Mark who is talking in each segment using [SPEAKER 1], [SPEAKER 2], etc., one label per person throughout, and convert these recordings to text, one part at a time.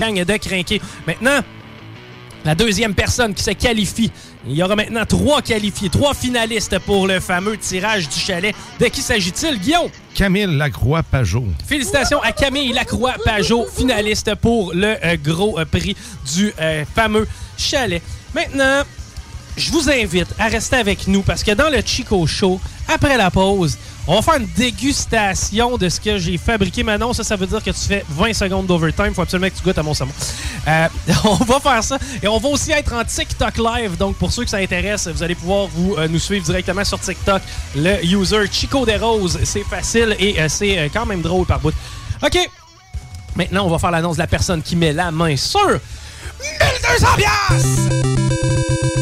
[SPEAKER 1] gang de crinqués. Maintenant, la deuxième personne qui se qualifie. Il y aura maintenant trois qualifiés, trois finalistes pour le fameux tirage du chalet. De qui s'agit-il, Guillaume?
[SPEAKER 2] Camille Lacroix-Pajot.
[SPEAKER 1] Félicitations à Camille Lacroix-Pajot, finaliste pour le euh, gros euh, prix du euh, fameux chalet. Maintenant, je vous invite à rester avec nous parce que dans le Chico Show, après la pause, on va faire une dégustation de ce que j'ai fabriqué. Manon, ça, ça veut dire que tu fais 20 secondes d'overtime. Faut absolument que tu goûtes à mon saumon. Euh, on va faire ça. Et on va aussi être en TikTok live. Donc, pour ceux que ça intéresse, vous allez pouvoir vous euh, nous suivre directement sur TikTok. Le user Chico des Roses. C'est facile et euh, c'est euh, quand même drôle par bout. OK. Maintenant, on va faire l'annonce de la personne qui met la main sur 1200 piastres!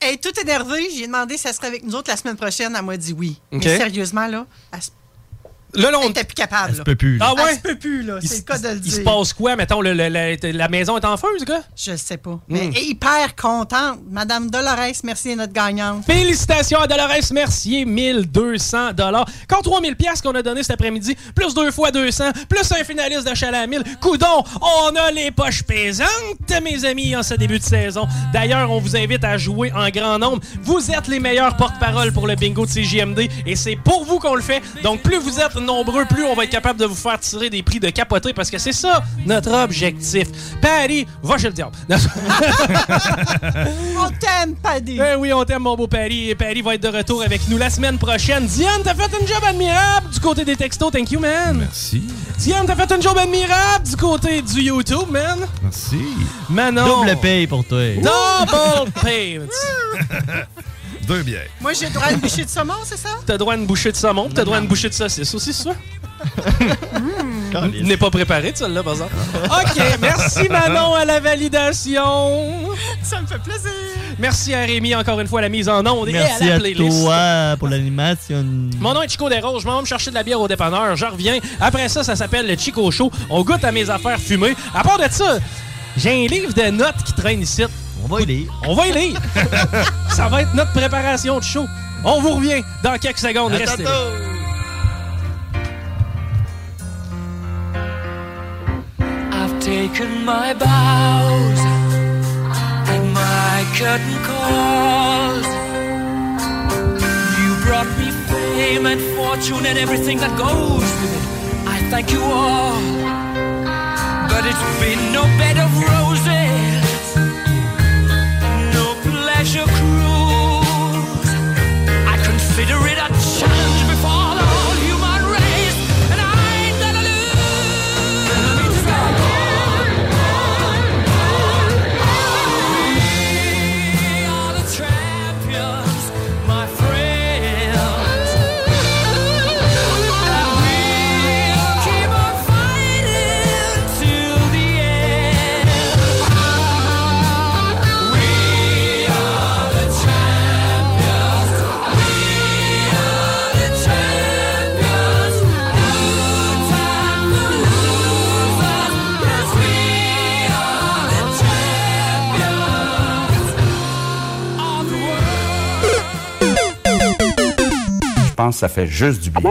[SPEAKER 3] Elle est toute énervée. J'ai demandé si elle serait avec nous autres la semaine prochaine. Elle m'a dit oui.
[SPEAKER 1] OK.
[SPEAKER 3] Mais sérieusement, là, elle s-
[SPEAKER 1] Là, là,
[SPEAKER 3] elle
[SPEAKER 1] on...
[SPEAKER 3] n'était plus capable.
[SPEAKER 2] Je
[SPEAKER 3] là.
[SPEAKER 2] peux plus. là.
[SPEAKER 1] Ah ouais?
[SPEAKER 3] Elle se peut plus, là.
[SPEAKER 1] Il
[SPEAKER 3] C'est
[SPEAKER 1] se-
[SPEAKER 3] le cas de le
[SPEAKER 1] Il se
[SPEAKER 3] dire.
[SPEAKER 1] passe quoi? Mettons, le- le- le- la maison est en feu, Hmm. ce gars?
[SPEAKER 3] Je sais pas. Mais hyper contente. Madame Dolores, merci, est notre gagnante.
[SPEAKER 1] Félicitations à Dolores Mercier, 1200 dollars. Quand 3000 pièces qu'on a donné cet après-midi, plus deux fois 200, plus un finaliste de chalet à 1000. Coudon, on a les poches pesantes, mes amis, en ce début de saison. D'ailleurs, on vous invite à jouer en grand nombre. Vous êtes les meilleurs porte-parole pour le bingo de CJMD et c'est pour vous qu'on le fait. Donc, plus vous êtes nombreux, plus on va être capable de vous faire tirer des prix de capoter parce que c'est ça notre objectif. Paris, va chez le diable. Non,
[SPEAKER 3] On t'aime, Paddy.
[SPEAKER 1] eh oui, on t'aime, mon beau Paris. Et Paris va être de retour avec nous la semaine prochaine. Diane, t'as fait une job admirable du côté des textos. Thank you, man.
[SPEAKER 2] Merci.
[SPEAKER 1] Diane, t'as fait une job admirable du côté du YouTube, man.
[SPEAKER 2] Merci.
[SPEAKER 1] Manon.
[SPEAKER 4] Double paye pour toi.
[SPEAKER 1] Double payment.
[SPEAKER 2] Deux bières.
[SPEAKER 3] Moi, j'ai le droit à une bouchée de saumon, c'est ça?
[SPEAKER 1] T'as droit à une bouchée de saumon, puis t'as droit à une bouchée de saucisse aussi, c'est ça?
[SPEAKER 4] Caliste.
[SPEAKER 1] N'est pas préparé, celle-là, par exemple. OK, merci Manon à la validation.
[SPEAKER 3] Ça me fait plaisir.
[SPEAKER 1] Merci à Rémi, encore une fois, à la mise en onde et
[SPEAKER 4] Merci
[SPEAKER 1] à la
[SPEAKER 4] à
[SPEAKER 1] playlist.
[SPEAKER 4] toi pour l'animation.
[SPEAKER 1] Mon nom est Chico Desroses, je m'en vais me chercher de la bière au dépanneur, je reviens. Après ça, ça s'appelle le Chico Show. On goûte à mes affaires fumées. À part de ça, j'ai un livre de notes qui traîne ici.
[SPEAKER 4] On va y lire.
[SPEAKER 1] On va y lire. ça va être notre préparation de show. On vous revient dans quelques secondes.
[SPEAKER 4] À
[SPEAKER 1] Restez. là.
[SPEAKER 4] tantôt.
[SPEAKER 5] I've taken my bows and my curtain calls. You brought me fame and fortune and everything that goes with it. I thank you all, but it's been no bed of roses, no pleasure cruise. I consider it a challenge before the whole human race, and I ain't gonna lose. We are the champions, my friends. And we'll keep on fighting till the end. We are the champions. We are the champions. No time for losers, 'cause we are the champions of the world.
[SPEAKER 6] Je pense que ça fait juste du bien.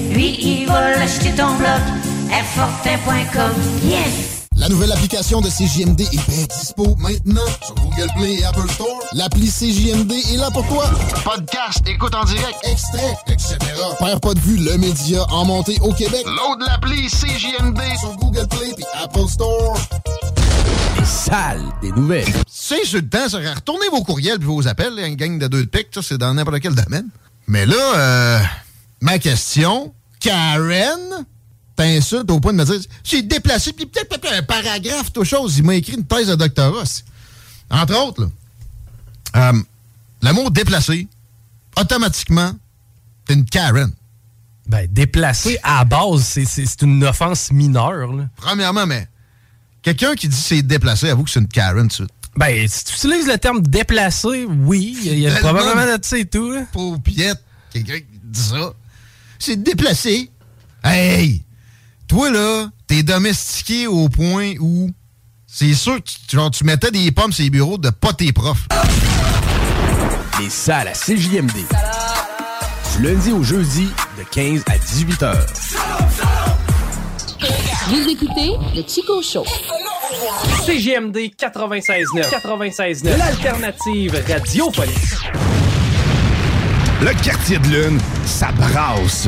[SPEAKER 7] Lui, il va l'acheter ton bloc, airfortin.com, yes.
[SPEAKER 8] La nouvelle application de CJMD est bien dispo maintenant sur Google Play et Apple Store. L'appli CJMD est là pour toi. Podcast, écoute en direct, extrait, etc. Père pas de vue, le média en montée au Québec. Load l'appli CJMD sur Google Play et Apple Store.
[SPEAKER 9] Des sales, des nouvelles.
[SPEAKER 10] C'est sur le temps, ça aurait retourné vos courriels puis vos appels, là, une gang de deux de pique, ça, c'est dans n'importe quel domaine. Mais là, euh, ma question, Karen t'insultes au point de me dire j'ai déplacé, puis peut-être peut-être un paragraphe, tout chose. Il m'a écrit une thèse de doctorat. c'est- Entre autres, là, euh, le mot déplacé, automatiquement, t'es une Karen.
[SPEAKER 1] Ben, déplacé à la base, c'est- c'est c'est une offense mineure. Là.
[SPEAKER 10] Premièrement, mais quelqu'un qui dit c'est déplacé, avoue que c'est une Karen, tu
[SPEAKER 1] Ben, si tu utilises le terme déplacé, oui, il y a- il y a probablement de
[SPEAKER 10] et tout.
[SPEAKER 1] hein.
[SPEAKER 10] Paupiette, quelqu'un qui dit ça. C'est déplacé. Hey! Toi, là, t'es domestiqué au point où c'est sûr que tu, genre, tu mettais des pommes sur les bureaux de pas tes profs.
[SPEAKER 9] Des salles à CJMD. Du lundi au jeudi, de 15 à 18 heures.
[SPEAKER 1] Vous écoutez le Chico Show. CGMD 96.9. 96.9. L'alternative radiophonique.
[SPEAKER 2] Le quartier de lune, ça brasse.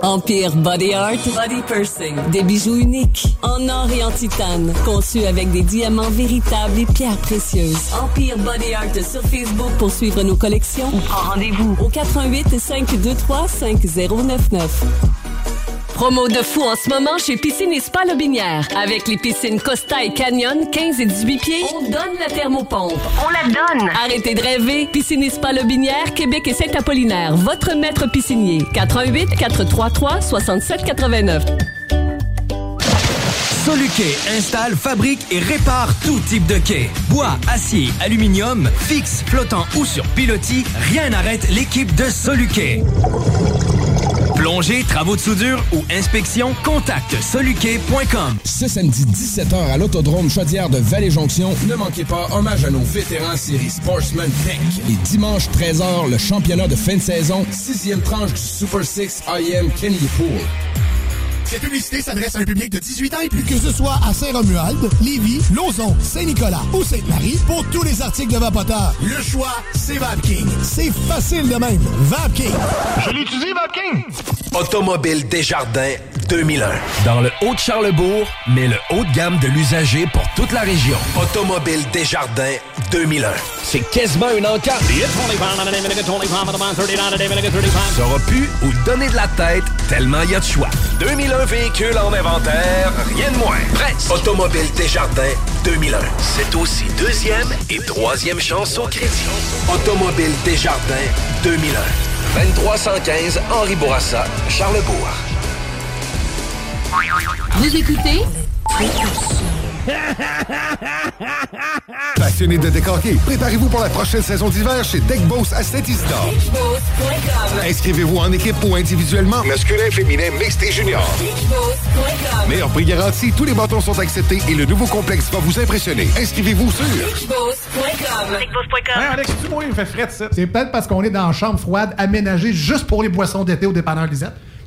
[SPEAKER 11] Empire Body Art, Body Pursing. Des bijoux uniques, en or et en titane, conçus avec des diamants véritables et pierres précieuses. Empire Body Art sur Facebook pour suivre nos collections ou prendre rendez-vous au 88 523 5099. Promo de fou en ce moment chez Piscine et Spa Lobinière. Avec les piscines Costa et Canyon, 15 et 18 pieds, on donne la thermopompe. On la donne. Arrêtez de rêver. Piscine et Spa Lobinière, Québec et Saint-Apollinaire. Votre maître piscinier. 88 433 6789.
[SPEAKER 4] Soluquet installe, fabrique et répare tout type de quai. Bois, acier, aluminium, fixe, flottant ou sur pilotis, rien n'arrête l'équipe de Soluquet. Plongée, travaux de soudure ou inspection, contacte soluquet.com.
[SPEAKER 12] Ce samedi 17h à l'Autodrome Chaudière de Vallée-Jonction, ne manquez pas hommage à nos vétérans série Sportsman Tech. Et dimanche 13h, le championnat de fin de saison, sixième tranche du Super 6 IM Kenny Pool.
[SPEAKER 13] Cette publicité s'adresse à un public de 18 ans et plus.
[SPEAKER 8] Que ce soit à Saint-Romuald, Lévis, Lauson, Saint-Nicolas ou Sainte-Marie, pour tous les articles de Vapoteur, le choix, c'est VapKing. C'est facile de même. VapKing. Je l'utilise, VapKing.
[SPEAKER 9] Automobile Desjardins 2001.
[SPEAKER 2] Dans le Haut-de-Charlebourg, mais le haut de gamme de l'usager pour toute la région. Automobile Desjardins 2001. C'est quasiment une encarte. T'auras pu ou donner de la tête tellement il y a de choix. 2001 véhicules en inventaire, rien de moins. Presque. Automobile Desjardins 2001. C'est aussi deuxième et troisième chance au crédit. Automobile Desjardins 2001. 2315 Henri Bourassa, Charlebourg.
[SPEAKER 11] Vous écoutez
[SPEAKER 5] Passionné de décorquer, préparez-vous pour la prochaine saison d'hiver chez Deck Boss à Saint-Isidore. Inscrivez-vous en équipe ou individuellement. Masculin, féminin, mixte et junior. Meilleur prix garanti, tous les bâtons sont acceptés et le nouveau complexe va vous impressionner. Inscrivez-vous sur...
[SPEAKER 14] il fait fret, ça. C'est peut-être parce qu'on est dans une chambre froide aménagée juste pour les boissons d'été au dépanneur Lisette.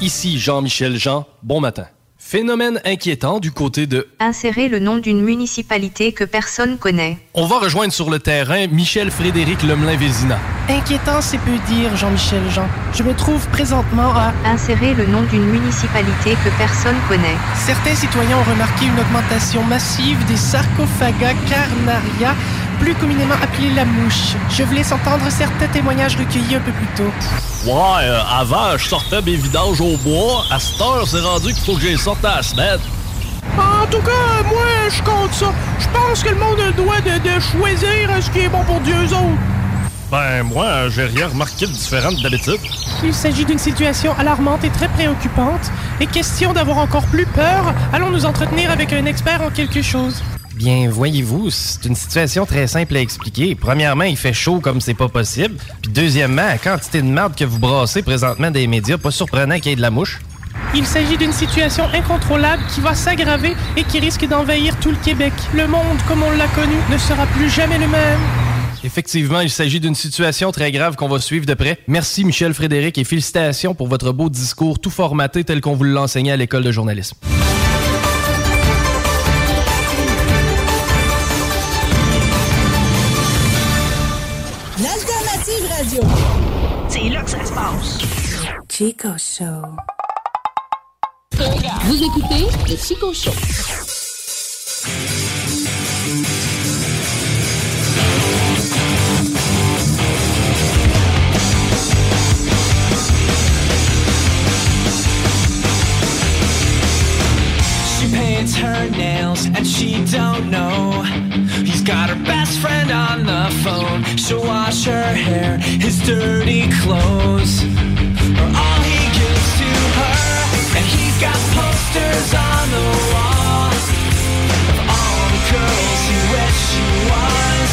[SPEAKER 1] Ici Jean-Michel Jean, bon matin. Phénomène inquiétant du côté de...
[SPEAKER 15] Insérer le nom d'une municipalité que personne connaît.
[SPEAKER 1] On va rejoindre sur le terrain Michel-Frédéric Lemelin-Vézina.
[SPEAKER 3] Inquiétant, c'est peu dire, Jean-Michel Jean. Je me trouve présentement à...
[SPEAKER 15] Insérer le nom d'une municipalité que personne connaît.
[SPEAKER 3] Certains citoyens ont remarqué une augmentation massive des sarcophagas carnaria, plus communément appelés la mouche. Je vous laisse entendre certains témoignages recueillis un peu plus tôt.
[SPEAKER 16] Ouais, euh, avant, je sortais mes vidanges au bois. À cette heure, c'est rendu qu'il faut que j'aille sorte à la semaine.
[SPEAKER 3] En tout cas, moi, je compte ça. Je pense que le monde doit de, de choisir euh, ce qui est Eh bon pour Dieu eux autres.
[SPEAKER 16] Ben, moi, euh, j'ai rien remarqué de différent de d'habitude.
[SPEAKER 3] Il s'agit d'une situation alarmante et très préoccupante. Et question d'avoir encore plus peur, allons nous entretenir avec un expert en quelque chose.
[SPEAKER 17] Bien, voyez-vous, c'est une situation très simple à expliquer. Premièrement, il fait chaud comme c'est pas possible. Puis deuxièmement, la quantité de merde que vous brassez présentement des médias, pas surprenant qu'il y ait de la mouche.
[SPEAKER 3] Il s'agit d'une situation incontrôlable qui va s'aggraver et qui risque d'envahir tout le Québec. Le monde, comme on l'a connu, ne sera plus jamais le même.
[SPEAKER 1] Effectivement, il s'agit d'une situation très grave qu'on va suivre de près. Merci Michel Frédéric et félicitations pour votre beau discours tout formaté tel qu'on vous l'enseignait à l'école de journalisme.
[SPEAKER 18] L'Alternative Radio. C'est là que ça se passe. Chico Show.
[SPEAKER 19] Vous écoutez le Chico Show.
[SPEAKER 5] She paints her nails and she don't know. He's got her best friend on the phone. She'll wash her hair, his dirty clothes are all he gives to her. And he's got posters on the wall of all the girls he wish she was.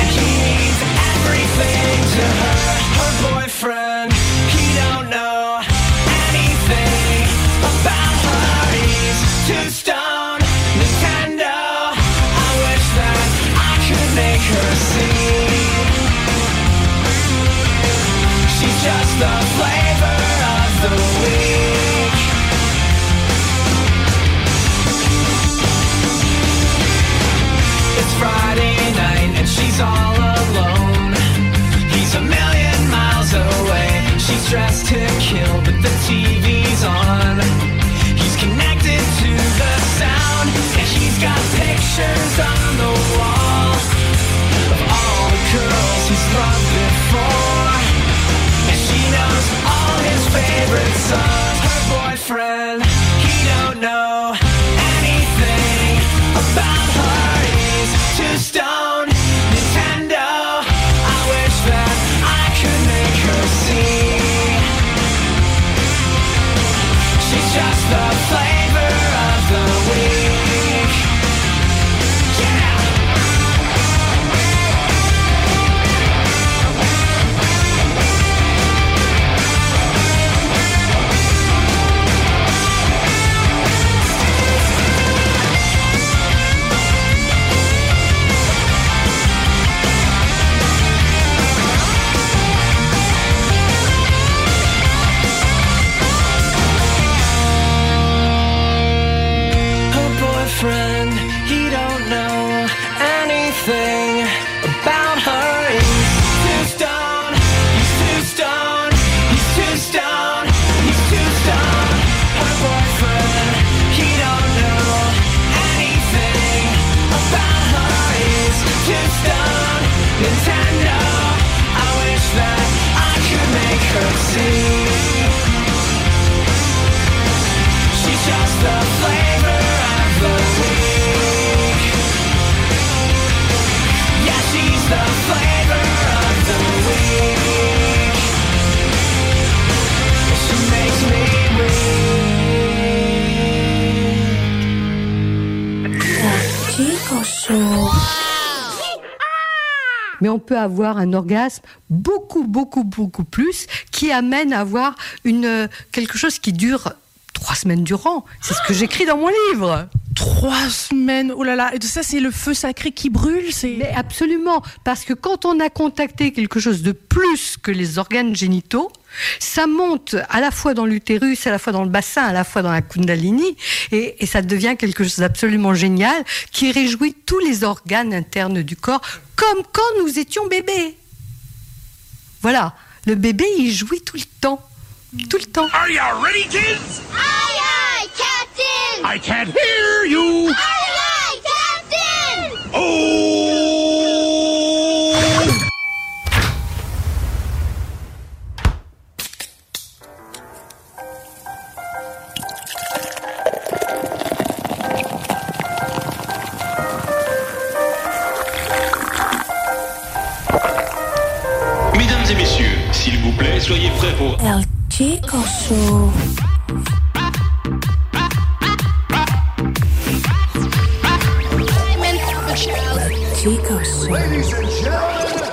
[SPEAKER 5] And he means everything to her. Her boyfriend, he don't know anything about her. He's too stoned. Nintendo, I wish that I could make her see. She's just the flavor of the week. It's Friday night and she's all alone. He's a million miles away. She's dressed to kill, but the TV's on. He's connected to the sound, and he's got pictures on the wall of all the girls he's loved before. And she knows all his favorite songs. Her boyfriend, he don't know anything about her. He's too stoned. Nintendo, I wish that I could make her see. She's just the flavor of the week. Yeah. Her boyfriend, he don't know anything about her. He's too stoned, he's too stoned, he's too stoned, he's too stoned. Her boyfriend, he don't know anything about her. He's too stoned. Nintendo, I wish that I could make her see. She's just the flavor of the week. Yeah, she's the flavor of the week. She makes me
[SPEAKER 18] Chico Show.
[SPEAKER 20] mais on peut avoir un orgasme beaucoup, beaucoup, beaucoup plus qui amène à avoir une, euh, quelque chose qui dure trois semaines durant. C'est ce que j'écris dans mon livre.
[SPEAKER 3] Trois semaines, oh là là, et ça c'est le feu sacré qui brûle, c'est...
[SPEAKER 20] Mais absolument, parce que quand on a contacté quelque chose de plus que les organes génitaux, ça monte à la fois dans l'utérus, à la fois dans le bassin, à la fois dans la kundalini, et, et ça devient quelque chose d'absolument génial qui réjouit tous les organes internes du corps, comme quand nous étions bébés. Voilà, le bébé il jouit tout le temps, tout le temps.
[SPEAKER 5] Are you ready, kids?
[SPEAKER 21] Aye, aye, Captain!
[SPEAKER 5] I can't hear you!
[SPEAKER 21] Aye, aye, Captain!
[SPEAKER 5] Oh!
[SPEAKER 22] Mesdames et messieurs, s'il vous plaît, soyez prêts pour
[SPEAKER 23] El Chico Show. Chico Show.
[SPEAKER 21] Ladies and gentlemen,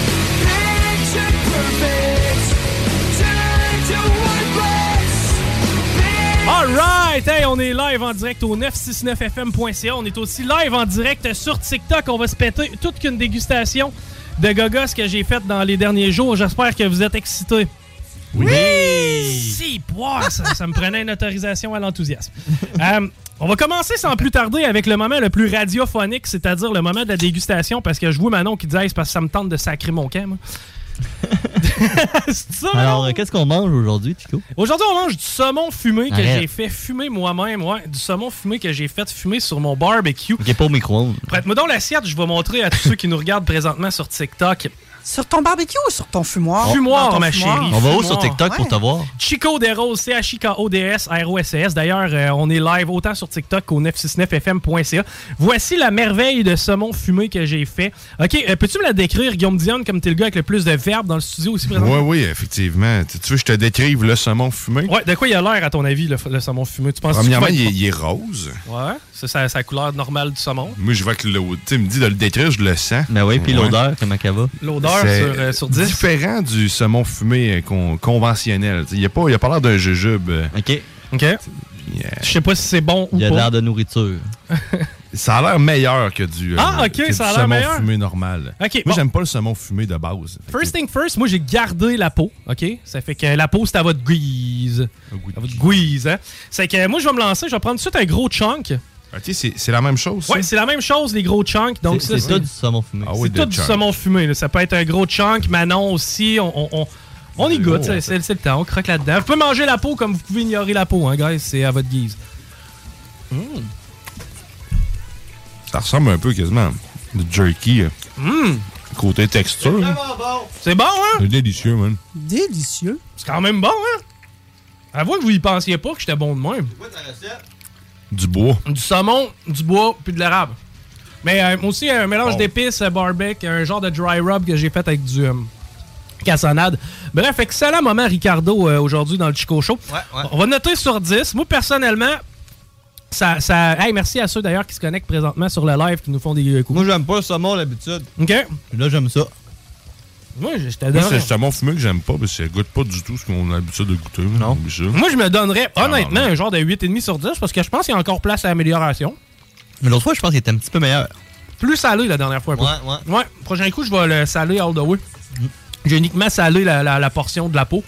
[SPEAKER 5] Picture perfect. Turn to one place.
[SPEAKER 1] Alright! Hey, on est live en direct au 969fm.ca. On est aussi live en direct sur TikTok. On va se péter toute qu'une dégustation de gogos que j'ai faite dans les derniers jours. J'espère que vous êtes excités. Oui! Si, boire, ça, ça me prenait une autorisation à l'enthousiasme. Euh, on va commencer sans plus tarder avec le moment le plus radiophonique, c'est-à-dire le moment de la dégustation, parce que je vois Manon qui dit Hey, c'est parce que ça me tente de sacrer mon camp. moi. c'est ça, Manon?
[SPEAKER 24] Alors, euh, qu'est-ce qu'on mange aujourd'hui, Chico?
[SPEAKER 1] Aujourd'hui, on mange du saumon fumé que
[SPEAKER 24] Arrête.
[SPEAKER 1] j'ai fait fumer moi-même. Ouais, du saumon fumé que j'ai fait fumer sur mon barbecue.
[SPEAKER 24] Ok, pas au micro-ondes.
[SPEAKER 1] Prête-moi donc l'assiette, je vais montrer à tous ceux qui nous regardent présentement sur TikTok.
[SPEAKER 3] Sur ton barbecue ou sur ton fumoir? Dans
[SPEAKER 1] Fumoir,
[SPEAKER 3] ton
[SPEAKER 1] ma chérie.
[SPEAKER 3] fumoir.
[SPEAKER 24] On va où
[SPEAKER 1] fumoir.
[SPEAKER 24] sur TikTok pour te voir?
[SPEAKER 1] Chico Desroses, C-H-I-K-O-D-S, R-O-S-S. D'ailleurs, euh, on est live autant sur TikTok qu'au 969fm.ca. Voici la merveille de saumon fumé que j'ai fait. OK, euh, peux-tu me la décrire, Guillaume Dion, comme t'es le gars avec le plus de verbes dans le studio aussi présent?
[SPEAKER 2] Oui, oui, effectivement. Tu tu veux que je te décrive le saumon fumé?
[SPEAKER 1] Ouais, de quoi il a l'air, à ton avis, le, le saumon fumé? Tu penses
[SPEAKER 2] Premièrement,
[SPEAKER 1] qu'il
[SPEAKER 2] il,
[SPEAKER 1] va
[SPEAKER 2] est-
[SPEAKER 1] être-
[SPEAKER 2] il est rose.
[SPEAKER 1] Ouais, c'est sa, sa couleur normale du saumon.
[SPEAKER 2] Moi, je vois que l'eau. Tu sais, il me dit de le décrire, je le sens.
[SPEAKER 24] Ben oui, puis l'odeur, comment qu'elle va?
[SPEAKER 1] L'odeur
[SPEAKER 2] C'est
[SPEAKER 1] sur, euh, sur 10.
[SPEAKER 2] différent du saumon fumé euh, con- conventionnel. Tu sais, Il n'y a, pas il a pas l'air d'un jujube. euh.
[SPEAKER 24] OK.
[SPEAKER 1] OK. Je sais pas si c'est bon ou
[SPEAKER 24] Il y a de
[SPEAKER 1] pas.
[SPEAKER 24] l'air de nourriture.
[SPEAKER 2] Ça a l'air meilleur que du, euh,
[SPEAKER 1] Ah, ok,
[SPEAKER 2] que du
[SPEAKER 1] ça a l'air
[SPEAKER 2] saumon
[SPEAKER 1] meilleur.
[SPEAKER 2] fumé normal.
[SPEAKER 1] Ok,
[SPEAKER 2] Moi,
[SPEAKER 1] bon.
[SPEAKER 2] j'aime pas le saumon fumé de base.
[SPEAKER 1] First thing first, moi j'ai gardé la peau, ok? Ça fait que la peau c'est à votre guise. À votre guise, hein? C'est que moi je vais me lancer, je vais prendre tout de suite un gros chunk.
[SPEAKER 2] Ok, Ah, c'est c'est la même chose. ça?
[SPEAKER 1] Ouais, c'est la même chose les gros chunks. Donc
[SPEAKER 24] C'est
[SPEAKER 1] ça,
[SPEAKER 24] ça du saumon fumé.
[SPEAKER 2] Ah oui,
[SPEAKER 1] c'est tout du saumon fumé. là. Ça peut être un gros chunk, Manon aussi. On, on, on- on y goûte, c'est c'est- c'est le temps. On croque là-dedans. Vous pouvez manger la peau comme vous pouvez ignorer la peau, hein, guys. C'est à votre guise.
[SPEAKER 2] Ça ressemble un peu quasiment à du jerky. euh,
[SPEAKER 1] Hum,
[SPEAKER 2] Côté texture. hein.
[SPEAKER 1] C'est bon, hein?
[SPEAKER 2] C'est délicieux, man.
[SPEAKER 3] Délicieux.
[SPEAKER 1] C'est quand même bon, hein? Avouez que vous y pensiez pas que j'étais bon de même.
[SPEAKER 2] Du bois.
[SPEAKER 1] du saumon, du bois, puis de l'arabe. Mais euh, aussi un mélange
[SPEAKER 2] Oh.
[SPEAKER 1] d'épices, euh, barbecue, un genre de dry rub que j'ai fait avec du euh, cassonade. Bref, excellent moment Ricardo euh, aujourd'hui dans le Chico Show. On va noter sur 10. Moi, personnellement, ça... ça... Hey, merci à ceux d'ailleurs qui se connectent présentement sur le live, qui nous font des euh, coups.
[SPEAKER 24] Moi, j'aime pas le saumon d'habitude.
[SPEAKER 1] OK.
[SPEAKER 24] Là, j'aime ça.
[SPEAKER 1] Moi, je te
[SPEAKER 2] Moi,
[SPEAKER 1] donne-
[SPEAKER 2] c'est le saumon fumé que j'aime pas parce que ça goûte pas du tout ce qu'on a l'habitude de goûter. Non.
[SPEAKER 1] Moi, je me donnerais
[SPEAKER 24] Ah,
[SPEAKER 1] honnêtement un genre de 8,5 sur 10 parce que je pense qu'il y a encore place à amélioration.
[SPEAKER 24] Mais l'autre fois, je pense qu'il était un petit peu meilleur.
[SPEAKER 1] Plus salé la dernière fois. un peu.
[SPEAKER 24] Ouais, Mm.
[SPEAKER 1] ouais. prochain coup, je vais le saler all the way. J'ai uniquement salé la, la- la portion de la peau.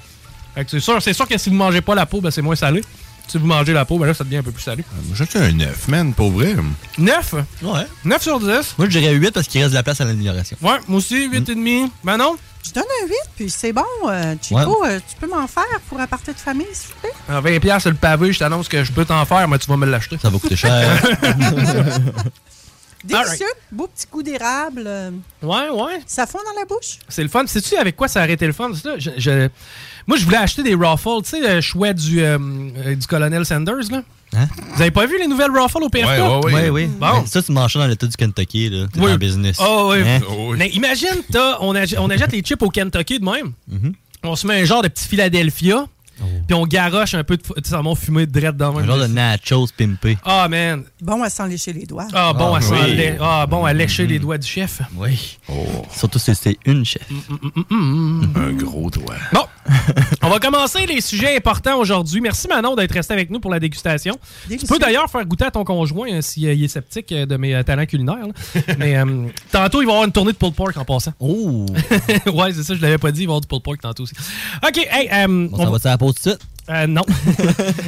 [SPEAKER 1] Fait que c'est sûr, c'est sûr que si vous mangez pas la peau, ben c'est moins salé. Si vous mangez la peau, ben là, ça devient un peu plus salé.
[SPEAKER 2] J'ai un 9, man, pour vrai.
[SPEAKER 1] 9?
[SPEAKER 24] Mm. Ouais.
[SPEAKER 1] 9 sur 10?
[SPEAKER 24] Moi, je dirais 8 parce qu'il reste de la place à l'amélioration.
[SPEAKER 1] Ouais, moi aussi, 8,5. Ben non?
[SPEAKER 3] Je donne un 8, puis c'est bon. euh, Chico, euh, tu peux m'en faire pour un party de famille, s'il vous plaît?
[SPEAKER 1] En 20 pièces le pavé, je t'annonce que je peux t'en faire, mais tu vas me l'acheter.
[SPEAKER 24] Ça va coûter cher.
[SPEAKER 3] Délicieux. Beau petit coup d'érable. euh,
[SPEAKER 1] Ouais, ouais.
[SPEAKER 3] Ça fond dans la bouche?
[SPEAKER 1] C'est le fun. Sais-tu avec quoi ça a arrêté le fun? ça? Je- je- Moi, je voulais acheter des raffles. Tu sais, le chouette du, euh, euh, du colonel Sanders, là?
[SPEAKER 24] Hein?
[SPEAKER 1] Vous avez pas vu les nouvelles raffles au PFK?
[SPEAKER 24] Ouais, ouais.
[SPEAKER 1] Bon.
[SPEAKER 24] Mais Ben, Ça, tu manges ça dans l'État du Kentucky, là. T'es dans le business.
[SPEAKER 1] Ah oui.
[SPEAKER 24] Hein?
[SPEAKER 1] Mais imagine,
[SPEAKER 24] Mm-hmm. Oh.
[SPEAKER 1] t'as- on, ach- on achète les chips au Kentucky de même. On se met un genre de petit Philadelphia. Puis Puis on garoche un peu de f- de savon fumé de drette dans le
[SPEAKER 24] Un
[SPEAKER 1] même.
[SPEAKER 24] genre de nachos pimpé.
[SPEAKER 1] Ah, man.
[SPEAKER 3] Bon à s'enlécher les doigts.
[SPEAKER 1] Ah, bon,
[SPEAKER 24] Ah,
[SPEAKER 1] à s'en
[SPEAKER 24] oui. Mm-hmm.
[SPEAKER 1] lè- ah, bon à lécher les doigts du chef.
[SPEAKER 24] Oui. Surtout si c'est une chef.
[SPEAKER 1] Mm, Un
[SPEAKER 24] gros doigt.
[SPEAKER 1] Bon, on va commencer les sujets importants aujourd'hui. Merci Manon d'être resté avec nous pour la dégustation. Tu peux d'ailleurs faire goûter à ton conjoint s'il si, euh, il est sceptique euh, de mes euh, talents culinaires. là. Mais euh, tantôt, il va y avoir une tournée de pulled pork en passant.
[SPEAKER 24] Oh!
[SPEAKER 1] ouais, c'est ça, je l'avais pas dit, il va y avoir du pulled pork tantôt aussi. OK, hey, euh,
[SPEAKER 24] On s'en va sur la pause tout de suite.
[SPEAKER 1] euh, non.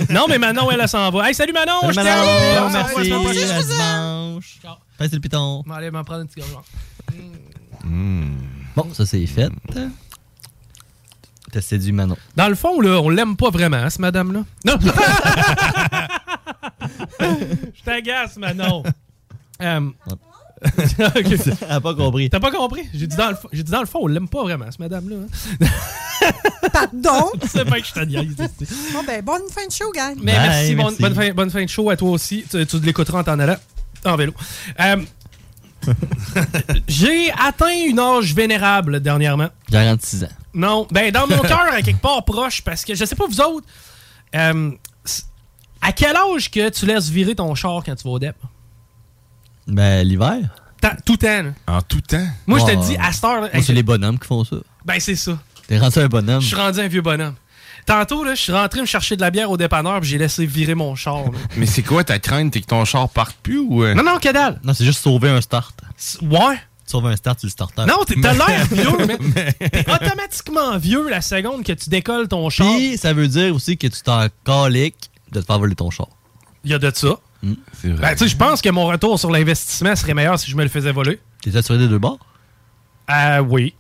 [SPEAKER 1] non, mais Manon, elle, elle s'en va. Hey, salut Manon!
[SPEAKER 24] Salut,
[SPEAKER 1] je
[SPEAKER 24] Manon.
[SPEAKER 1] t'aime!
[SPEAKER 24] Bon,
[SPEAKER 1] On se revoit la
[SPEAKER 24] merci.
[SPEAKER 1] semaine prochaine.
[SPEAKER 24] À dimanche. Passe le piton.
[SPEAKER 1] Je m'en allais m'en prendre une petite gorgée.
[SPEAKER 24] Hmm. Bon, ça c'est fait. T'as séduit Manon.
[SPEAKER 1] Dans le fond, là, on l'aime pas vraiment, hein, cette madame-là. Non! je t'agace, Manon. Euh, ok.
[SPEAKER 24] Elle a pas compris.
[SPEAKER 1] T'as pas compris? J'ai dit, dans le fond- j'ai dit dans le fond, on l'aime pas vraiment, cette madame-là. hein.
[SPEAKER 3] Pardon?
[SPEAKER 1] C'est pas que je te niaise.
[SPEAKER 3] Bon, ben, bonne fin de show, gang.
[SPEAKER 1] Mais merci, bonne- Bonne, fin, bonne fin de show à toi aussi. Tu, tu l'écouteras en t'en allant en vélo. Euh, J'ai atteint une âge vénérable dernièrement.
[SPEAKER 24] 46 ans.
[SPEAKER 1] Non, ben dans mon cœur, à quelque part proche, parce que je sais pas vous autres, euh, c- à quel âge que tu laisses virer ton char quand tu vas au E DEP?
[SPEAKER 24] Ben, l'hiver.
[SPEAKER 1] Ta- Tout temps. là.
[SPEAKER 24] En tout temps?
[SPEAKER 1] Moi, je te dis, à cette heure, là,
[SPEAKER 24] c'est les bonhommes qui font ça.
[SPEAKER 1] Ben c'est ça.
[SPEAKER 24] T'es rendu un bonhomme.
[SPEAKER 1] Je suis rendu un vieux bonhomme. Tantôt, là, je suis rentré me chercher de la bière au dépanneur, puis j'ai laissé virer mon char. là.
[SPEAKER 2] Mais c'est quoi ta crainte? T'es que ton char parte plus ou. euh?
[SPEAKER 1] Ah Non, non, que dalle.
[SPEAKER 24] Non, c'est juste sauver un start.
[SPEAKER 1] Ouais.
[SPEAKER 24] Sauver un start, tu le starter.
[SPEAKER 1] Non, t'es- t'as l'air vieux, mais t'es automatiquement vieux la seconde que tu décolles ton char.
[SPEAKER 24] Puis, ça veut dire aussi que tu t'en caliques de te faire voler ton char.
[SPEAKER 1] Il y a de ça.
[SPEAKER 24] Hum, C'est
[SPEAKER 1] Ben, tu sais, je pense que mon retour sur l'investissement serait meilleur si je me le faisais voler.
[SPEAKER 24] T'es assuré des deux bords? ah
[SPEAKER 1] Ah oui.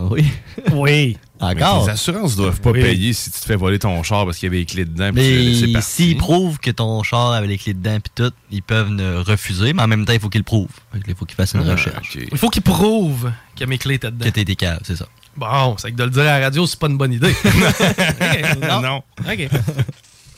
[SPEAKER 24] Oui.
[SPEAKER 1] Oui.
[SPEAKER 24] Encore?
[SPEAKER 2] Mais tes assurances doivent pas
[SPEAKER 24] Oui.
[SPEAKER 2] payer si tu te fais voler ton char parce qu'il y avait les clés dedans. puis tu l'as laissé
[SPEAKER 24] Ah, Mais
[SPEAKER 2] partir.
[SPEAKER 24] s'ils prouvent que ton char avait les clés dedans puis tout, ils peuvent ne refuser, mais en même temps, il faut qu'ils le prouvent. Fait que là, Il faut qu'ils fassent une
[SPEAKER 1] Ah,
[SPEAKER 24] recherche.
[SPEAKER 1] Il faut qu'ils prouvent que mes clés étaient dedans.
[SPEAKER 24] Que t'es des caves, c'est ça.
[SPEAKER 1] Bon, c'est que de le dire à la radio, c'est pas une bonne idée. Ok,
[SPEAKER 24] Non.
[SPEAKER 1] OK.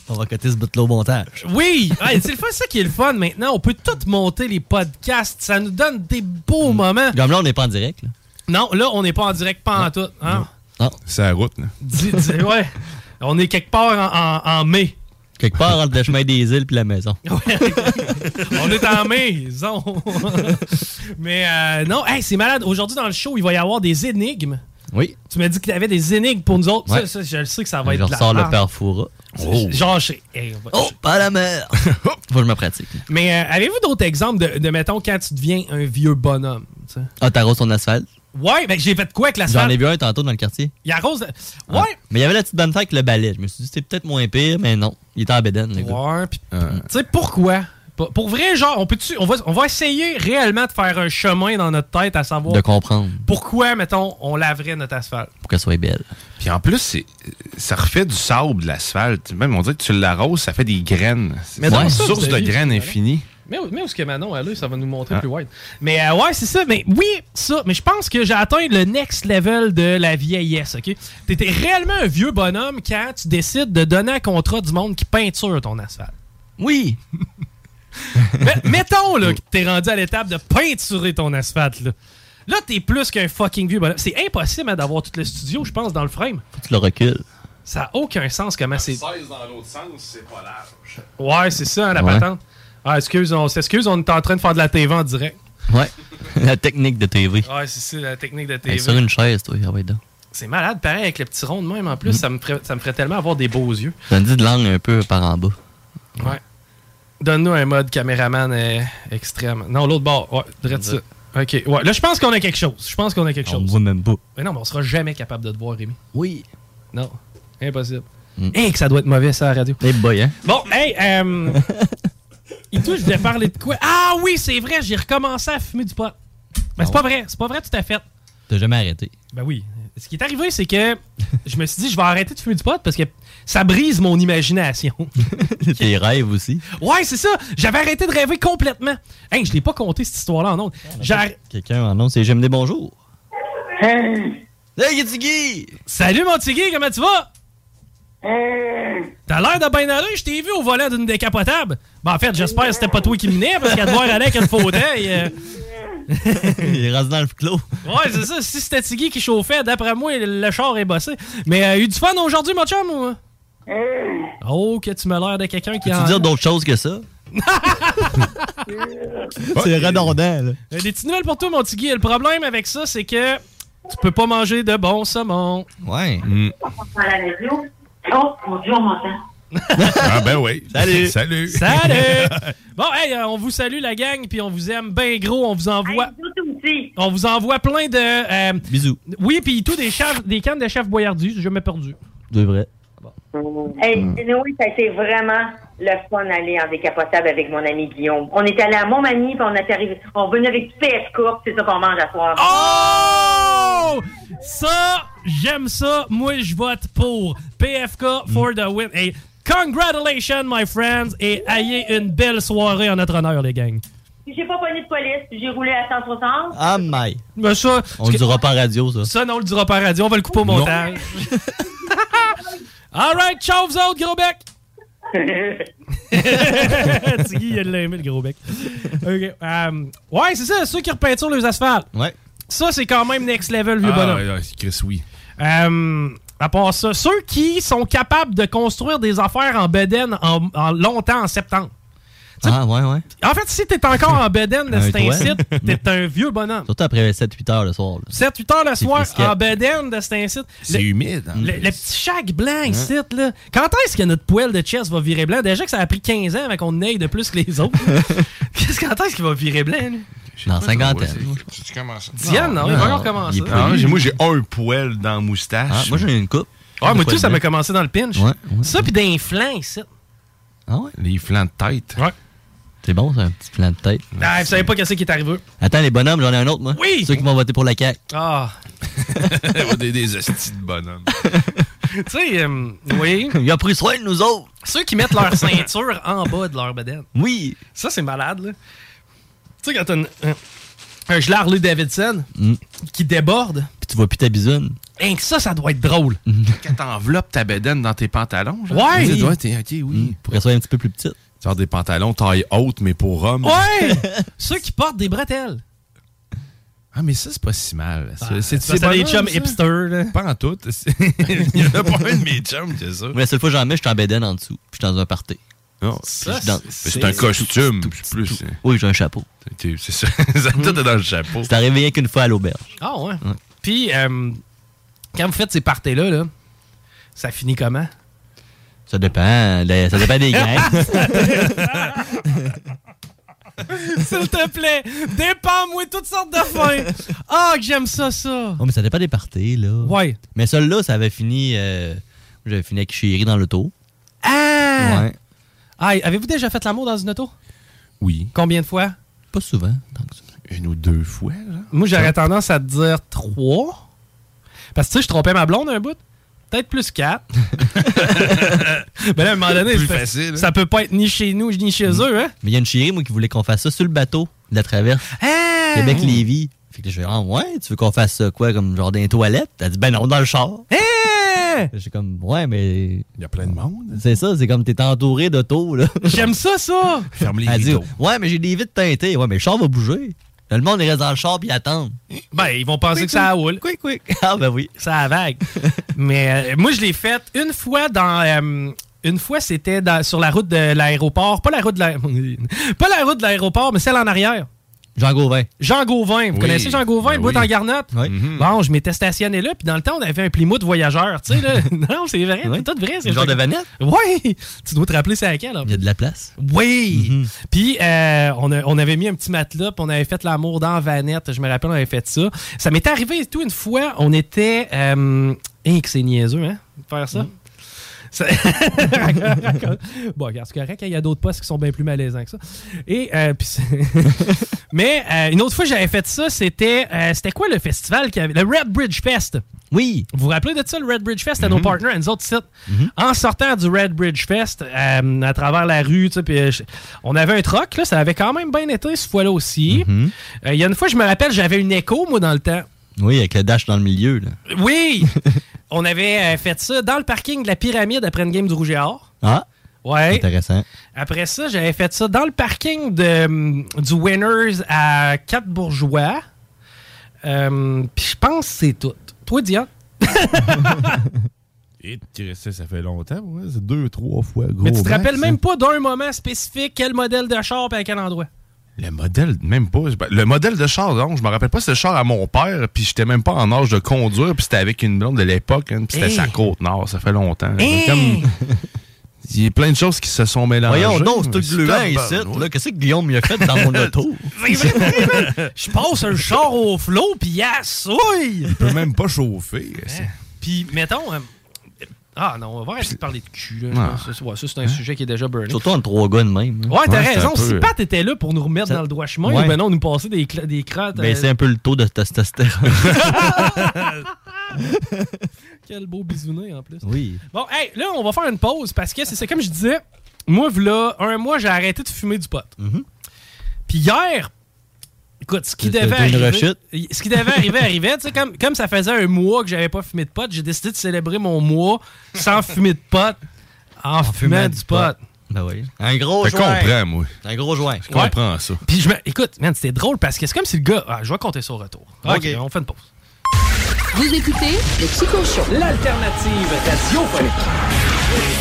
[SPEAKER 24] On va coter ce bout-là au montage.
[SPEAKER 1] Oui! Ah, c'est le fun, ça qui est le fun maintenant. On peut tout monter les podcasts. Ça nous donne des beaux moments.
[SPEAKER 24] Hum. Comme là, on n'est pas en direct. là.
[SPEAKER 1] Non, là, on n'est pas en direct pas en tout. Hein?
[SPEAKER 2] C'est la route, là.
[SPEAKER 1] Dis- dis- ouais. On est quelque part en, en- en mai. Oh.
[SPEAKER 24] Quelque part entre le chemin des îles puis la maison.
[SPEAKER 1] On est en mai, disons. Mais euh, non, hey, c'est malade. Aujourd'hui, dans le show, il va y avoir des énigmes.
[SPEAKER 24] Oui.
[SPEAKER 1] Tu m'as dit qu'il y avait des énigmes pour nous autres.
[SPEAKER 24] Ouais.
[SPEAKER 1] Ça, ça, je le sais que ça va
[SPEAKER 24] Je
[SPEAKER 1] être de la
[SPEAKER 24] ressors le
[SPEAKER 1] merde.
[SPEAKER 24] père Foura.
[SPEAKER 1] Oh. Genre, je- hey, on va-
[SPEAKER 24] Oh, pas la mer! Faut que je me pratique.
[SPEAKER 1] Mais euh, avez-vous d'autres exemples de, de, mettons, quand tu deviens un vieux bonhomme? tu sais?
[SPEAKER 24] Ah, t'arroses ton asphalte?
[SPEAKER 1] Ouais, ben j'ai fait quoi avec la
[SPEAKER 24] J'en ai
[SPEAKER 1] salle?
[SPEAKER 24] vu un tantôt dans le quartier.
[SPEAKER 1] Il arrose. de-
[SPEAKER 24] Ah.
[SPEAKER 1] Ouais!
[SPEAKER 24] Mais il y avait la petite bonne tête avec le balai. Je me suis dit, c'est peut-être moins pire, mais non. Il était en bédaine, le gars. Ah.
[SPEAKER 1] Ouais, pis Tu sais, pourquoi? P- Pour vrai, genre, on, peut on, va, on va essayer réellement de faire un chemin dans notre tête à savoir
[SPEAKER 24] de comprendre
[SPEAKER 1] pourquoi, mettons, on laverait notre asphalte.
[SPEAKER 24] pour qu'elle soit belle.
[SPEAKER 2] Puis en plus, c'est- ça refait du sable, de l'asphalte. Même on dirait que tu l'arroses, ça fait des graines. C'est
[SPEAKER 1] Mais dans
[SPEAKER 2] une
[SPEAKER 1] ça,
[SPEAKER 2] source
[SPEAKER 1] vous
[SPEAKER 2] de
[SPEAKER 1] avez-
[SPEAKER 2] graines infinie.
[SPEAKER 1] Mais, où- mais où est-ce que Manon elle est, ça va nous montrer
[SPEAKER 2] Ah.
[SPEAKER 1] plus wide. Mais euh, ouais, c'est ça. Mais oui, ça. Mais je pense que j'ai atteint le next level de la vieillesse, OK? T'étais réellement un vieux bonhomme quand tu décides de donner un contrat du monde qui peinture ton asphalte.
[SPEAKER 24] Oui!
[SPEAKER 1] mettons là, que t'es rendu à l'étape de peinturer ton asphalte. Là, là t'es plus qu'un fucking vieux bonhomme. C'est impossible hein, d'avoir tout le studio, je pense, dans le frame.
[SPEAKER 24] Tu le recules.
[SPEAKER 1] Ça a aucun sens comment c'est...
[SPEAKER 2] dans l'autre sens, c'est pas large.
[SPEAKER 1] Ouais, c'est ça, hein, la
[SPEAKER 24] Ouais.
[SPEAKER 1] patente. Ah, excuse, on s'excuse, on est en train de faire de la TV en direct.
[SPEAKER 24] Ouais. la technique de TV.
[SPEAKER 1] Ouais, c'est ça, la technique de TV.
[SPEAKER 24] Hey, sur une chaise, toi, ah ouais, donc.
[SPEAKER 1] C'est malade, pareil, avec le petit rond de même en
[SPEAKER 24] Mm.
[SPEAKER 1] plus, ça, me ferait, ça me ferait tellement avoir des beaux yeux.
[SPEAKER 24] Ça me dit de l'angle un peu par en bas.
[SPEAKER 1] Ouais. Donne-nous un mode caméraman euh, extrême. Non, l'autre bord. Ouais, direct ça. Ok, ouais. Là, je pense qu'on a quelque chose. Je pense qu'on a quelque
[SPEAKER 24] On
[SPEAKER 1] chose.
[SPEAKER 24] voit même pas.
[SPEAKER 1] Mais non, mais on sera jamais capable de te voir, Rémi.
[SPEAKER 24] Oui.
[SPEAKER 1] Non, impossible. Hey, que ça doit être mauvais, ça, à la radio.
[SPEAKER 24] Mm. Hey boy, hein?
[SPEAKER 1] Bon, hey, euh. Et tout, je voulais parler de quoi Ah oui, c'est vrai, j'ai recommencé à fumer du pot.
[SPEAKER 24] Ah
[SPEAKER 1] Mais c'est pas vrai, c'est pas vrai tout à fait.
[SPEAKER 24] T'as jamais arrêté.
[SPEAKER 1] Ben oui. Ce qui est arrivé, c'est que je me suis dit, je vais arrêter de fumer du pot parce que ça brise mon imagination.
[SPEAKER 24] Tes rêves aussi.
[SPEAKER 1] ouais, c'est ça. J'avais arrêté de rêver complètement. Hey, je l'ai pas compté cette histoire-là en autre.
[SPEAKER 24] Quelqu'un en nom, c'est J'aime des bonjours.
[SPEAKER 1] Hey, Tiggy! Salut, mon Tiggy, comment tu vas? T'as l'air de bien aller, je t'ai vu au volant d'une décapotable. Ben, en fait, j'espère que c'était pas toi qui menais parce qu'à devoir aller avec un fauteuil. euh,
[SPEAKER 24] Il reste dans le clos.
[SPEAKER 1] Ouais, c'est ça. Si c'était Tiggy qui chauffait, d'après moi, le char est bossé. Mais euh, eu du fun aujourd'hui, mon chum, ou? Oh, que tu me l'air de quelqu'un qui
[SPEAKER 24] Peux-tu
[SPEAKER 1] en...
[SPEAKER 24] dire d'autres choses que ça? C'est redondant, là.
[SPEAKER 1] Euh, Des petites nouvelles pour toi, mon petit Guy. Le problème avec ça, c'est que tu peux pas manger de bon saumon.
[SPEAKER 24] Ouais.
[SPEAKER 2] Mm.
[SPEAKER 15] à la radio. Oh, mon Dieu, on m'entend.
[SPEAKER 2] Ah ben oui.
[SPEAKER 1] Salut.
[SPEAKER 2] Salut.
[SPEAKER 1] Salut! bon, hey, euh, on vous salue, la gang, puis on vous aime bien gros. On vous envoie. on vous envoie plein de. euh,
[SPEAKER 24] Bisous.
[SPEAKER 1] Oui, puis tout des, chefs, des cannes de chef Boyardu, j'ai jamais perdu.
[SPEAKER 24] De vrai.
[SPEAKER 15] Hey, oui, ça a été vraiment le fun d'aller en décapotable avec mon ami Guillaume. On est allé à Montmagny, puis on est arrivé, on venait avec du PSK, puis c'est ça qu'on mange à soir.
[SPEAKER 1] Oh! Ça, j'aime ça. Moi, je vote pour PFK for
[SPEAKER 24] Mm.
[SPEAKER 1] the win. Hey, congratulations, my friends, et ayez une belle soirée en notre honneur, les gangs.
[SPEAKER 15] J'ai pas pogné de police, puis j'ai roulé à 160.
[SPEAKER 24] Ah, my.
[SPEAKER 1] Mais ça,
[SPEAKER 24] On le dira pas en radio, ça.
[SPEAKER 1] Ça, non, on le dira pas à radio. On va le couper au
[SPEAKER 24] Non.
[SPEAKER 1] montage. All right, ciao, vous autres, gros bec! Tiggy, il a de l'aimé, le gros bec. OK, um, ouais, c'est ça, ceux qui repeinturent leurs asphaltes.
[SPEAKER 24] Ouais.
[SPEAKER 1] Ça, c'est quand même next level, vieux
[SPEAKER 2] Ah,
[SPEAKER 1] bonhomme.
[SPEAKER 2] ouais, ouais, Chris, oui.
[SPEAKER 1] Euh, à part ça, ceux qui sont capables de construire des affaires en bedaine en, en longtemps en septembre.
[SPEAKER 24] Ah, ouais, ouais.
[SPEAKER 1] En fait, si t'es encore en bedaine de
[SPEAKER 24] Un
[SPEAKER 1] cet
[SPEAKER 24] toit.
[SPEAKER 1] incite, t'es un vieux bonhomme.
[SPEAKER 24] Surtout après 7-8 heures le soir. là.
[SPEAKER 1] 7-8 heures le soir
[SPEAKER 24] frisquet.
[SPEAKER 1] en bedaine de cet incite.
[SPEAKER 24] C'est humide, en
[SPEAKER 1] Le,
[SPEAKER 24] plus.
[SPEAKER 1] le petit shack blanc ici, là. Quand est-ce que notre poêle de chess va virer blanc? Déjà que ça a pris 15 ans avant qu'on aille de plus que les autres. Qu'est-ce quand est-ce qu'il va virer blanc, lui?
[SPEAKER 24] Dans cinquantaine.
[SPEAKER 2] Tu commences.
[SPEAKER 1] Diane, non, il va encore commencer.
[SPEAKER 2] Ah, j'ai- moi, j'ai un poil dans la moustache.
[SPEAKER 1] Ah, moi, j'ai
[SPEAKER 24] une coupe.
[SPEAKER 1] Ah, moi, tout, ça m'a commencé dans le pinch.
[SPEAKER 2] Ouais,
[SPEAKER 1] Ça, puis des flancs ici.
[SPEAKER 24] Ah ouais?
[SPEAKER 2] Les flancs de tête.
[SPEAKER 1] Ouais.
[SPEAKER 24] C'est bon, c'est un petit plan de tête.
[SPEAKER 1] Ah, vous savez pas qu'est-ce qui est arrivé.
[SPEAKER 24] Attends, les bonhommes, j'en ai un autre, moi.
[SPEAKER 1] Oui!
[SPEAKER 24] Ceux qui vont voter pour la CAQ.
[SPEAKER 1] Ah.
[SPEAKER 2] des, des hosties de bonhomme.
[SPEAKER 1] tu sais, euh, oui.
[SPEAKER 24] Il a pris soin de nous autres.
[SPEAKER 1] Ceux qui mettent leur ceinture en bas de leur bedaine.
[SPEAKER 24] Oui.
[SPEAKER 1] Ça, c'est malade, là. Tu sais, quand t'as une- un, un gelard Louis Davidson qui déborde,
[SPEAKER 24] Mm. Puis tu vois plus ta Mm-hmm. bisoune.
[SPEAKER 1] rien que ça, ça doit être drôle.
[SPEAKER 2] Quand t'enveloppes ta bedaine dans tes pantalons. genre,
[SPEAKER 1] Ouais.
[SPEAKER 2] tu dis, ouais, t'es- ok, oui.
[SPEAKER 24] Hmm. Pour qu'elle soit un petit peu plus petite.
[SPEAKER 2] Tu as des pantalons taille haute, mais pour homme.
[SPEAKER 1] Ouais! Ceux qui portent des bretelles.
[SPEAKER 2] Ah, mais ça, c'est pas si mal. C'est
[SPEAKER 1] Ah,
[SPEAKER 2] c'est-
[SPEAKER 1] ça,
[SPEAKER 2] c'est
[SPEAKER 1] c'est des
[SPEAKER 2] bonhomme,
[SPEAKER 1] chums
[SPEAKER 2] ça.
[SPEAKER 1] hipsters, là.
[SPEAKER 2] Pas en tout. Il y en a pas un de mes chums, c'est ça.
[SPEAKER 24] Mais la seule fois que j'en mets, je suis en bédaine en dessous. Puis je suis dans un party.
[SPEAKER 2] Non,
[SPEAKER 24] Puis je
[SPEAKER 2] c'est
[SPEAKER 24] danse.
[SPEAKER 2] c'est un costume. c'est plus. hein.
[SPEAKER 24] Oui, j'ai un chapeau.
[SPEAKER 2] C'est
[SPEAKER 24] Hmm.
[SPEAKER 2] c'est ça. Ça, Tout est dans le chapeau.
[SPEAKER 24] C'est arrivé rien qu'une fois à l'auberge.
[SPEAKER 1] Ah, ouais. Puis, euh, quand vous faites ces parties-là, là, ça finit comment?
[SPEAKER 24] Ça dépend. de- ça dépend des gangs.
[SPEAKER 1] S'il te plaît, dépends-moi toutes sortes de fins. Ah, que j'aime ça, ça.
[SPEAKER 24] Oh, mais ça dépend des parties, là.
[SPEAKER 1] Ouais.
[SPEAKER 24] Mais celle-là, ça avait fini. euh, J'avais fini avec Chéri dans l'auto.
[SPEAKER 1] Ah!
[SPEAKER 24] Ouais.
[SPEAKER 1] Aïe, avez-vous déjà fait l'amour dans une auto?
[SPEAKER 2] Oui.
[SPEAKER 1] Combien de fois?
[SPEAKER 24] Pas souvent.
[SPEAKER 2] Une ou deux fois, là.
[SPEAKER 1] Moi, j'aurais tendance à te dire trois. Parce que tu sais, je trompais ma blonde un bout. Peut-être plus quatre. Mais Ben là, à un moment donné,
[SPEAKER 24] Plus
[SPEAKER 1] ça-
[SPEAKER 24] facile, hein?
[SPEAKER 1] ça peut pas être ni chez nous ni chez
[SPEAKER 2] Mm.
[SPEAKER 1] eux. Hein?
[SPEAKER 24] Mais il y a une chérie, moi, qui voulait qu'on fasse ça sur le bateau de la traverse.
[SPEAKER 1] Ah!
[SPEAKER 24] Québec-Lévis. Fait que je fais, ah ouais, tu veux qu'on fasse ça quoi, comme genre dans les toilettes? Elle dit, ben non, dans le char.
[SPEAKER 1] Hein?
[SPEAKER 24] J'ai comme, ouais, mais.
[SPEAKER 2] Il y a plein de monde. hein.
[SPEAKER 24] C'est ça, c'est comme t'es entouré d'auto, là.
[SPEAKER 1] J'aime ça, ça!
[SPEAKER 2] Ferme les
[SPEAKER 24] Elle dit,
[SPEAKER 2] rideaux.
[SPEAKER 24] ouais, mais j'ai des vitres teintées. Ouais, mais le char va bouger. Là, le monde, il reste dans le char puis il attend.
[SPEAKER 1] Ben, ils vont penser
[SPEAKER 24] Quick,
[SPEAKER 1] que ça a houle.
[SPEAKER 24] Quick, quick. Ah, ben oui.
[SPEAKER 1] Ça a vague. Mais euh, moi, je l'ai faite une fois dans. euh, une fois, c'était dans- sur la route de l'aéroport. Pas la route de l'aéroport. Pas la route de l'aéroport, mais celle en arrière.
[SPEAKER 24] Jean Gauvin.
[SPEAKER 1] Jean Gauvin. Vous
[SPEAKER 24] Oui.
[SPEAKER 1] connaissez Jean Gauvin,
[SPEAKER 24] Ben
[SPEAKER 1] bout
[SPEAKER 24] oui.
[SPEAKER 1] en garnotte?
[SPEAKER 24] Oui.
[SPEAKER 1] Bon, je m'étais stationné là, puis dans le temps, on avait un Plymouth voyageur. Tu sais, là. non, c'est vrai, c'est tout vrai. c'est
[SPEAKER 24] Le genre
[SPEAKER 1] vrai.
[SPEAKER 24] de vanette?
[SPEAKER 1] Oui! Tu dois te rappeler c'est à quel,
[SPEAKER 24] Il y a de la place. Mhm.
[SPEAKER 1] oui! Puis, euh, on, a- on avait mis un petit matelas, puis on avait fait l'amour dans la Vanette. Je me rappelle, on avait fait ça. Ça m'est arrivé et tout une fois. On était. Euh, hein, que c'est niaiseux, hein, de faire ça. Ça- bon, regarde, c'est correct. hein, Il y a d'autres postes qui sont bien plus malaisants que ça. Et, euh, puis c'est- Mais euh, une autre fois, j'avais fait ça. C'était euh, c'était quoi le festival qu'il y avait? Le Red Bridge Fest.
[SPEAKER 24] Oui. Mhm.
[SPEAKER 1] Vous vous rappelez de ça, le Red Bridge Fest, à nos partners, à nous autres sites? En sortant du Red Bridge Fest, euh, à travers la rue, tu sais, puis, euh, je- on avait un troc, là, ça avait quand même bien été, ce fois-là aussi. Euh, Il y a une fois, je me rappelle, j'avais une écho, moi, dans le temps.
[SPEAKER 24] Mhm. Oui, avec le dash dans le milieu, là.
[SPEAKER 1] Oui! on avait euh, fait ça dans le parking de la pyramide après une game du Rouge et Or.
[SPEAKER 24] Ah,
[SPEAKER 1] Ouais.
[SPEAKER 24] intéressant.
[SPEAKER 1] Après ça, j'avais fait ça dans le parking de, hum, du Winners à Quatre Bourgeois. Euh, Hum, Puis je pense que c'est tout. Toi, Diane?
[SPEAKER 2] Et tu sais, ça fait longtemps, ouais. C'est deux, trois fois gros.
[SPEAKER 1] Mais tu te
[SPEAKER 2] max,
[SPEAKER 1] rappelles
[SPEAKER 2] hein.
[SPEAKER 1] même pas d'un moment spécifique, quel modèle de char et à quel endroit.
[SPEAKER 2] Le modèle, même pas. c'est pas- Le modèle de char, donc, je me rappelle pas, c'était le char à mon père, puis j'étais même pas en âge de conduire, puis c'était avec une blonde de l'époque, hein, puis c'était
[SPEAKER 1] Hey.
[SPEAKER 2] sa côte nord, ça fait longtemps.
[SPEAKER 1] Hey.
[SPEAKER 2] Comme- Il y a plein de choses qui se sont mélangées.
[SPEAKER 24] Voyons donc, c'est tout gluant
[SPEAKER 2] tabarnak.
[SPEAKER 24] ici. là. Qu'est-ce que Guillaume m'a fait dans mon auto?
[SPEAKER 1] Je passe un char au flot, puis y'a souille!
[SPEAKER 2] Il peut même pas chauffer. c'est-
[SPEAKER 24] Eh!
[SPEAKER 1] Puis, mettons. euh, ah non, on va arrêter de parler de cul. là.
[SPEAKER 24] Ah.
[SPEAKER 1] Ça, c'est- ouais, ça, c'est
[SPEAKER 2] Hein?
[SPEAKER 1] un sujet qui est déjà burné.
[SPEAKER 24] Surtout entre trois gars de même. hein.
[SPEAKER 1] Ouais, t'as raison. Si Pat était là pour nous remettre
[SPEAKER 24] Ça-
[SPEAKER 1] dans le droit chemin,
[SPEAKER 24] Ouais.
[SPEAKER 1] ben non, nous passer des, cla- des crottes. euh,
[SPEAKER 24] Baisser un peu le taux de testostérone.
[SPEAKER 1] Quel beau bisounet en plus.
[SPEAKER 24] Oui.
[SPEAKER 1] Bon, hey, là, on va faire une pause parce que c'est ça, comme je disais, moi, là, un mois, j'ai arrêté de fumer du pot. Puis hier, écoute, ce qui
[SPEAKER 24] T'as-
[SPEAKER 1] devait
[SPEAKER 24] t'as une
[SPEAKER 1] arriver.
[SPEAKER 24] rechute?
[SPEAKER 1] Ce qui devait arriver arrivait. Tu sais, comme, comme ça faisait un mois que j'avais pas fumé de pot, j'ai décidé de célébrer mon mois sans fumer de pot en, fumant, du pot.
[SPEAKER 24] Ben oui. Un gros
[SPEAKER 1] Je
[SPEAKER 24] joint.
[SPEAKER 1] comprends,
[SPEAKER 2] moi.
[SPEAKER 24] Un gros joint.
[SPEAKER 1] Je comprends ça. Puis je me. Écoute, man, c'était drôle parce que c'est comme si le gars. Ah, je vais compter ça au retour. Ah,
[SPEAKER 24] Ok.
[SPEAKER 1] ok, on fait une pause.
[SPEAKER 4] Vous écoutez le Chico Show. L'alternative radiophonique.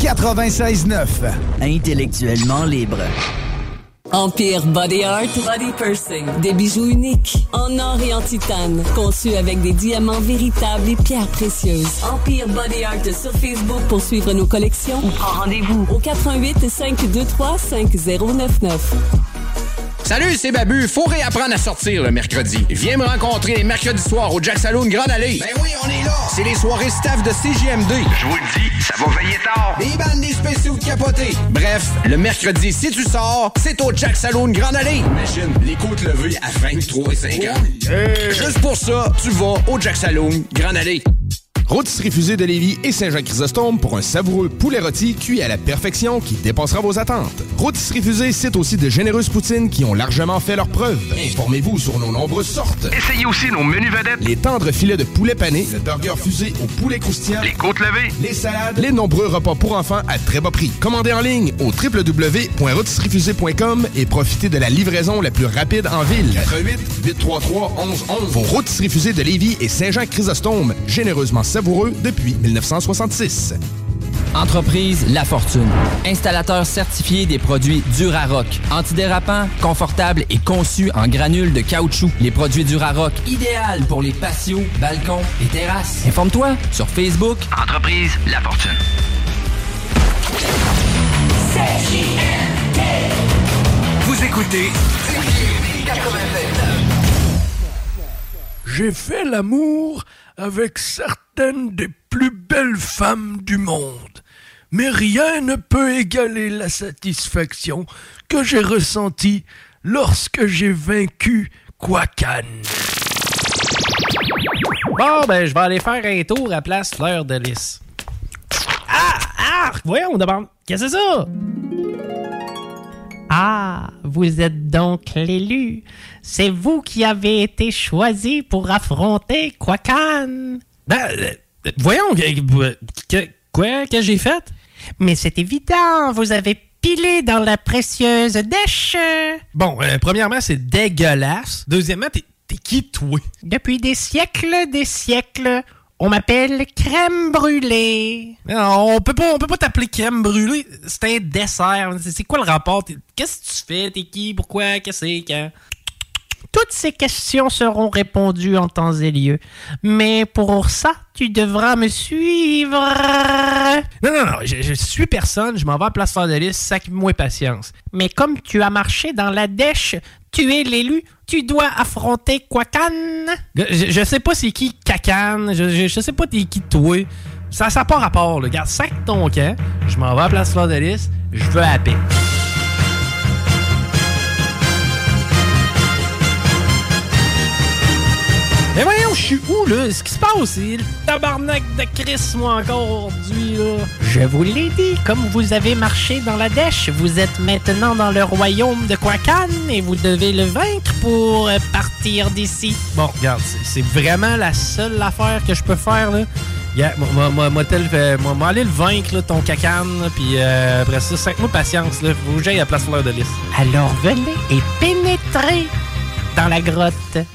[SPEAKER 25] .9 Intellectuellement libre.
[SPEAKER 11] Empire Body Art, Body Pursing. Des bijoux uniques en or et en titane, conçus avec des diamants véritables et pierres précieuses. Empire Body Art sur Facebook pour suivre nos collections ou prendre rendez-vous au 88 523 5099.
[SPEAKER 26] Salut, c'est Babu. Faut réapprendre à sortir le mercredi. Viens me rencontrer les mercredis soirs au Jack Saloon Grande Allée. Ben oui, on est là. C'est les soirées staff de CGMD. Je vous le dis, ça va veiller tard. Des bandes, des spéciaux de capotés. Bref, le mercredi, si tu sors, c'est au Jack Saloon Grande Allée. Oh, Imagine, les côtes levées à 23 et 50. Juste pour ça, tu vas au Jack Saloon Grande Allée.
[SPEAKER 12] Rôtisserie Fusée de Lévis et Saint-Jean-Chrysostome pour un savoureux poulet rôti cuit à la perfection qui dépassera vos attentes. Rôtisserie Fusée cite aussi de généreuses poutines qui ont largement fait leurs preuves. Informez-vous sur nos nombreuses sortes.
[SPEAKER 26] Essayez aussi nos menus vedettes.
[SPEAKER 12] Les tendres filets de poulet pané, le burger fusé au poulet croustillant, les
[SPEAKER 26] côtes levées,
[SPEAKER 12] les salades, les nombreux repas pour enfants à très bas prix. Commandez en ligne au www.rôtisseriefusée.com et profitez de la livraison la plus rapide en ville. 88 833 1111. Vos rôtisseries fusées de Lévis et Saint-Jean-Chrysostome, généreusement savoureux depuis 1966.
[SPEAKER 27] Entreprise La Fortune. Installateur certifié des produits Durarock. Antidérapant, confortable et conçu en granules de caoutchouc. Les produits Durarock, idéal pour les patios, balcons et terrasses. Informe-toi sur Facebook. Entreprise La Fortune.
[SPEAKER 5] Vous écoutez
[SPEAKER 25] J'ai fait l'amour avec certaines des plus belles femmes du monde, mais rien ne peut égaler la satisfaction que j'ai ressentie lorsque j'ai vaincu Kwakan.
[SPEAKER 1] Bon, ben, je vais aller faire un tour à place Fleur de Lys. Ah! Ah! Voyons, d'abord. Qu'est-ce que c'est ça?
[SPEAKER 3] Ah, vous êtes donc l'élu. C'est vous qui avez été choisi pour affronter Kwakan.
[SPEAKER 1] Ben, voyons, quoi que j'ai fait?
[SPEAKER 3] Mais c'est évident, vous avez pilé dans la précieuse dèche.
[SPEAKER 1] Bon, euh, premièrement, c'est dégueulasse. Deuxièmement, t'es t'es qui, toi?
[SPEAKER 3] Depuis des siècles, des siècles, on m'appelle crème brûlée.
[SPEAKER 1] Non, Ah, on peut pas, on peut pas t'appeler crème brûlée. C'est un dessert. C'est c'est quoi le rapport? T'es- Qu'est-ce que tu fais? T'es qui? Pourquoi? Qu'est-ce que c'est? Quand?
[SPEAKER 3] Toutes ces questions seront répondues en temps et lieu. Mais pour ça, tu devras me suivre.
[SPEAKER 1] Non, non, non. Je, je suis personne. Je m'en vais à place Fleur de Lys. Sac-moi patience.
[SPEAKER 3] Mais comme tu as marché dans la dèche, tu es l'élu, tu dois affronter Quacan.
[SPEAKER 1] Je, je sais pas c'est qui Cacane, je, je, je sais pas t'es qui toi. Ça ça a pas rapport, là. Garde, sac ton camp, je m'en vais à Place Fleur de Lys, je veux la paix.
[SPEAKER 28] Mais voyons, je suis
[SPEAKER 1] Oh,
[SPEAKER 28] où, là? Ce qui se passe, c'est le tabarnak de Chris, moi, encore aujourd'hui, là.
[SPEAKER 3] Je vous l'ai dit, comme vous avez marché dans la dèche, vous êtes maintenant dans le royaume de Quakan et vous devez le vaincre pour euh, partir d'ici.
[SPEAKER 1] Bon, regarde, c'est- c'est vraiment la seule affaire que je peux faire, là. Yeah, moi, moi, moi, moi, tel- euh, moi, moi, aller le vaincre, là, ton cacane, là, puis euh, après ça, 5 mois de patience, là. Faut que j'aille à Place Fleur de Lys.
[SPEAKER 3] Alors venez et pénétrez dans la grotte.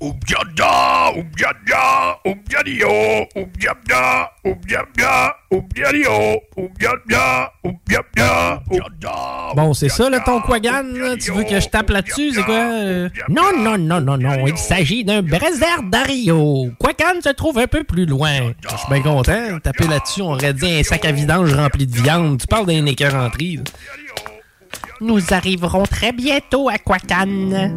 [SPEAKER 10] Oubiada, oubiada, oubiadio, oubiada, oubiada, oubiadio, oubiada, oubiada, oubiada.
[SPEAKER 1] Bon, c'est ça, là, ton Quagan, là? Tu veux que je tape là-dessus, c'est quoi? euh?
[SPEAKER 3] Non, non, non, non, non, il s'agit d'un brésard d'Ario. Quakan se trouve un peu plus loin.
[SPEAKER 1] Je suis bien content. de Taper là-dessus, on aurait dit un sac à vidange rempli de viande. Tu parles d'un écœuranterie, là.
[SPEAKER 3] Nous arriverons très bientôt à Quacan.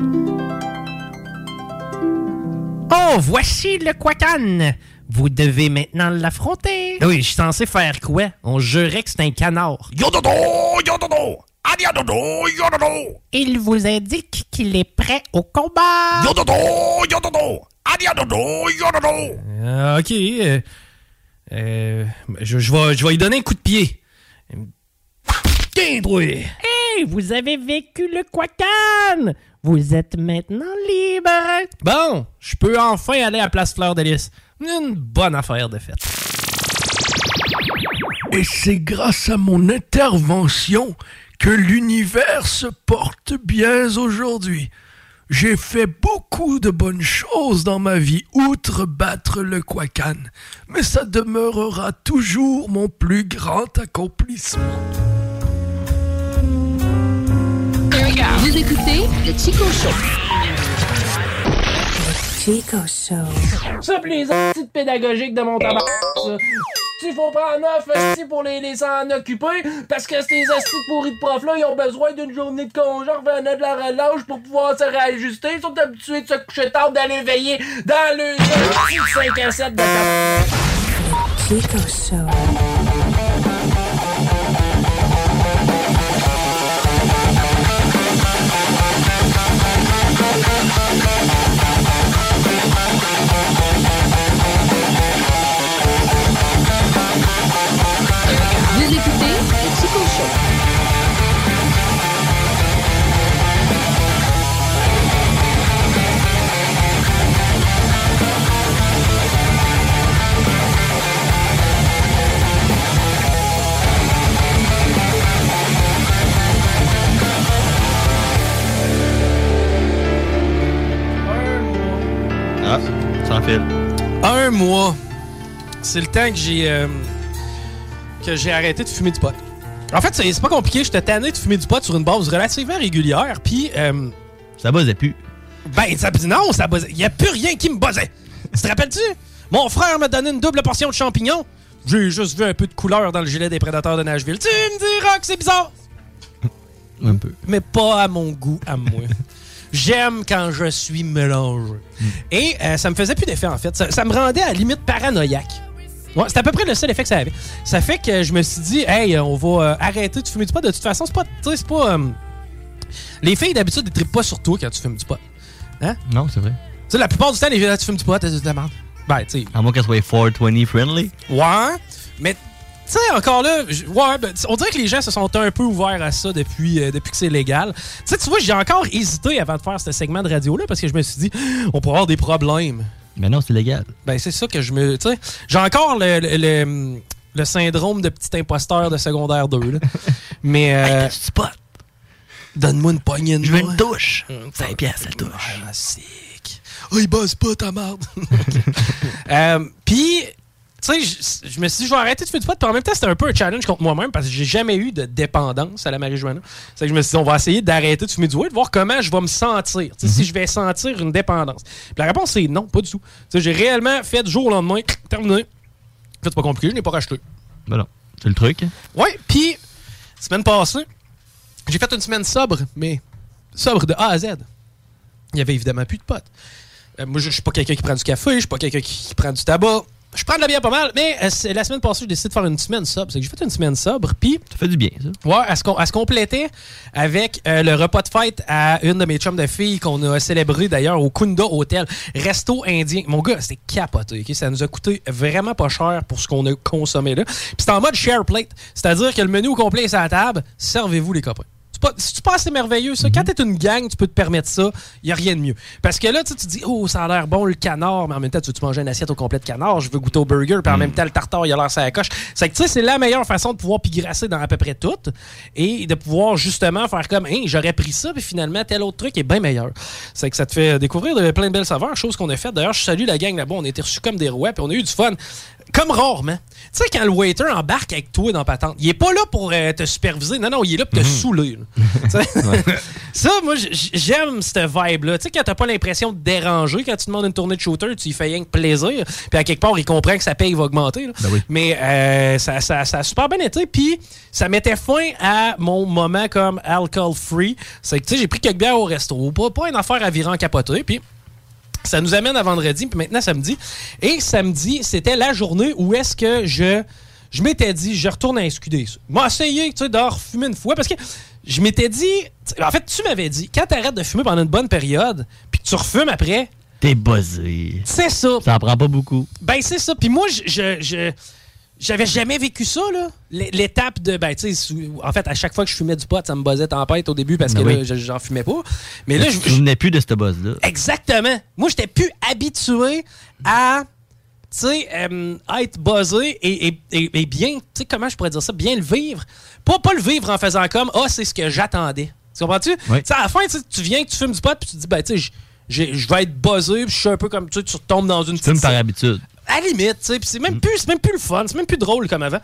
[SPEAKER 3] Oh, voici le Quacan. Vous devez maintenant l'affronter.
[SPEAKER 1] Ah Oui, je suis censé faire quoi? On jurait que c'est un canard.
[SPEAKER 10] Yododo, yododo, adiadodo, yododo,
[SPEAKER 3] Il vous indique qu'il est prêt au combat.
[SPEAKER 10] yododo, yododo, adiadodo, yododo.
[SPEAKER 1] Euh, ok. euh, euh, je, je vais, je vais lui donner un coup de pied. Tiens, doué!
[SPEAKER 3] Hey, vous avez vécu le Quacan. Vous êtes maintenant libre.
[SPEAKER 1] Bon, je peux enfin aller à Place Fleur de Lys. Une bonne affaire de fait.
[SPEAKER 29] Et c'est grâce à mon intervention que l'univers se porte bien aujourd'hui. J'ai fait beaucoup de bonnes choses dans ma vie, outre battre le Quacan, mais ça demeurera toujours mon plus grand accomplissement.
[SPEAKER 4] Vous écoutez le Chico Show. Chico Show.
[SPEAKER 1] Ça, puis les petites pédagogiques de mon tabac, ça. Tu faut pas en offre ici pour les laisser en occuper, parce que ces astuces pourris de profs-là, ils ont besoin d'une journée de congé en revenant de la relâche pour pouvoir se réajuster. Ils sont habitués de se coucher tard, d'aller veiller dans le 5 à 7 de tabac.
[SPEAKER 4] Chico Show. Vous écoutez le Chico Show.
[SPEAKER 24] Ah, sans fil.
[SPEAKER 1] Un mois. C'est le temps que j'ai euh, que j'ai arrêté de fumer du pot. En fait, c'est c'est pas compliqué. J'étais tanné de fumer du pot sur une base relativement régulière. Puis euh,
[SPEAKER 24] ça buzzait plus.
[SPEAKER 1] Ben ça, non, ça buzzait. Y a plus rien qui me buzzait. tu te rappelles-tu Mon frère m'a donné une double portion de champignons. J'ai juste vu un peu de couleur dans le gilet des prédateurs de Nashville. Tu me diras que c'est bizarre.
[SPEAKER 24] Un peu.
[SPEAKER 1] mais pas à mon goût, à moi. J'aime quand je suis mélangé.
[SPEAKER 24] Hmm.
[SPEAKER 1] Et euh, ça me faisait plus d'effet, en fait. Ça, ça me rendait à la limite paranoïaque. Ouais, c'est à peu près le seul effet que ça avait. Ça fait que je me suis dit, hey, euh, on va euh, arrêter de fumer du pot. De toute façon, c'est pas. tu sais, c'est pas. euh, les filles, d'habitude, ne trippent pas sur toi quand tu fumes du pot. Hein?
[SPEAKER 24] Non, c'est vrai.
[SPEAKER 1] Tu sais, la plupart du temps, les filles, ah, tu fumes du pot, t'as de la merde. Ben, tu sais.
[SPEAKER 24] À moins qu'elle soit 420 friendly.
[SPEAKER 1] Ouais, mais tu sais, encore là, j- ouais, ben, t- on dirait que les gens se sont un peu ouverts à ça depuis, euh, depuis que c'est légal. Tu sais, tu vois, j'ai encore hésité avant de faire ce segment de radio-là parce que je me suis dit, on pourrait avoir des problèmes.
[SPEAKER 24] Mais non, c'est légal.
[SPEAKER 1] Ben, c'est ça que je me. Tu sais, j'ai encore le, le, le- le syndrome de petit imposteur de secondaire 2. là. Mais. Euh, Donne-moi une poignée de Je veux une
[SPEAKER 24] douche.
[SPEAKER 1] 5 piastres, la douche. Ah, sick. Oh, il bosse pas, ta merde. Ok. Euh, Puis, tu sais, je- je me suis dit, je vais arrêter de fumer du pot. Puis en même temps, c'était un peu un challenge contre moi-même parce que j'ai jamais eu de dépendance à la marijuana. C'est que je me suis dit, on va essayer d'arrêter de fumer du pot, de voir comment je vais me sentir. Tu sais,
[SPEAKER 24] Mhm.
[SPEAKER 1] Si je vais sentir une dépendance. Puis la réponse, c'est non, pas du tout. Tu sais, j'ai réellement fait du jour au lendemain, terminé. En fait, c'est pas compliqué, je n'ai pas racheté.
[SPEAKER 24] Ben non, c'est le truc.
[SPEAKER 1] Ouais, puis, semaine passée, j'ai fait une semaine sobre, mais sobre de A à Z. Il y avait évidemment plus de potes. Euh, moi, je je suis pas quelqu'un qui prend du café, je suis pas quelqu'un qui, qui prend du tabac. je prends de la bière pas mal, mais euh, c'est- la semaine passée, j'ai décidé de faire une semaine sobre. C'est que j'ai fait une semaine sobre, puis. Ça fait du bien, ça. Ouais, elle se, com- elle se complétait avec euh, le repas de fête à une de mes chums de filles qu'on a célébré d'ailleurs au Kunda Hotel, resto indien. Mon gars, c'était capoté, OK? Ça nous a coûté vraiment pas cher pour ce qu'on a consommé là. Puis c'était en mode share plate, c'est-à-dire que le menu au complet est sur la table, servez-vous les copains. C'est pas- Si tu penses que c'est merveilleux, ça, quand t'es une gang, tu peux te permettre ça, y a rien de mieux. Parce que là, tu sais, tu dis, oh, ça a l'air bon le canard, mais en même temps, tu veux manger une assiette au complet de canard, je veux goûter au burger, puis en même temps, le tartare, il a l'air ça coche. C'est que, tu sais, c'est la meilleure façon de pouvoir pigrasser dans à peu près tout et de pouvoir justement faire comme, hein, j'aurais pris ça, puis finalement, tel autre truc est bien meilleur. C'est que ça te fait découvrir de- plein de belles saveurs, chose qu'on a faite. D'ailleurs, je salue la gang là-bas, on a été reçus comme des rois, puis on a eu du fun. Comme rarement. Tu sais, quand le waiter embarque avec toi dans patente, il est pas là pour euh, te superviser. Non, non, il est là pour te saouler. là. Tu sais? ça, moi, j- j- j'aime cette vibe-là. Tu sais, quand t'as pas l'impression de déranger, quand tu demandes une tournée de shooter, tu y fais rien que plaisir. Puis à quelque part, il comprend que sa paye va augmenter. là. Mais euh, ça, ça- ça a super bien été. Puis ça mettait fin à mon moment comme alcool-free. C'est que, tu sais, j'ai pris quelques bières au resto. Pas, pas une affaire à virer en capoté. Puis ça nous amène à vendredi, puis maintenant samedi. Et samedi, c'était la journée où est-ce que je, je m'étais dit, je retourne à SQD. Moi, essayé, tu sais, d'or fumer une fois, parce que je m'étais dit, tu sais, en fait, tu m'avais dit, quand t'arrêtes de fumer pendant une bonne période, puis que tu refumes après,
[SPEAKER 24] T'es buzzé.
[SPEAKER 1] c'est ça.
[SPEAKER 24] Ça en prend pas beaucoup.
[SPEAKER 1] Ben, c'est ça. Puis moi, je- je. je- j'avais jamais vécu ça, là. L'é- L'étape de. Ben, tu sais, sous- en fait, à chaque fois que je fumais du pot, ça me buzzait tempête au début parce que
[SPEAKER 24] Ben oui.
[SPEAKER 1] là, je- j'en fumais pas. Mais là, je,
[SPEAKER 24] je venais plus de cette buzz-là.
[SPEAKER 1] Exactement. Moi, j'étais plus habitué à tu sais, euh, être buzzé et, et- et- et bien, tu sais, comment je pourrais dire ça, bien le vivre. Pas, pas le vivre en faisant comme, ah, c'est ce que j'attendais. Tu comprends-tu? Tu sais, à la fin, tu sais, tu viens, que tu fumes du pot, puis tu te dis, ben, tu sais, je- j'ai- je vais être buzzé, puis je suis un peu comme, tu sais, tu tombes dans une
[SPEAKER 24] Fume par habitude.
[SPEAKER 1] à la limite, tu sais, puis c'est même plus, c'est même plus le fun, c'est même plus drôle comme avant.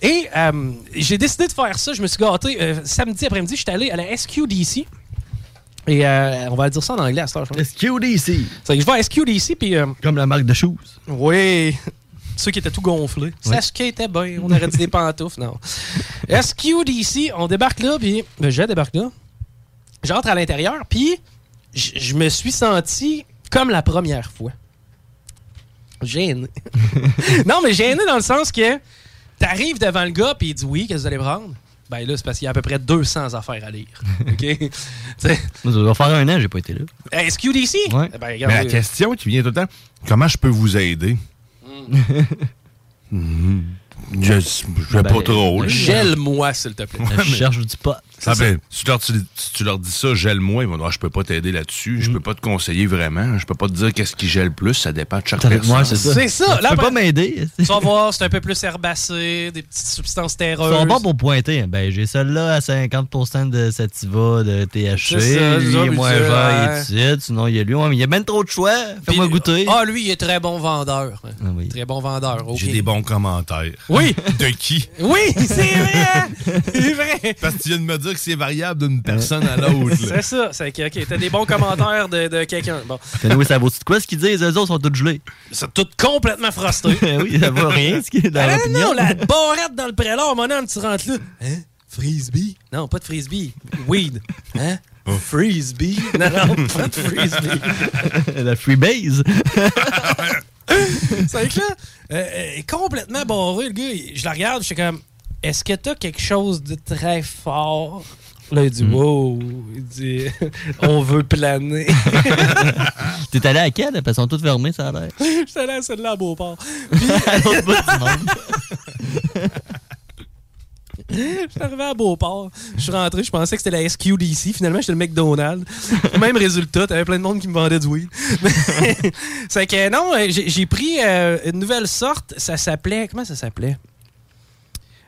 [SPEAKER 1] Et euh, j'ai décidé de faire ça, je me suis gâté euh, samedi après-midi, j'étais allé à la SQDC. Et euh, on va dire ça en anglais à cette heure. SQDC. C'est que je vais à SQDC puis euh,
[SPEAKER 24] comme la marque de shoes.
[SPEAKER 1] Oui. Ceux qui étaient tout gonflés.
[SPEAKER 24] Oui.
[SPEAKER 1] Ça ce qui était bien, on aurait dit des pantoufles, non. SQDC, on débarque là puis ben, je débarque là. J'entre à l'intérieur puis j- je me suis senti comme la première fois. Gêné. non, mais gêné dans le sens que t'arrives devant le gars puis il dit oui, qu'est-ce que vous allez prendre? Ben là, c'est parce qu'il y a à peu près 200 affaires à lire. OK? Tu sais,
[SPEAKER 24] Moi, Ça doit faire un an, j'ai pas été là.
[SPEAKER 1] euh, SQDC?
[SPEAKER 2] Ouais.
[SPEAKER 1] Eh ben,
[SPEAKER 2] Mais la
[SPEAKER 1] regardez.
[SPEAKER 2] question qui vient tout le temps, comment je peux vous aider?
[SPEAKER 1] Hmm.
[SPEAKER 2] Mhm. Je ne
[SPEAKER 24] Ah
[SPEAKER 2] sais
[SPEAKER 1] Ben,
[SPEAKER 2] pas trop. là.
[SPEAKER 1] Gèle-moi, s'il te plaît.
[SPEAKER 2] Ouais, mais-
[SPEAKER 1] C'est
[SPEAKER 2] Ça
[SPEAKER 1] ça.
[SPEAKER 2] fait- si, tu leur, tu- si tu leur dis ça, gèle-moi, ils vont dire Ah, je peux pas t'aider là-dessus,
[SPEAKER 1] Mm.
[SPEAKER 2] je peux pas te conseiller vraiment, je peux pas te dire qu'est-ce qui gèle plus, ça dépend de chaque
[SPEAKER 24] Ça fait-
[SPEAKER 2] personne.
[SPEAKER 24] ouais, c'est ça.
[SPEAKER 1] C'est ça, Tu là, peux pas après-
[SPEAKER 24] m'aider.
[SPEAKER 1] Tu vas voir, c'est un peu plus herbacé, des petites substances
[SPEAKER 24] Ils
[SPEAKER 1] terreuses.
[SPEAKER 24] sont bons pour pointer. Ben, j'ai celle-là à 50% de Sativa, de THC.
[SPEAKER 1] C'est ça,
[SPEAKER 24] lui,
[SPEAKER 1] ça,
[SPEAKER 24] il est
[SPEAKER 1] mais
[SPEAKER 24] moins
[SPEAKER 1] ça,
[SPEAKER 24] cher,
[SPEAKER 1] ouais.
[SPEAKER 24] il est tout. Sinon, il y a lui. Ouais, mais il y a même trop de choix. Fais-moi goûter. Ah
[SPEAKER 1] Ah, lui, il est très bon vendeur. Très bon vendeur. ok.
[SPEAKER 2] J'ai des bons commentaires.
[SPEAKER 1] Oui!
[SPEAKER 2] De qui?
[SPEAKER 1] Oui, c'est vrai! C'est vrai!
[SPEAKER 2] Parce que tu viens de me dire que c'est variable d'une personne à l'autre. là.
[SPEAKER 1] C'est ça. C'est que, OK, t'as des bons commentaires de, de quelqu'un. Bon.
[SPEAKER 24] Fait nous, ça vaut de quoi ce qu'ils disent? Eux autres sont tous gelés.
[SPEAKER 1] Ils sont tous complètement frostés.
[SPEAKER 24] oui, ça vaut rien, ce qui est dans
[SPEAKER 1] Ah, non,
[SPEAKER 24] l'opinion.
[SPEAKER 1] non, la barrette dans le prélat, mon homme, tu rentres là. Hein? Frisbee? Non, pas de frisbee. Weed. Hein?
[SPEAKER 2] Oh.
[SPEAKER 1] Frisbee? Non, non, pas de frisbee.
[SPEAKER 24] la freebase.
[SPEAKER 1] C'est vrai que là, euh, euh, complètement barré, le gars. il- Je la regarde, je suis comme, est-ce que t'as quelque chose de très fort? Là, il dit,
[SPEAKER 24] Hmm.
[SPEAKER 1] wow. Il dit, on veut planer.
[SPEAKER 24] T'es allé à quelle? Parce qu'ils sont toutes fermées, ça a l'air.
[SPEAKER 1] je suis allé à celle-là à Beauport. Puis, Je suis arrivé à Beauport. Je suis rentré, je pensais que c'était la SQDC. Finalement, j'étais le McDonald's. Même résultat, t'avais plein de monde qui me vendait du weed. Mais- C'est que non, euh, j'ai j'ai pris euh, une nouvelle sorte. Ça s'appelait. Comment ça s'appelait?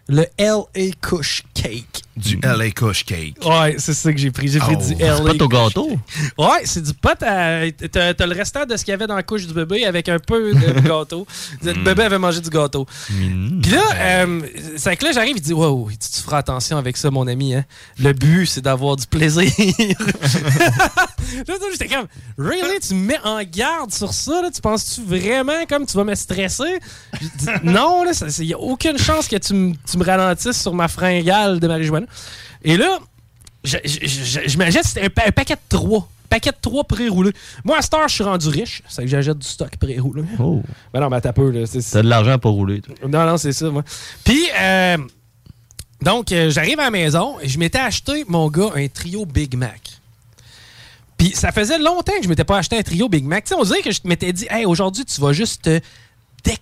[SPEAKER 1] Le LA Kush Cake.
[SPEAKER 2] Du LA Kush Cake.
[SPEAKER 1] Ouais, c'est ça que j'ai pris. J'ai pris
[SPEAKER 2] Oh.
[SPEAKER 1] du
[SPEAKER 2] C'est
[SPEAKER 1] LA.
[SPEAKER 2] pas ton
[SPEAKER 1] Kush
[SPEAKER 2] gâteau?
[SPEAKER 1] Cake. Ouais, c'est du pot. à- T'as t'as le restant de ce qu'il y avait dans la couche du bébé avec un peu de gâteau.
[SPEAKER 2] Mm.
[SPEAKER 1] Le bébé avait mangé du gâteau. Puis là, euh, c'est que là, j'arrive, il dit Wow, il dit, tu feras attention avec ça, mon ami. hein. Le but, c'est d'avoir du plaisir. Là, j'étais comme Really, tu me mets en garde sur ça là? Tu penses-tu vraiment comme tu vas me stresser J'ai dit, Non, là, il n'y a aucune chance que tu me tu me ralentisses sur ma fringale de marijuana. Et là, je- je- je- j'imagine que c'était un, pa- un paquet de trois. paquet de trois pré-roulés. Moi, à cette heure, je suis rendu riche. C'est que j'achète du stock pré-roulé. Ben non, ben t'as peu, là. C'est-
[SPEAKER 24] T'as de l'argent pour rouler, toi.
[SPEAKER 1] non, non, c'est ça, moi. Puis, euh, donc, euh, j'arrive à la maison et je m'étais acheté, mon gars, un trio Big Mac. Puis, ça faisait longtemps que je m'étais pas acheté un trio Big Mac. Tu sais, on dirait que je m'étais dit, hey, aujourd'hui, tu vas juste te décoller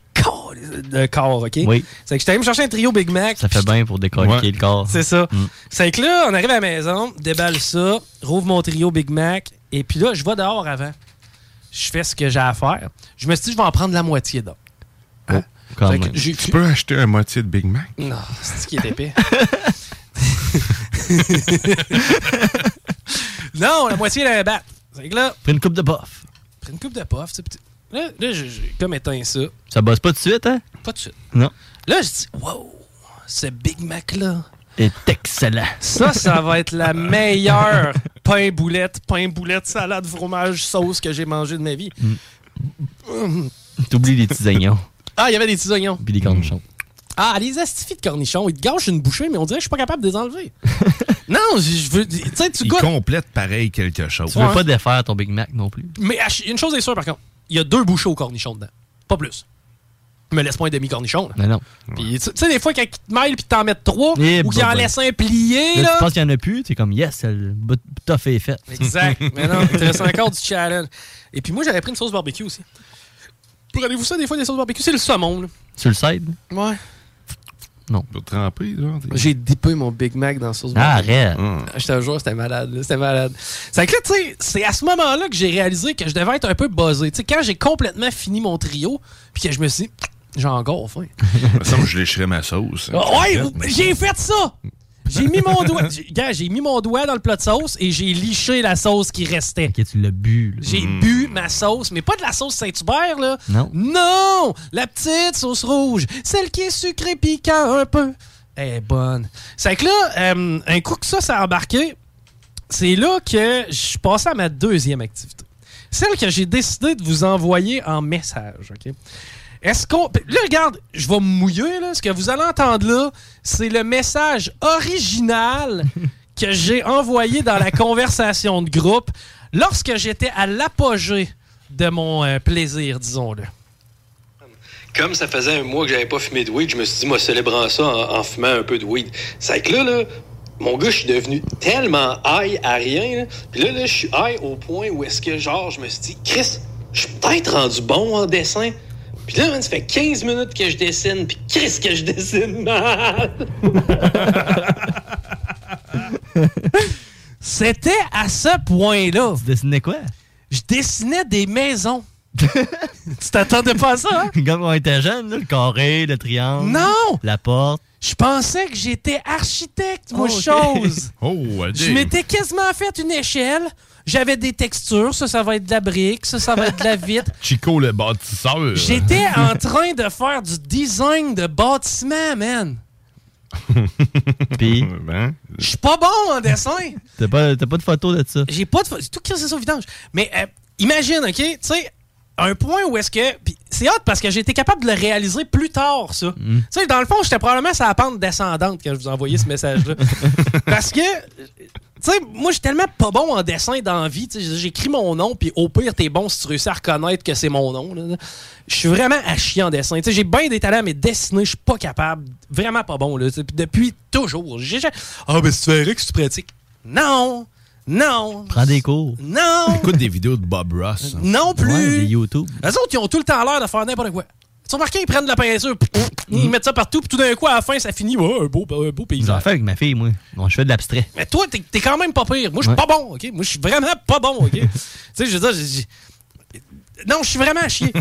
[SPEAKER 1] le corps, OK?
[SPEAKER 24] Oui.
[SPEAKER 1] C'est que j'étais allé me chercher un trio Big Mac.
[SPEAKER 24] Ça fait bien pour décoller
[SPEAKER 1] Ouais.
[SPEAKER 24] le corps. Mm.
[SPEAKER 1] C'est ça. C'est que là, on arrive à la maison, déballe ça, rouvre mon trio Big Mac, et puis là, je vais dehors avant. Je fais ce que j'ai à faire. Je me suis dit, je vais en prendre la moitié donc.
[SPEAKER 2] Oh, Quand
[SPEAKER 1] Fait
[SPEAKER 2] même.
[SPEAKER 1] que j'ai-
[SPEAKER 2] Tu peux acheter un moitié de Big Mac?
[SPEAKER 1] Non, c'est ce qui est épais. non, la moitié la batte. C'est que là,
[SPEAKER 24] Prends une coupe de bof.
[SPEAKER 1] prends une coupe de pof. tu sais, pis tu- Là, là j'ai- j'ai comme éteint ça.
[SPEAKER 24] Ça bosse pas tout de suite, hein?
[SPEAKER 1] Pas de suite.
[SPEAKER 24] Non.
[SPEAKER 1] Là, je dis, wow, ce Big Mac-là.
[SPEAKER 24] Est excellent.
[SPEAKER 1] Ça, ça va être la meilleure pain boulette, pain boulette, salade, fromage, sauce que j'ai mangé de ma vie.
[SPEAKER 24] Mm.
[SPEAKER 1] Hum.
[SPEAKER 24] T'oublies les petits oignons.
[SPEAKER 1] Ah, il y avait des petits oignons.
[SPEAKER 24] Puis les cornichons.
[SPEAKER 1] Ah, les astifies de cornichons, ils te gâchent une bouchée, mais on dirait que je suis pas capable de les enlever. non, je je veux. Tu sais, tu goûtes.
[SPEAKER 2] Complète pareil quelque chose.
[SPEAKER 1] Tu veux Ouais. pas
[SPEAKER 24] défaire ton Big Mac non plus.
[SPEAKER 1] Mais ach- une chose est sûre, par contre, il y a deux bouchées au cornichon dedans. Pas plus. Me laisse pas un demi-cornichon. là.
[SPEAKER 24] Mais non.
[SPEAKER 1] Puis, Tu tu sais, des fois, quand ils te mêlent puis t'en mettent trois,
[SPEAKER 24] Eh,
[SPEAKER 1] ou qu'ils en
[SPEAKER 24] bah, bah.
[SPEAKER 1] laissent un plié,
[SPEAKER 24] Là,
[SPEAKER 1] là.
[SPEAKER 24] tu penses qu'il y en a plus, t'es comme yes, le bout- tough est fait.
[SPEAKER 1] Exact. Mais non, il te reste encore du challenge. Et puis moi, j'avais pris une sauce barbecue aussi. Pour allez vous ça, des fois, des sauces barbecue, c'est le saumon, là.
[SPEAKER 24] Sur le side?
[SPEAKER 1] Ouais.
[SPEAKER 24] Non.
[SPEAKER 2] Pour tremper, là.
[SPEAKER 1] J'ai dippé mon Big Mac dans la sauce
[SPEAKER 2] Ah,
[SPEAKER 1] barbecue.
[SPEAKER 2] arrête.
[SPEAKER 1] Je te jure, c'était malade. là. C'était malade. C'est que là, tu sais, c'est à ce moment-là que j'ai réalisé que je devais être un peu buzzé. Tu sais, quand j'ai complètement fini mon trio, puis que je me suis dit, hein. j'ai encore faim.
[SPEAKER 2] Ça me semble que je lécherais ma sauce. hein.
[SPEAKER 24] hein.
[SPEAKER 1] Ah, ouais, j'ai fait ça! J'ai mis mon doigt. j'ai- gars, j'ai mis mon doigt dans le plat de sauce et j'ai liché la sauce qui restait.
[SPEAKER 24] tu l'as bu. là. Mm.
[SPEAKER 1] J'ai bu ma sauce, mais pas de la sauce Saint-Hubert, là.
[SPEAKER 24] Non.
[SPEAKER 1] Non! La petite sauce rouge, celle qui est sucrée piquant un peu. Elle est bonne. C'est que là, euh, un coup que ça, ça a embarqué, c'est là que je suis passé à ma deuxième activité. Celle que j'ai décidé de vous envoyer en message, OK? Est-ce qu'on... Là, regarde, je vais me mouiller, là. Ce que vous allez entendre là, c'est le message original que j'ai envoyé dans la conversation de groupe lorsque j'étais à l'apogée de mon euh, plaisir, disons-le.
[SPEAKER 30] Comme ça faisait un mois que j'avais pas fumé de weed, je me suis dit, moi, célébrant ça en, en fumant un peu de weed. C'est que là, là, mon gars, je suis devenu tellement high à rien. là. Puis là, là, je suis high au point où est-ce que, genre, je me suis dit, Chris, je suis peut-être rendu bon en dessin. Puis là, man, ça fait 15 minutes que je dessine, puis Chris, que je dessine mal.
[SPEAKER 1] C'était à ce point-là. Tu
[SPEAKER 24] dessinais quoi?
[SPEAKER 1] Je dessinais des maisons. tu t'attendais pas à ça, hein?
[SPEAKER 24] Comme on était jeune, le carré, le triangle.
[SPEAKER 1] Non!
[SPEAKER 24] La porte.
[SPEAKER 1] Je pensais que j'étais architecte, moi,
[SPEAKER 24] Oh, ok.
[SPEAKER 1] chose.
[SPEAKER 2] Oh,
[SPEAKER 1] Je m'étais quasiment fait une échelle. J'avais des textures. Ça, ça va être de la brique. Ça, ça va être de la vitre.
[SPEAKER 2] Chico le bâtisseur.
[SPEAKER 1] J'étais en train de faire du design de bâtiment, man.
[SPEAKER 24] Puis.
[SPEAKER 1] Je suis pas bon en dessin.
[SPEAKER 24] T'as pas, t'as pas de photo de ça.
[SPEAKER 1] J'ai pas de. C'est tout qui c'est ça au vidange. Mais euh, imagine, OK? Tu sais, un point où est-ce que. puis c'est hot parce que j'ai été capable de le réaliser plus tard, ça. Tu sais, dans le fond, j'étais probablement sur la pente descendante quand je vous envoyais ce message-là. parce que. Tu sais, moi, je suis tellement pas bon en dessin dans la vie. Tu sais, J'écris mon nom, puis au pire, t'es bon si tu réussis à reconnaître que c'est mon nom. là. Je suis vraiment à chier en dessin. Tu sais, J'ai bien des talents, mais dessiner, je suis pas capable. Vraiment pas bon. Là. Tu sais, puis Depuis toujours. J'ai- j'ai- Ah, ben, si tu verrais que tu pratiques. Non! Non!
[SPEAKER 24] Prends des cours.
[SPEAKER 1] Non!
[SPEAKER 2] Écoute des vidéos de Bob Ross. hein.
[SPEAKER 1] Non plus.
[SPEAKER 24] Ouais, des YouTube.
[SPEAKER 1] Les autres, ils ont tout le temps l'air de faire n'importe quoi. Tu as remarqué, ils prennent de la peinture, pff, pff,
[SPEAKER 24] Mm.
[SPEAKER 1] ils mettent ça partout, puis tout d'un coup, à la fin, ça finit. Ouais, un beau, un beau
[SPEAKER 24] J'en
[SPEAKER 1] paysage.
[SPEAKER 24] fais avec ma fille, moi. Bon, je fais de l'abstrait.
[SPEAKER 1] Mais toi, t'es t'es quand même pas pire. Moi, je suis
[SPEAKER 24] Ouais.
[SPEAKER 1] pas bon, OK? Moi, je suis vraiment pas bon, OK? tu sais, je veux dire, j'ai- j'ai- non, je suis vraiment à chier.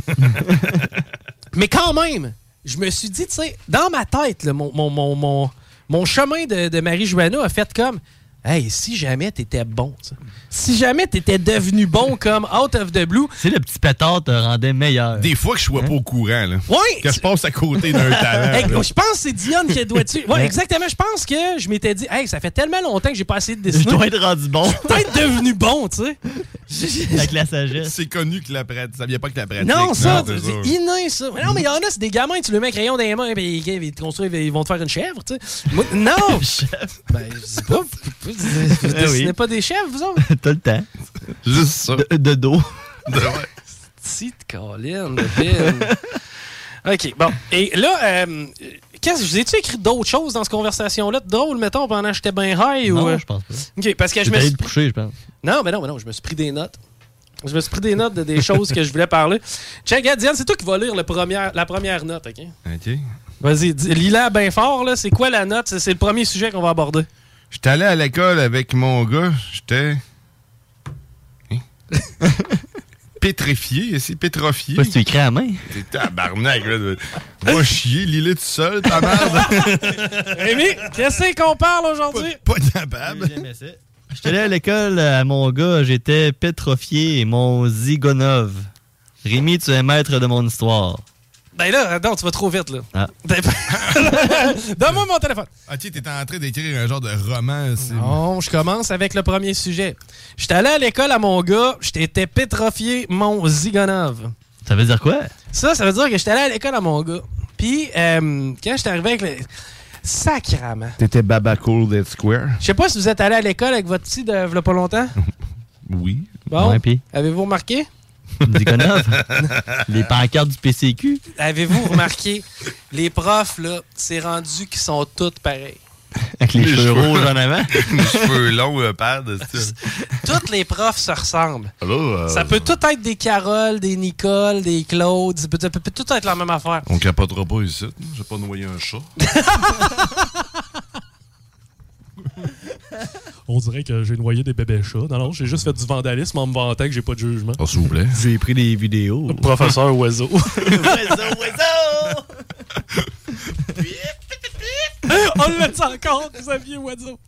[SPEAKER 1] Mais quand même, je me suis dit, tu sais, dans ma tête, là, mon, mon, mon, mon, mon chemin de, de Marie-Joanna a fait comme. Hey, si jamais t'étais bon, tu sais. si jamais t'étais devenu bon comme Out of the Blue,
[SPEAKER 24] C'est le petit pétard te rendait meilleur. Hein?
[SPEAKER 2] Des fois que je sois pas au courant, là.
[SPEAKER 1] Ouais.
[SPEAKER 2] Que je passe à côté d'un talent.
[SPEAKER 1] Hey,
[SPEAKER 2] là.
[SPEAKER 1] je pense que c'est Dionne qui doit dessus. Ouais,
[SPEAKER 2] Ouais.
[SPEAKER 1] exactement. Je pense que je m'étais dit, hey, ça fait tellement longtemps que j'ai pas essayé de dessiner.
[SPEAKER 2] Je dois être rendu bon.
[SPEAKER 1] Je suis peut-être devenu bon, tu sais.
[SPEAKER 24] Avec la sagesse.
[SPEAKER 2] C'est connu que la pratique. Ça vient pas que la pratique.
[SPEAKER 1] Non, ça,
[SPEAKER 2] c'est
[SPEAKER 1] c'est inné, ça. Mais non, mais il y en a, c'est des gamins, tu le mets un crayon dans les mains, puis ils, ils te construisent, ils vont te faire une chèvre, tu sais. Moi, non! ben, je sais pas. Vous, vous- vous
[SPEAKER 24] Eh oui.
[SPEAKER 1] dessinez pas des chèvres, vous autres?
[SPEAKER 24] T'as le temps.
[SPEAKER 2] Juste ça.
[SPEAKER 24] De, de dos.
[SPEAKER 1] Petite Colin de pin. OK, bon. Et là, euh, qu'est-ce que je vous ai-tu écrit d'autres choses dans cette conversation-là? de Drôle, mettons, pendant que j'étais bien high ou.
[SPEAKER 24] Non,
[SPEAKER 1] euh,
[SPEAKER 24] je pense pas.
[SPEAKER 1] OK, parce que je
[SPEAKER 24] T'es
[SPEAKER 1] me
[SPEAKER 24] allé
[SPEAKER 1] suis.
[SPEAKER 24] te coucher, je pense.
[SPEAKER 1] Non, mais non, mais non, je me suis pris des notes. Je me suis pris des notes de des choses que je voulais parler. Tiens, regarde, Diane, c'est toi qui vas lire le première, la première note, OK?
[SPEAKER 2] OK.
[SPEAKER 1] Vas-y, dis- lis-la bien fort, là. C'est quoi la note? C'est c'est le premier sujet qu'on va aborder.
[SPEAKER 2] J'étais allé à l'école avec mon gars, j'étais. Hein? pétrifié, ici, pétrifié.
[SPEAKER 24] Parce que tu écris à main.
[SPEAKER 2] T'es tabarnak, là. Va chier, lis-le tout seul, ta Ah, merde.
[SPEAKER 1] Rémi, qu'est-ce qu'on parle aujourd'hui?
[SPEAKER 2] Pas capable.
[SPEAKER 24] J'étais allé à l'école à mon gars, j'étais pétrifié, mon zigonov. Rémi, tu es maître de mon histoire.
[SPEAKER 1] Ben là, non, tu vas trop vite, là.
[SPEAKER 24] Ah.
[SPEAKER 1] Donne-moi mon téléphone.
[SPEAKER 2] Ok, t'es en train d'écrire un genre de roman. c'est-
[SPEAKER 1] Non, je commence avec le premier sujet. J'étais allé à l'école à mon gars, j'étais pétrifié, mon zigonave.
[SPEAKER 24] Ça veut dire quoi?
[SPEAKER 1] Ça, ça veut dire que j'étais allé à l'école à mon gars. Puis, euh, quand j'étais arrivé avec le. Sacrament.
[SPEAKER 2] T'étais baba cool dead square.
[SPEAKER 1] Je sais pas si vous êtes allé à l'école avec votre petit de v'là pas longtemps.
[SPEAKER 2] Oui.
[SPEAKER 1] Bon.
[SPEAKER 24] Ouais, puis?
[SPEAKER 1] Avez-vous remarqué?
[SPEAKER 24] Zigonov? Les pancartes du PCQ?
[SPEAKER 1] Avez-vous remarqué? Les profs, là, c'est rendu qu'ils sont tous pareils.
[SPEAKER 24] Avec les, cheveux rouges en avant?
[SPEAKER 2] les cheveux longs, euh, le pad.
[SPEAKER 1] Toutes les profs se ressemblent.
[SPEAKER 2] Allô? euh,
[SPEAKER 1] Ça peut tout être des Carole, des Nicole, des Claude. Ça peut, ça peut tout être la même affaire.
[SPEAKER 2] On capotera pas ici. J'ai pas noyé un chat.
[SPEAKER 31] On dirait que j'ai noyé des bébés chats. Non, non, j'ai juste fait du vandalisme en me vantant que j'ai pas de jugement.
[SPEAKER 2] Oh, s'il vous plaît.
[SPEAKER 31] J'ai pris des vidéos. Professeur Oiseau.
[SPEAKER 1] On le met ça encore, Xavier Oiseau.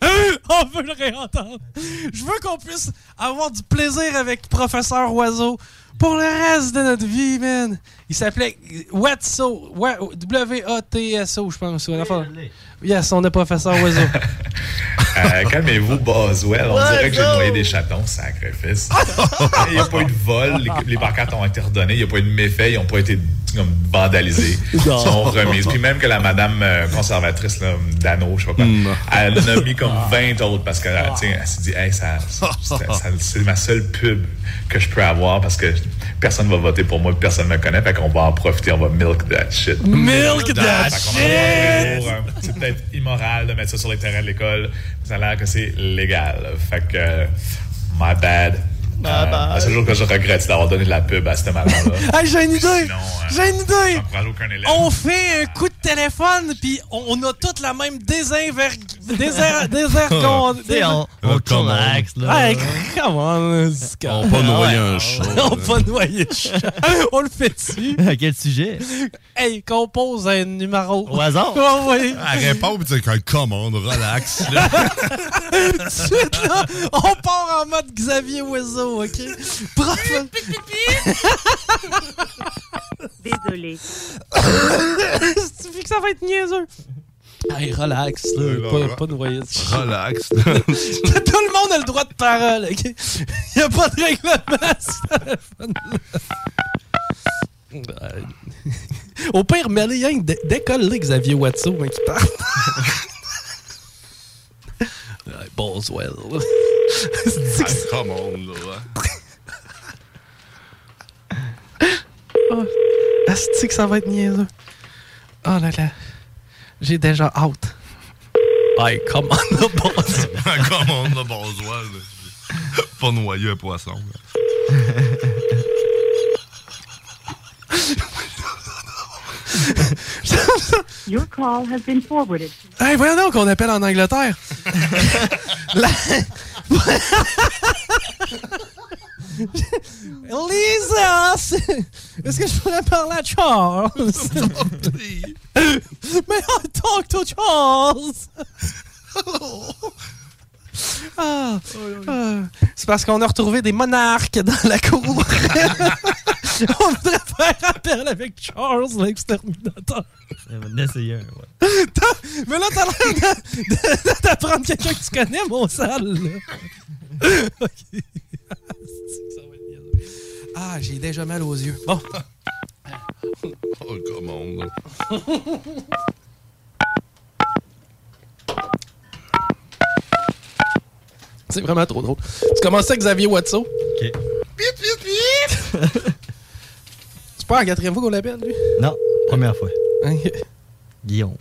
[SPEAKER 1] Hein? On veut le réentendre. Je veux qu'on puisse avoir du plaisir avec Professeur Oiseau pour le reste de notre vie, man. Il s'appelait Watso. Wa- W-A-T-S-O, je pense. ou une affaire. Yes, on est Professeur Oiseau.
[SPEAKER 32] Euh, Calmez-vous, Boswell. On
[SPEAKER 1] Ouais,
[SPEAKER 32] dirait que j'ai
[SPEAKER 1] non.
[SPEAKER 32] noyé des chatons, sacrifice. Il n'y a pas eu de vol. Les, les pancartes ont été redonnées. Il n'y a pas eu de méfaits. Ils n'ont pas été comme, vandalisés. Ils
[SPEAKER 10] Non.
[SPEAKER 32] sont remises. Puis même que la madame euh, conservatrice, là, Dano, je sais pas quoi,
[SPEAKER 2] Hmm.
[SPEAKER 32] elle en a mis comme
[SPEAKER 2] Ah.
[SPEAKER 10] Ah.
[SPEAKER 32] 20 autres parce que euh, tu sais, elle s'est dit, hey, ça, ça- ça- c'est ma seule pub que je peux avoir parce que personne va voter pour moi, personne ne me connaît. Fait qu'on va en profiter. On va milk that shit.
[SPEAKER 10] Milk that
[SPEAKER 32] Fait qu'on en a
[SPEAKER 10] shit!
[SPEAKER 32] pour un c'est peut-être immoral de mettre ça sur les terrains de l'école. mais Ça a l'air que c'est légal. Fait que, euh, my bad.
[SPEAKER 1] My
[SPEAKER 32] Euh,
[SPEAKER 1] bad.
[SPEAKER 32] C'est toujours que je regrette c'est d'avoir donné de la pub à ce moment-là.
[SPEAKER 2] Ah.
[SPEAKER 1] Hey, j'ai une idée! J'ai une idée!
[SPEAKER 32] J'encourage aucun élève.
[SPEAKER 10] Oh!
[SPEAKER 1] On fait un coup de téléphone, puis on, on a toutes la même désinver... désert... désert...
[SPEAKER 24] T'sais, on- on tourne à axe, Oh, là.
[SPEAKER 1] Ah,
[SPEAKER 24] Ah,
[SPEAKER 1] Hey, come on, let's go.
[SPEAKER 24] On va noyer un chat,
[SPEAKER 1] On
[SPEAKER 24] là.
[SPEAKER 1] va noyer un chat. On le fait dessus.
[SPEAKER 24] À quel sujet?
[SPEAKER 1] Hey, compose un numéro.
[SPEAKER 24] Au hasard?
[SPEAKER 1] Oh, oui.
[SPEAKER 24] Ah,
[SPEAKER 2] Elle répond, puis tu dis, commande, relax. là.
[SPEAKER 1] Tout de suite, là, on part en mode Xavier Oiseau, OK? Prof...
[SPEAKER 33] Désolé.
[SPEAKER 1] tu que ça va être niaiseux? Hey, relax, là.
[SPEAKER 24] hein?
[SPEAKER 1] Pas, pas de voyage.
[SPEAKER 2] Relax.
[SPEAKER 1] Tout le monde a le droit de parole, OK? Il n'y a pas de règlement à ce téléphone-là. Au pire, mais allez, hein, dé- décolle-les, Xavier Watteau, hein, qui parle. Ouais, Boswell.
[SPEAKER 2] Ah, commande, là.
[SPEAKER 1] Oh. Asti que ça va être niaiseux. Oh là là. J'ai déjà hâte. Hey, come on, the boss.
[SPEAKER 2] Comme on a Boswell. Pas noyer un poisson.
[SPEAKER 33] Your call has been forwarded.
[SPEAKER 1] Hey, voyons donc qu'on appelle en Angleterre. La- Lisa, c'est- est-ce que je pourrais parler à Charles? Mais I talk to Charles! Ah, ah, c'est parce qu'on a retrouvé des monarques dans la cour. On voudrait faire appel avec Charles l'exterminateur.
[SPEAKER 24] On va essayer un, ouais.
[SPEAKER 1] T'as- Mais là, t'as l'air de- de- de- d'apprendre quelqu'un que tu connais, mon sale. là. Ok. Ah, j'ai déjà mal aux yeux. Bon.
[SPEAKER 2] Oh, commande.
[SPEAKER 1] C'est vraiment trop drôle. Tu commences ça, Xavier Watson.
[SPEAKER 24] OK.
[SPEAKER 1] Vite, vite, vite! C'est pas la quatrième fois qu'on l'appelle, lui?
[SPEAKER 24] Non, première fois. Guillaume.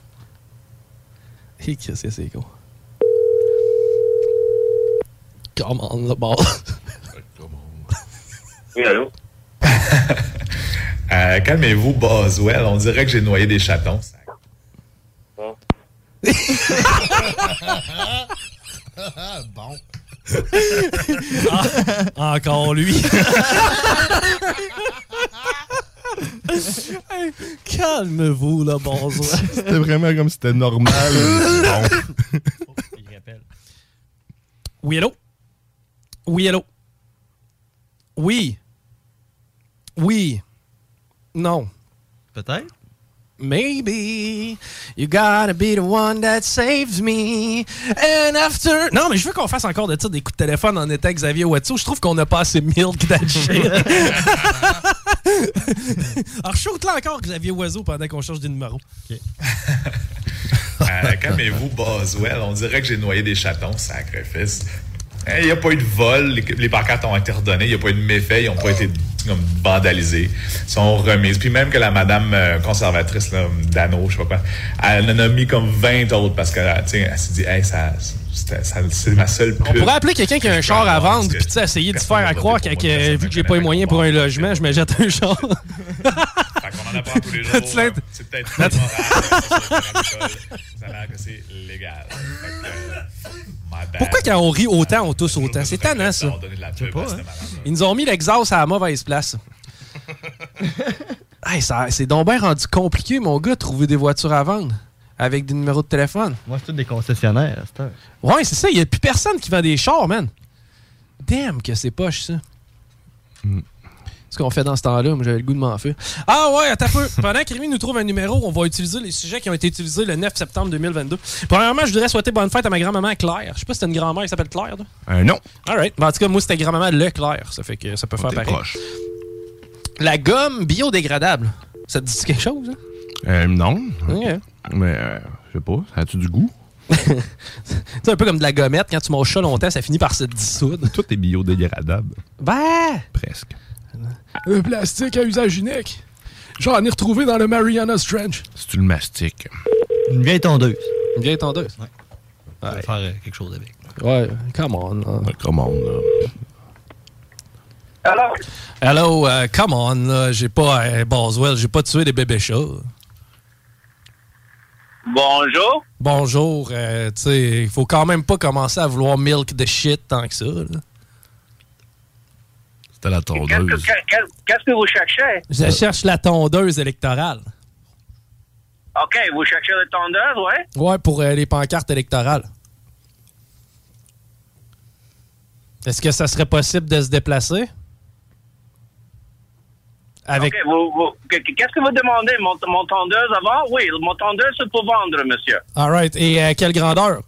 [SPEAKER 1] Et qu'est-ce que c'est, con? Come on, the ball.
[SPEAKER 32] Oui, allô? Euh, calmez-vous, Boswell. On dirait que j'ai noyé des chatons.
[SPEAKER 10] bon.
[SPEAKER 1] Ah, encore lui. Hey, Calme-vous, là, bonjour.
[SPEAKER 2] C'était vraiment comme si c'était normal.
[SPEAKER 1] Oh, Oui, allô? Oui, allô? Oui. Oui. Non.
[SPEAKER 24] Peut-être?
[SPEAKER 1] Maybe you gotta be the one that saves me. And after. Non, mais je veux qu'on fasse encore de ça des coups de téléphone en état Xavier Watteau. Je trouve qu'on a pas assez milk that shit. Alors, shoot là encore Xavier Oiseau pendant qu'on change de numéro.
[SPEAKER 32] Euh, calmez-vous, Boswell. On dirait que j'ai noyé des chatons, sacrifice. Il n'y a pas eu de vol. Les, les pancartes ont été redonnées. Il n'y a pas eu de méfaits. Ils n'ont pas été comme, vandalisés. Ils sont remises. Puis même que la madame euh, conservatrice, là, Dano, je sais pas quoi, elle en a mis comme 20 autres parce que, euh, tu sais, elle s'est dit, hey, ça, c'était- ça- c'est ma seule
[SPEAKER 1] On
[SPEAKER 32] pub.
[SPEAKER 1] pourrait appeler quelqu'un qui a un char à vendre, puis tu sais, essayer de se faire à croire que, que- vu que j'ai pas les moyens pour un logement, je me jette un char.
[SPEAKER 32] On en apprend tous les jours.
[SPEAKER 1] Tu l'as-
[SPEAKER 32] hein. C'est peut-être pas moral. Ça a l'air que c'est légal. Fait que, euh, my bad.
[SPEAKER 1] Pourquoi quand on rit autant,
[SPEAKER 32] ben,
[SPEAKER 1] on tousse autant? C'est tannant, ça.
[SPEAKER 32] donné ben, de la pub à cette madame-là.
[SPEAKER 1] hein. Ils nous ont mis l'exhaust à la mauvaise place. Hey, ça- c'est donc bien rendu compliqué, mon gars, de trouver des voitures à vendre avec des numéros de téléphone.
[SPEAKER 24] Moi, c'est tout des concessionnaires à cette heure.
[SPEAKER 1] Ouais, c'est ça. Il n'y a plus personne qui vend des chars, man. Damn que c'est poche, ça.
[SPEAKER 24] Hmm.
[SPEAKER 1] Ce qu'on fait dans ce temps-là, moi, j'avais le goût de m'en faire. Ah ouais, attends un peu. Pendant qu'Rémi nous trouve un numéro, on va utiliser les sujets qui ont été utilisés le 9 septembre 2022. Premièrement, je voudrais souhaiter bonne fête à ma grand-maman Claire. Je sais pas si t'as une grand-mère qui s'appelle Claire, toi.
[SPEAKER 2] Euh, non.
[SPEAKER 1] All right. Mais en tout cas, moi, c'était grand-maman Leclerc. Ça fait que ça peut faire pareil. La gomme biodégradable. Ça te dit quelque chose, hein?
[SPEAKER 2] Euh, non.
[SPEAKER 1] Ok.
[SPEAKER 2] Mais, euh, je sais pas. Ça a-tu du goût?
[SPEAKER 1] C'est un peu comme de la gommette. Quand tu manges ça longtemps, ça finit par se dissoudre.
[SPEAKER 2] Tout est biodégradable.
[SPEAKER 1] Ben!
[SPEAKER 2] Presque.
[SPEAKER 29] Un plastique à usage unique. J'en ai retrouvé dans le Mariana's Trench.
[SPEAKER 2] Si tu le mastiques.
[SPEAKER 24] Une vieille tondeuse.
[SPEAKER 1] Une vieille tondeuse?
[SPEAKER 24] Ouais. On va faire euh, quelque chose avec.
[SPEAKER 1] Ouais, come on. là.
[SPEAKER 2] Come on, là.
[SPEAKER 1] Hello, euh, come on, là. J'ai pas. euh, Boswell, j'ai pas tué des bébés chats.
[SPEAKER 5] Bonjour.
[SPEAKER 1] Bonjour, euh, tu sais, il faut quand même pas commencer à vouloir milk de shit tant que ça, là.
[SPEAKER 2] C'était la tondeuse. Euh.
[SPEAKER 5] Qu'est- qu'est- Qu'est-ce que vous cherchez?
[SPEAKER 1] Je cherche la tondeuse électorale.
[SPEAKER 5] OK, vous cherchez le tondeuse, ouais?
[SPEAKER 1] Ouais, pour euh, les pancartes électorales. Est-ce que ça serait possible de se déplacer? Avec.
[SPEAKER 5] OK, vous, vous- qu- qu'est-ce que vous demandez? Mon, mon tondeuse avant? Oui, mon tondeuse, c'est pour vendre, monsieur.
[SPEAKER 1] All right. Et euh, quelle grandeur?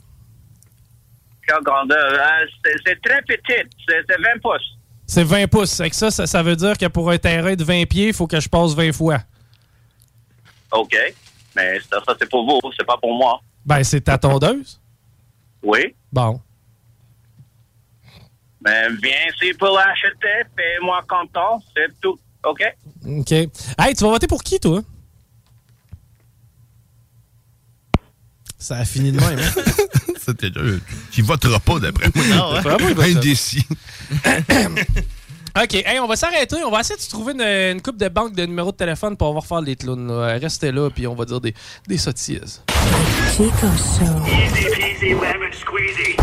[SPEAKER 5] Quelle grandeur? Euh, c'est- c'est très petit, c'est c'est 20 pouces.
[SPEAKER 1] C'est 20 pouces. C'est que ça, ça, ça veut dire que pour un terrain de 20 pieds, il faut que je passe 20 fois.
[SPEAKER 5] OK, mais ça, ça, c'est pour vous, c'est pas pour moi.
[SPEAKER 1] Ben, c'est ta tondeuse.
[SPEAKER 5] Oui,
[SPEAKER 1] Bon.
[SPEAKER 5] mais viens ici pour l'acheter, paye-moi content, c'est tout. OK?
[SPEAKER 1] OK. Hey, tu vas voter pour qui, toi? Ça a fini de même.
[SPEAKER 2] C'était là. Qui votera pas, d'après moi.
[SPEAKER 1] Non, ouais. Vraiment, il votera.
[SPEAKER 2] Indécis.
[SPEAKER 1] hein? OK. Hey, on va s'arrêter. On va essayer de trouver une, une coupe de banque de numéros de téléphone pour on va refaire les clowns. là. Restez là, puis on va dire des, des sottises.
[SPEAKER 10] Easy peasy lemon squeezy.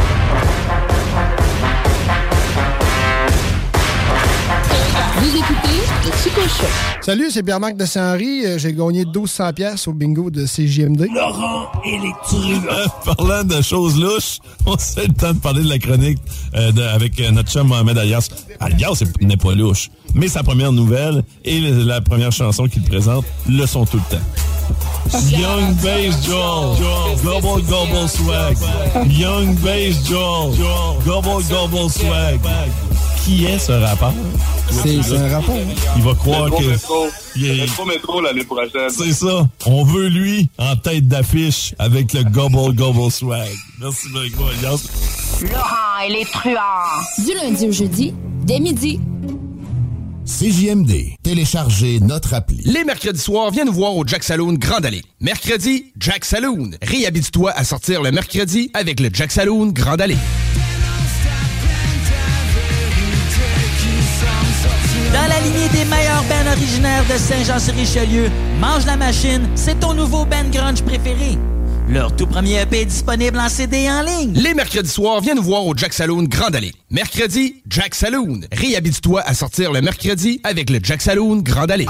[SPEAKER 4] Vous écoutez le Chico Show.
[SPEAKER 34] Salut, c'est Pierre-Marc de Saint-Henri. Euh, J'ai gagné 1200 pièces au bingo de CJMD.
[SPEAKER 16] et les Euh, Parlant de choses louches, on se fait le temps de parler de la chronique euh, de- avec euh, notre chum Mohamed Alias. Alias c'est- n'est pas louche, mais sa première nouvelle et le- la première chanson qu'il présente le sont tout le temps. Young Bass Joel, Gobble Gobble Swag. Young Bass Joel, Gobble Gobble Swag. qui est ce rapport?
[SPEAKER 34] C'est- c'est un rapport.
[SPEAKER 20] hein.
[SPEAKER 16] Il va croire que...
[SPEAKER 7] Il pas métro l'année prochaine.
[SPEAKER 16] C'est ça. On veut lui en tête d'affiche avec le Gobble Gobble Swag. Merci, Marie-Claude Alliance.
[SPEAKER 10] Laurent et les truands.
[SPEAKER 4] Du lundi au jeudi, dès midi.
[SPEAKER 26] CJMD. Téléchargez notre appli.
[SPEAKER 12] Les mercredis soirs, viens nous voir au Jack Saloon Grande Allée. Mercredi, Jack Saloon. Réhabitue-toi à sortir le mercredi avec le Jack Saloon Grande Allée.
[SPEAKER 25] Dans la lignée des meilleurs bands originaires de Saint-Jean-sur-Richelieu, Mange la Machine, c'est ton nouveau band grunge préféré. Leur tout premier EP est disponible en CD et en ligne.
[SPEAKER 12] Les mercredis soirs, viens nous voir au Jack Saloon Grande Allée. Mercredi, Jack Saloon. Réhabitue-toi à sortir le mercredi avec le Jack Saloon Grande Allée.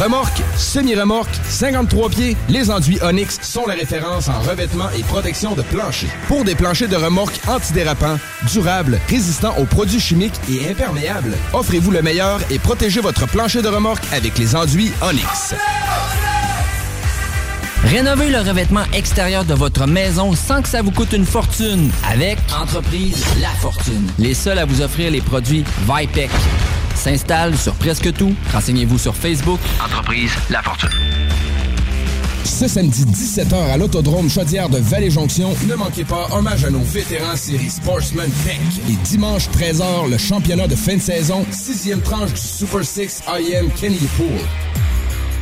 [SPEAKER 12] Remorque, semi-remorque, 53 pieds, les enduits Onyx sont la référence en revêtement et protection de plancher. Pour des planchers de remorque antidérapants, durables, résistants aux produits chimiques et imperméables, offrez-vous le meilleur et protégez votre plancher de remorque avec les enduits Onyx.
[SPEAKER 27] Rénovez le revêtement extérieur de votre maison sans que ça vous coûte une fortune avec Entreprise La Fortune. Les seuls à vous offrir les produits Vipec. S'installe sur presque tout. Renseignez-vous sur Facebook. Entreprise La Fortune.
[SPEAKER 12] Ce samedi 17h à l'Autodrome Chaudière de Vallée-Jonction, ne manquez pas hommage à nos vétérans série Sportsman Tech. Et dimanche 13h, le championnat de fin de saison, sixième tranche du Super 6 IM Kenny Pool.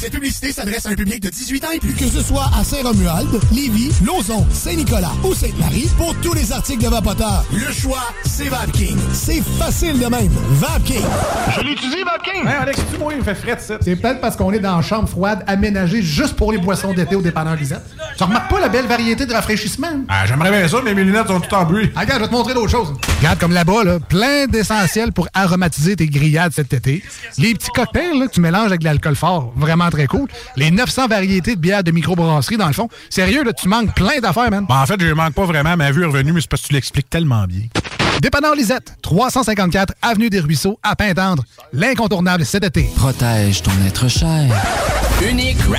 [SPEAKER 14] Cette publicité s'adresse à un public de 18 ans et plus.
[SPEAKER 26] Que ce soit à Saint-Romuald, Lévis, Lauson, Saint-Nicolas ou Sainte-Marie, pour tous les articles de Vapoteur, le choix, c'est VapKing. C'est facile de même. VapKing.
[SPEAKER 14] Je l'utilise, Bobkin! Hein, Alex, tu moi, il fait fret, ça. C'est peut-être parce qu'on est dans une chambre froide aménagée juste pour les boissons d'été au dépanneur Lisette. Tu remarques pas la belle variété de rafraîchissement?
[SPEAKER 2] Ah, j'aimerais bien ça, mais mes lunettes sont toutes en bruit.
[SPEAKER 14] Ah, regarde, je vais te montrer d'autres choses. Regarde, comme là-bas, là, plein d'essentiels pour aromatiser tes grillades cet été. Les petits cocktails là, que tu mélanges avec de l'alcool fort, vraiment très cool. Les 900 variétés de bières de microbrasserie, dans le fond. Sérieux, là, tu manques plein d'affaires, man.
[SPEAKER 2] Ben, en fait, je lui manque pas vraiment. Ma vue est revenue, mais c'est parce que tu l'expliques tellement bien.
[SPEAKER 14] Dépanneur Lisette, 354 Avenue des Ruisseaux, à Pintendre. L'incontournable cet été.
[SPEAKER 27] Protège ton être cher. Unique Wrap.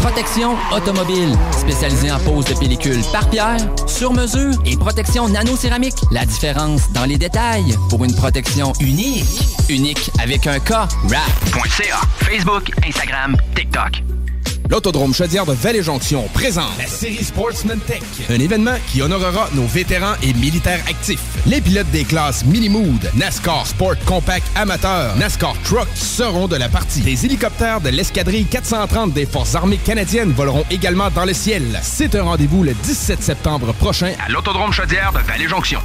[SPEAKER 27] Protection automobile. Spécialisée en pose de pellicule par pierre, sur mesure et protection nano-céramique. La différence dans les détails pour une protection unique. Unique avec un cas. Wrap.ca. Facebook, Instagram, TikTok.
[SPEAKER 12] L'Autodrome Chaudière de Vallée-Jonction présente la série Sportsman Tech, un événement qui honorera nos vétérans et militaires actifs. Les pilotes des classes Minimood, NASCAR Sport Compact Amateur, NASCAR Truck seront de la partie. Les hélicoptères de l'escadrille 430 des Forces armées canadiennes voleront également dans le ciel. C'est un rendez-vous le 17 septembre prochain à l'Autodrome Chaudière de Vallée-Jonction.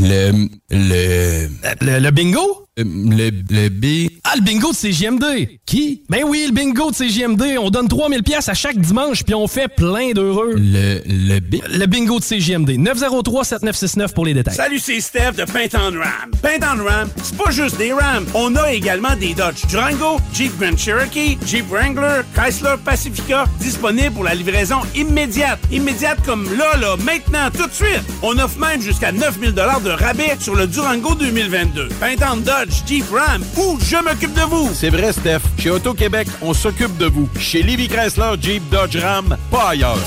[SPEAKER 12] Le... Le... euh,
[SPEAKER 28] Le, le bingo?
[SPEAKER 12] Le, le B...
[SPEAKER 28] Ah, le bingo de CGMD! Qui? Ben oui, le bingo de CGMD. On donne 3000 pièces à chaque dimanche, puis on fait plein d'heureux.
[SPEAKER 12] Le, le, B...
[SPEAKER 28] le bingo de CGMD. 903-7969 pour les détails.
[SPEAKER 6] Salut, c'est Steph de Pintan Ram. Pintan Ram, c'est pas juste des Rams. On a également des Dodge Durango, Jeep Grand Cherokee, Jeep Wrangler, Chrysler Pacifica, disponibles pour la livraison immédiate. Immédiate comme là, là, maintenant, tout de suite. On offre même jusqu'à 9000 de rabais sur le Durango 2022. Pintan Dodge, Jeep Ram, ou je m'occupe de vous.
[SPEAKER 35] C'est vrai, Steph. Chez Auto-Québec, on s'occupe de vous. Chez Livy Chrysler, Jeep, Dodge, Ram, pas ailleurs.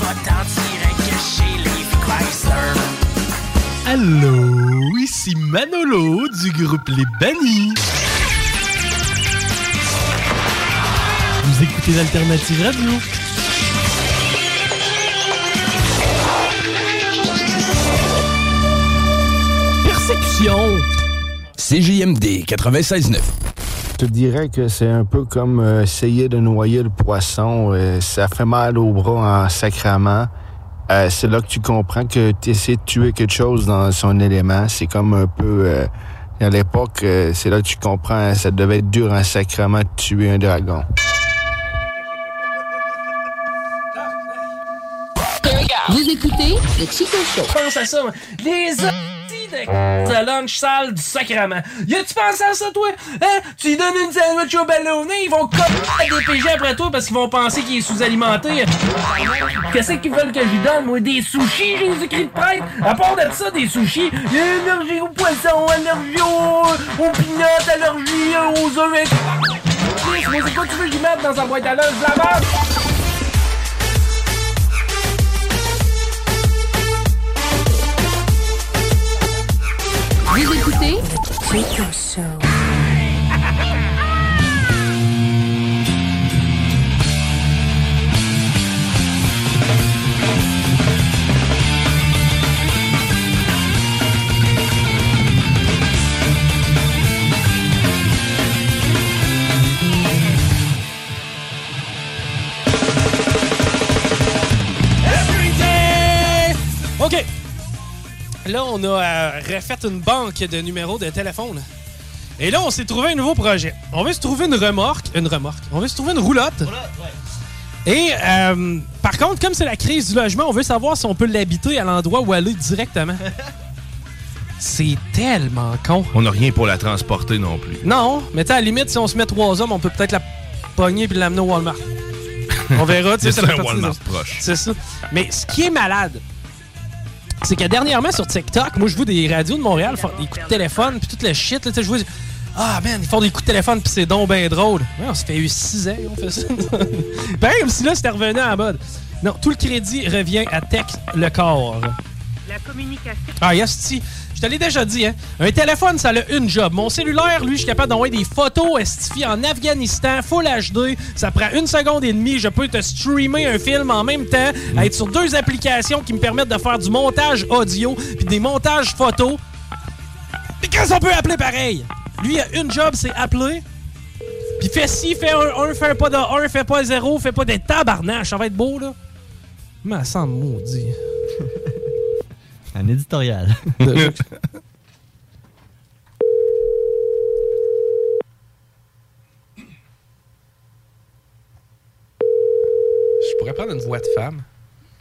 [SPEAKER 15] Allô, ici Manolo du groupe Les Bannis. Vous écoutez l'Alternative Radio.
[SPEAKER 28] Perception.
[SPEAKER 12] CJMD 96.9.
[SPEAKER 20] Je te dirais que c'est un peu comme euh, essayer de noyer le poisson. euh, ça fait mal au bras en sacrament. Euh, c'est là que tu comprends que tu essaies de tuer quelque chose dans son élément. C'est comme un peu... euh, à l'époque, euh, c'est là que tu comprends, hein, ça devait être dur en sacrament de tuer un dragon.
[SPEAKER 4] Vous écoutez le Chico Show.
[SPEAKER 1] Pense à ça. moi. Les a- de de lunch sale du sacrement. Y a-tu pensé à ça, toi? Hein? Tu lui donnes une sandwich au ballonné, ils vont coller des PG après toi parce qu'ils vont penser qu'il est sous-alimenté. Qu'est-ce qu'ils veulent que j'y donne, moi? Des sushis, Jésus-Christ de prêtre? À part de ça, des sushis, y a une allergie au poisson, allergie au, au peanut, allergie euh, aux œufs. Mais mais c'est quoi que tu veux que j'y mette dans sa boîte à linge lavable?
[SPEAKER 4] Vous écoutez Chico Show.
[SPEAKER 1] OK. Là, on a euh, refait une banque de numéros de téléphone. Et là, on s'est trouvé un nouveau projet. On veut se trouver une remorque. Une remorque. On veut se trouver une roulotte. Et euh, par contre, comme c'est la crise du logement, on veut savoir si on peut l'habiter à l'endroit où aller directement. c'est tellement con.
[SPEAKER 2] On n'a rien pour la transporter non plus.
[SPEAKER 1] Non, mais tu sais, à la limite, si on se met trois hommes, on peut peut-être la pogner puis l'amener au Walmart. On verra, tu sais, ça
[SPEAKER 2] C'est
[SPEAKER 1] fait
[SPEAKER 2] un
[SPEAKER 1] partie des
[SPEAKER 2] Walmart
[SPEAKER 1] autres.
[SPEAKER 2] proche.
[SPEAKER 1] C'est ça. Mais ce qui est malade, c'est que dernièrement sur TikTok, moi je vois des radios de Montréal faire des coups de téléphone puis tout le shit là, tu sais, je vois ah man, ils font des coups de téléphone puis c'est donc ben drôle. Ouais, on se fait eu 6 ans, on fait ça. Pareil comme si là c'était revenu en mode. Non, tout le crédit revient à Tech le corps.
[SPEAKER 36] La communication.
[SPEAKER 1] Ah, Yasti, je te l'ai déjà dit, hein. Un téléphone, ça a une job. Mon cellulaire, lui, je suis capable d'envoyer des photos estifiées en Afghanistan, full HD. Ça prend une seconde et demie. Je peux te streamer un film en même temps, être sur deux applications qui me permettent de faire du montage audio puis des montages photos. Mais qu'est-ce qu'on peut appeler pareil? Lui, il a une job, c'est appeler. Puis fait ci, fait un, un, fait pas de un, fait pas zéro, fait pas des tabarnaches. Ça va être beau, là. Mais ça semble maudit.
[SPEAKER 24] Un éditorial.
[SPEAKER 1] Je pourrais prendre une voix de femme.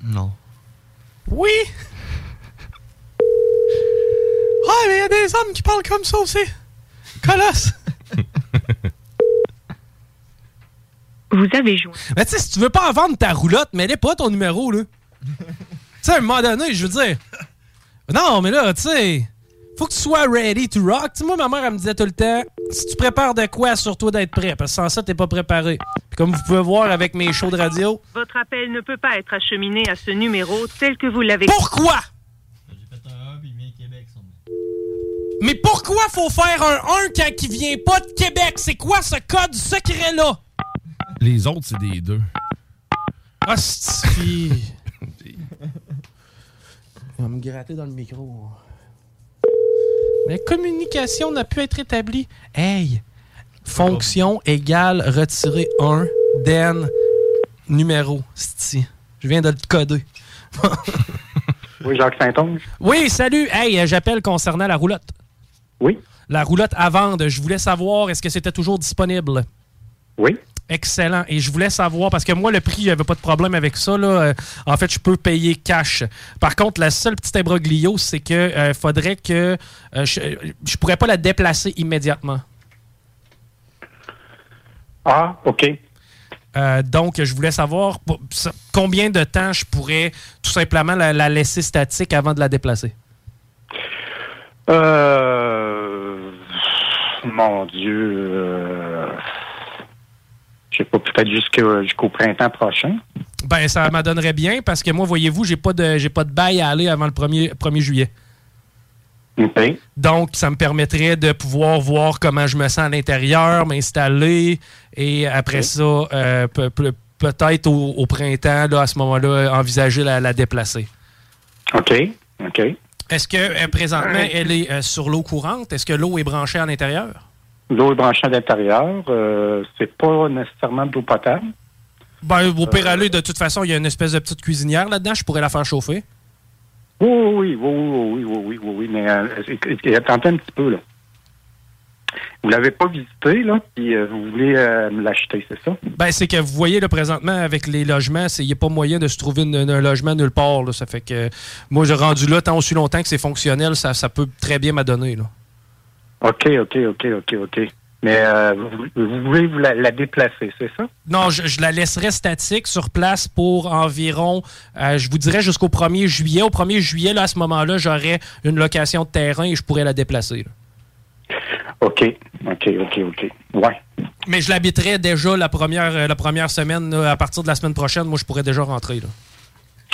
[SPEAKER 24] non.
[SPEAKER 1] Oui! Ah, mais il y a des hommes qui parlent comme ça aussi! Colosse!
[SPEAKER 36] Vous avez joué.
[SPEAKER 1] Mais tu sais, si tu veux pas en vendre ta roulotte, mais elle est pas ton numéro, là. tu sais, à un moment donné, je veux dire. Non, mais là, tu sais, faut que tu sois ready to rock. Tu sais, moi, ma mère, elle me disait tout le temps si tu prépares de quoi, assure-toi d'être prêt, parce que sans ça, t'es pas préparé. Puis comme vous pouvez voir avec mes shows de radio,
[SPEAKER 36] Votre appel ne peut pas être acheminé à ce numéro tel que vous l'avez.
[SPEAKER 1] Pourquoi? Mais pourquoi faut faire un 1 quand il vient pas de Québec? C'est quoi ce code secret-là?
[SPEAKER 2] Les autres, c'est des deux.
[SPEAKER 1] Hostie! On va me gratter dans le micro. La communication n'a pu être établie. Hey! Fonction égale retirer 1, den, numéro, sti. Je viens de le coder.
[SPEAKER 33] Oui, Jacques Saint-Onge.
[SPEAKER 1] oui, salut! Hey, euh, j'appelle concernant la roulotte.
[SPEAKER 33] Oui.
[SPEAKER 1] La roulotte à vendre, je voulais savoir est-ce que c'était toujours disponible.
[SPEAKER 33] Oui.
[SPEAKER 1] Excellent. Et je voulais savoir, parce que moi, le prix, il n'y avait pas de problème avec ça. Là. Euh, En fait, je peux payer cash. Par contre, la seule petite imbroglio, c'est que euh, faudrait que euh, je ne pourrais pas la déplacer immédiatement.
[SPEAKER 33] Ah, OK.
[SPEAKER 1] Euh, donc, je voulais savoir pour- ça- combien de temps je pourrais tout simplement la, la laisser statique avant de la déplacer.
[SPEAKER 33] Euh... Mon Dieu. euh, Je sais pas, peut-être jusqu'au jusqu'au printemps prochain.
[SPEAKER 1] Ben, ça m'adonnerait bien parce que moi, voyez-vous, j'ai pas de j'ai pas de bail à aller avant le 1er, 1er juillet.
[SPEAKER 33] OK.
[SPEAKER 1] Donc, ça me permettrait de pouvoir voir comment je me sens à l'intérieur, m'installer et après ça, euh, pe- pe- peut-être au, au printemps, là, à ce moment-là, envisager la, la déplacer.
[SPEAKER 33] OK. OK.
[SPEAKER 1] Est-ce que euh, présentement, elle est euh, sur l'eau courante? Est-ce que l'eau est branchée à l'intérieur?
[SPEAKER 33] L'eau est branchée à l'intérieur. euh, c'est pas nécessairement de l'eau potable.
[SPEAKER 1] Ben, au pire aller, de toute façon, il y a une espèce de petite cuisinière là-dedans, je pourrais la faire chauffer.
[SPEAKER 33] Oui, oui, oui, oui, oui, oui, oui, oui, oui, oui, mais euh, é- é- é- attendez un petit peu, là. Vous l'avez pas visité, là, puis euh, vous voulez euh, me l'acheter, c'est ça?
[SPEAKER 1] Ben, c'est que vous voyez, là, présentement, avec les logements, il n'y a pas moyen de se trouver une- un logement nulle part. là. Ça fait que euh, moi, j'ai rendu là tant aussi longtemps que c'est fonctionnel, ça, ça peut très bien m'adonner. là.
[SPEAKER 33] OK, OK, OK, OK, OK. Mais euh, vous, vous voulez vous la, la déplacer, c'est ça?
[SPEAKER 1] Non, je, je la laisserai statique sur place pour environ, euh, je vous dirais, jusqu'au 1er juillet. Au 1er juillet, là, à ce moment-là, j'aurais une location de terrain et je pourrais la déplacer. là.
[SPEAKER 33] OK, OK, OK, OK. Ouais.
[SPEAKER 1] Mais je l'habiterai déjà la première, euh, la première semaine. là. à partir de la semaine prochaine, moi, je pourrais déjà rentrer. là.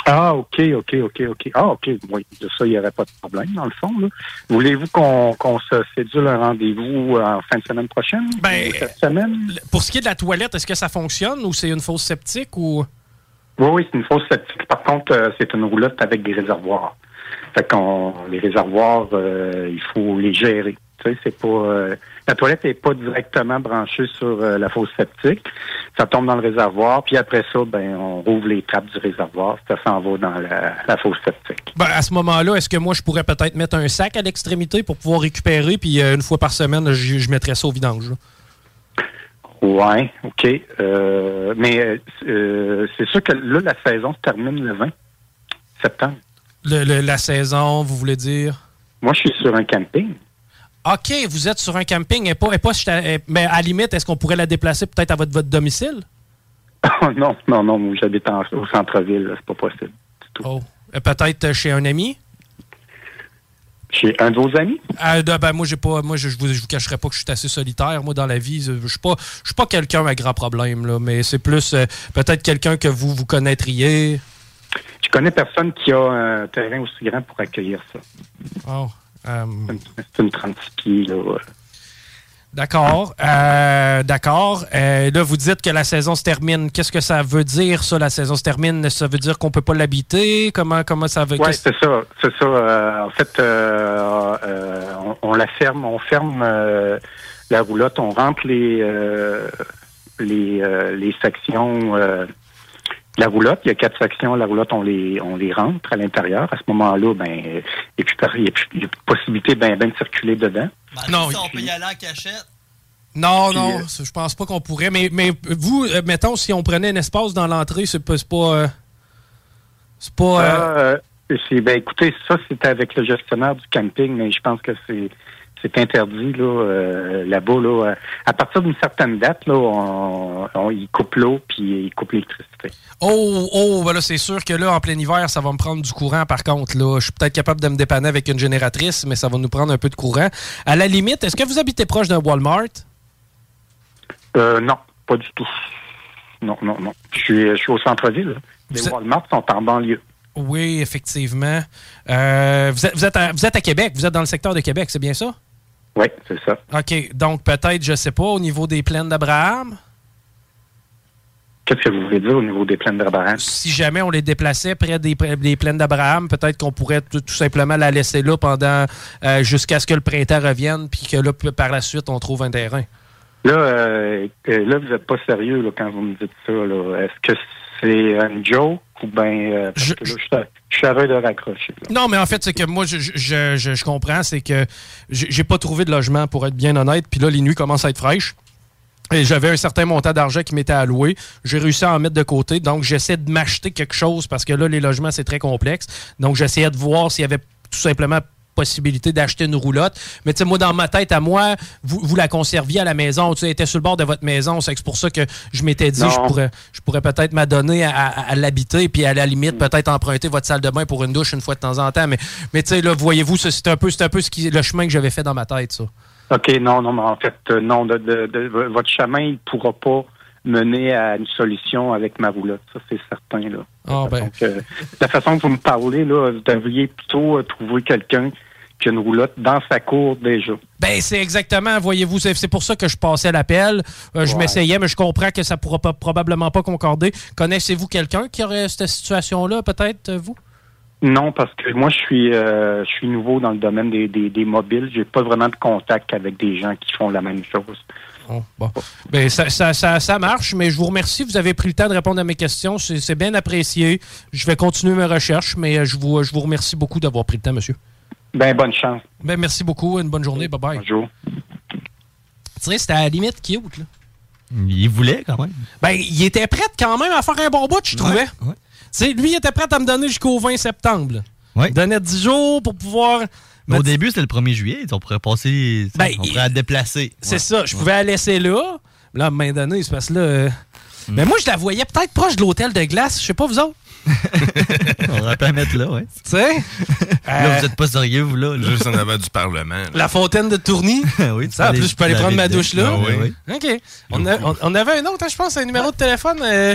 [SPEAKER 33] Ah, OK, OK, OK, OK. Ah, OK, oui, de ça, il n'y aurait pas de problème, dans le fond. là. Voulez-vous qu'on qu'on se sédule un rendez-vous euh, en fin de semaine prochaine?
[SPEAKER 1] Ben,
[SPEAKER 33] cette semaine?
[SPEAKER 1] Pour ce qui est de la toilette, est-ce que ça fonctionne ou c'est une fausse sceptique ou...
[SPEAKER 33] Oui, oui, c'est une fausse sceptique. Par contre, euh, c'est une roulotte avec des réservoirs. Fait qu'on les réservoirs, euh, il faut les gérer. Tu sais, c'est pas euh, la toilette n'est pas directement branchée sur euh, la fosse septique. Ça tombe dans le réservoir, puis après ça, ben on rouvre les trappes du réservoir, ça s'en va dans la, la fosse septique.
[SPEAKER 1] Ben, à ce moment-là, est-ce que moi, je pourrais peut-être mettre un sac à l'extrémité pour pouvoir récupérer, puis euh, une fois par semaine, je, je mettrais ça au vidange. là?
[SPEAKER 33] Ouais, ok. Euh, mais euh, c'est sûr que là, la saison se termine le 20 septembre.
[SPEAKER 1] Le- le- la saison, vous voulez dire?
[SPEAKER 33] Moi, je suis sur un camping.
[SPEAKER 1] OK, vous êtes sur un camping, elle est pas, elle est pas, chez- elle- mais à la limite, est-ce qu'on pourrait la déplacer peut-être à votre, votre domicile?
[SPEAKER 33] Oh, non, non, non, moi, j'habite en- au centre-ville, là, c'est pas possible.
[SPEAKER 1] Oh. Euh, Peut-être euh, chez un ami?
[SPEAKER 33] J'ai un de vos amis.
[SPEAKER 1] Ah, de- ben, moi, j'ai pas, moi je, je vous, je vous cacherai pas que je suis assez solitaire. Moi, dans la vie, je je suis pas, je suis pas quelqu'un à grand problème, là, mais c'est plus euh, peut-être quelqu'un que vous, vous connaîtriez.
[SPEAKER 33] Je connais personne qui a un terrain aussi grand pour accueillir ça.
[SPEAKER 1] Oh, euh,
[SPEAKER 33] C'est une 36 pieds, là. ouais.
[SPEAKER 1] D'accord. Euh, D'accord. Euh, là, vous dites que la saison se termine. Qu'est-ce que ça veut dire, ça, la saison se termine? Ça veut dire qu'on peut pas l'habiter? Comment, comment ça veut
[SPEAKER 33] Ouais,
[SPEAKER 1] qu'est-ce-
[SPEAKER 33] c'est ça, c'est ça. Euh, en fait, euh, euh, on, on la ferme, on ferme euh, la roulotte, on rentre les euh, les, euh, les sections euh, de la roulotte. Il y a quatre sections, la roulotte, on les on les rentre à l'intérieur. À ce moment-là, ben, il n'y a plus par- il y a plus- il y a plus possibilité ben ben de circuler dedans.
[SPEAKER 1] non,
[SPEAKER 24] on peut y aller en cachette.
[SPEAKER 1] Non,
[SPEAKER 33] Puis,
[SPEAKER 1] non,
[SPEAKER 33] euh,
[SPEAKER 1] je pense pas qu'on pourrait. Mais, mais vous, euh, mettons, si on prenait un espace dans l'entrée, c'est pas. C'est pas. euh, c'est pas, euh,
[SPEAKER 33] Ah, euh, c'est- ben, écoutez, ça, c'était avec le gestionnaire du camping, mais je pense que c'est. C'est interdit là, euh, là-bas. Là, à partir d'une certaine date, là, on, on- ils coupent l'eau puis ils coupent l'électricité.
[SPEAKER 1] Oh, oh, ben là, c'est sûr que là, en plein hiver, ça va me prendre du courant, par contre. Là, je suis peut-être capable de me dépanner avec une génératrice, mais ça va nous prendre un peu de courant. À la limite, est-ce que vous habitez proche d'un Walmart?
[SPEAKER 33] Euh, non, pas du tout. Non, non, non. Je suis, je suis au centre-ville. là. Les Walmart sont en banlieue.
[SPEAKER 1] Oui, effectivement. Euh, vous, êtes, vous, êtes à, vous êtes à Québec, vous êtes dans le secteur de Québec, c'est bien ça?
[SPEAKER 33] Oui, c'est ça.
[SPEAKER 1] OK, donc peut-être, je sais pas, au niveau des plaines d'Abraham,
[SPEAKER 33] Qu'est-ce que vous voulez dire au niveau des plaines d'Arbaran?
[SPEAKER 1] si jamais on les déplaçait près des, près des plaines d'Abraham, peut-être qu'on pourrait tout, tout simplement la laisser là pendant euh, jusqu'à ce que le printemps revienne, puis que là, p- par la suite, on trouve un terrain.
[SPEAKER 33] Là, euh, euh, là, vous n'êtes pas sérieux là, quand vous me dites ça. là. Est-ce que c'est un joke ou bien... je, que là, je suis- je suis heureux de raccrocher. là.
[SPEAKER 1] Non, mais en fait, c'est que moi, je, je- je- je- je comprends, c'est que j'ai j'ai pas trouvé de logement, pour être bien honnête, puis là, les nuits commencent à être fraîches. Et j'avais un certain montant d'argent qui m'était alloué. J'ai réussi à en mettre de côté. Donc, j'essaie de m'acheter quelque chose parce que là, les logements, c'est très complexe. Donc, j'essayais de voir s'il y avait tout simplement possibilité d'acheter une roulotte. Mais tu sais, moi, dans ma tête, à moi, vous, vous la conserviez à la maison. Tu sais, elle était sur le bord de votre maison. C'est que c'est pour ça que je m'étais dit,
[SPEAKER 33] Non.
[SPEAKER 1] je pourrais, je pourrais peut-être m'adonner à, à- à l'habiter, puis à la limite, peut-être emprunter votre salle de bain pour une douche une fois de temps en temps. Mais, mais tu sais, là, voyez-vous, ça, c'est un peu, c'est un peu ce qui, le chemin que j'avais fait dans ma tête, ça.
[SPEAKER 33] OK, non, non, mais en fait, euh, non, de, de- de- v- votre chemin, il ne pourra pas mener à une solution avec ma roulotte. Ça, c'est certain, là.
[SPEAKER 1] Ah, ben.
[SPEAKER 33] Donc, euh, la façon que vous me parlez, là, vous devriez plutôt euh, trouver quelqu'un qui a une roulotte dans sa cour déjà.
[SPEAKER 1] Ben, c'est exactement, voyez-vous, c'est c'est pour ça que je passais l'appel. Euh, je
[SPEAKER 33] Ouais.
[SPEAKER 1] m'essayais, mais je comprends que ça pourra pas, probablement pas concorder. Connaissez-vous quelqu'un qui aurait cette situation-là, peut-être, euh, vous?
[SPEAKER 33] Non, parce que moi, je suis, euh, je suis nouveau dans le domaine des, des, des mobiles. J'ai pas vraiment de contact avec des gens qui font la même chose.
[SPEAKER 1] Oh, bon. Ben, ça, ça, ça- ça marche, mais je vous remercie. Vous avez pris le temps de répondre à mes questions. C'est c'est bien apprécié. Je vais continuer mes recherches, mais euh, je vous, je vous remercie beaucoup d'avoir pris le temps, monsieur.
[SPEAKER 33] Ben, bonne chance.
[SPEAKER 1] Ben, merci beaucoup. Une bonne journée. Bye-bye.
[SPEAKER 33] Bonjour.
[SPEAKER 1] Tu sais, c'était à la limite cute. Là.
[SPEAKER 24] Il voulait quand même.
[SPEAKER 1] Ben, il était prêt quand même à faire un bon bout, je trouvais. Tu sais, lui, il était prêt à me donner jusqu'au 20 septembre. là. Il donnait 10 jours pour pouvoir.
[SPEAKER 24] Mais au début, c'était le 1er juillet. On pourrait passer.
[SPEAKER 1] Ben,
[SPEAKER 24] on pourrait la déplacer.
[SPEAKER 1] C'est ça, je pouvais la laisser là. Là, à un moment donné, c'est parce que là. euh,
[SPEAKER 24] Hmm.
[SPEAKER 1] Mais moi, je la voyais peut-être proche de l'hôtel de glace, je sais pas vous autres.
[SPEAKER 24] On aurait pas à mettre là, ouais.
[SPEAKER 1] Tu sais?
[SPEAKER 24] Là, vous êtes pas sérieux, vous, là. là.
[SPEAKER 2] Juste en avant du Parlement. là.
[SPEAKER 1] La fontaine de Tourny.
[SPEAKER 24] oui,
[SPEAKER 1] Ça, en plus, je peux aller prendre ma douche là.
[SPEAKER 2] Ah oui.
[SPEAKER 1] OK. On, a- on- on avait un autre, hein, je pense, un numéro de téléphone. euh,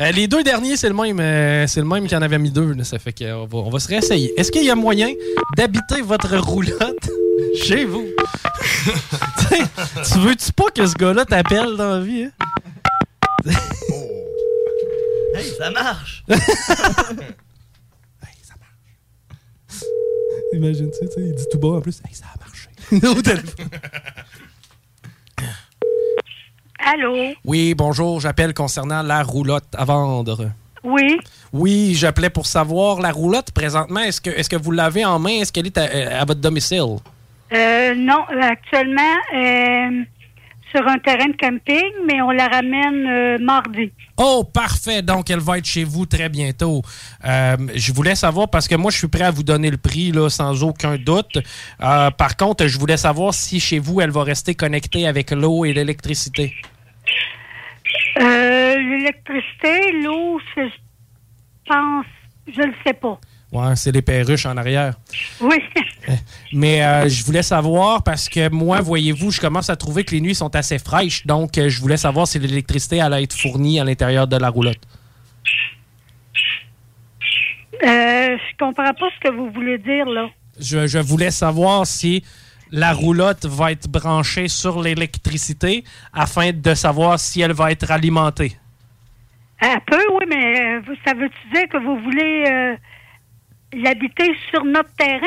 [SPEAKER 1] euh, les deux derniers, c'est le même. euh, c'est le même qui en avait mis deux. là. ça fait qu'on va, on va se réessayer. Est-ce qu'il y a moyen d'habiter votre roulotte chez vous? Tu sais, tu veux-tu pas que ce gars-là t'appelle dans la vie? hein?
[SPEAKER 24] Hey, ça marche!
[SPEAKER 1] Imagine, tu sais, il dit tout bas en plus. Hey, ça a marché. Au téléphone.
[SPEAKER 36] Allô?
[SPEAKER 1] Oui, bonjour, j'appelle concernant la roulotte à vendre.
[SPEAKER 36] Oui?
[SPEAKER 1] Oui, j'appelais pour savoir la roulotte présentement. Est-ce que, est-ce que vous l'avez en main? Est-ce qu'elle est à, euh, à votre domicile?
[SPEAKER 30] Euh, non, actuellement, euh, sur un terrain de camping, mais on la ramène euh, mardi.
[SPEAKER 1] Oh, parfait. Donc, elle va être chez vous très bientôt. Euh, je voulais savoir, parce que moi, je suis prêt à vous donner le prix, là, sans aucun doute. Euh, par contre, je voulais savoir si chez vous, elle va rester connectée avec l'eau et l'électricité.
[SPEAKER 30] Euh, L'électricité, l'eau, c'est- je pense, je ne sais pas.
[SPEAKER 1] Ouais, c'est les perruches en arrière.
[SPEAKER 30] Oui.
[SPEAKER 1] Mais euh, je voulais savoir parce que moi, voyez-vous, je commence à trouver que les nuits sont assez fraîches. Donc, euh, je voulais savoir si l'électricité allait être fournie à l'intérieur de la roulotte.
[SPEAKER 30] Euh, je comprends pas ce que vous voulez dire, là.
[SPEAKER 1] Je, je voulais savoir si la roulotte va être branchée sur l'électricité afin de savoir si elle va être alimentée.
[SPEAKER 30] Euh, Un peu, oui, mais euh, vous- ça veut-tu dire que vous voulez euh, l'habiter sur notre terrain?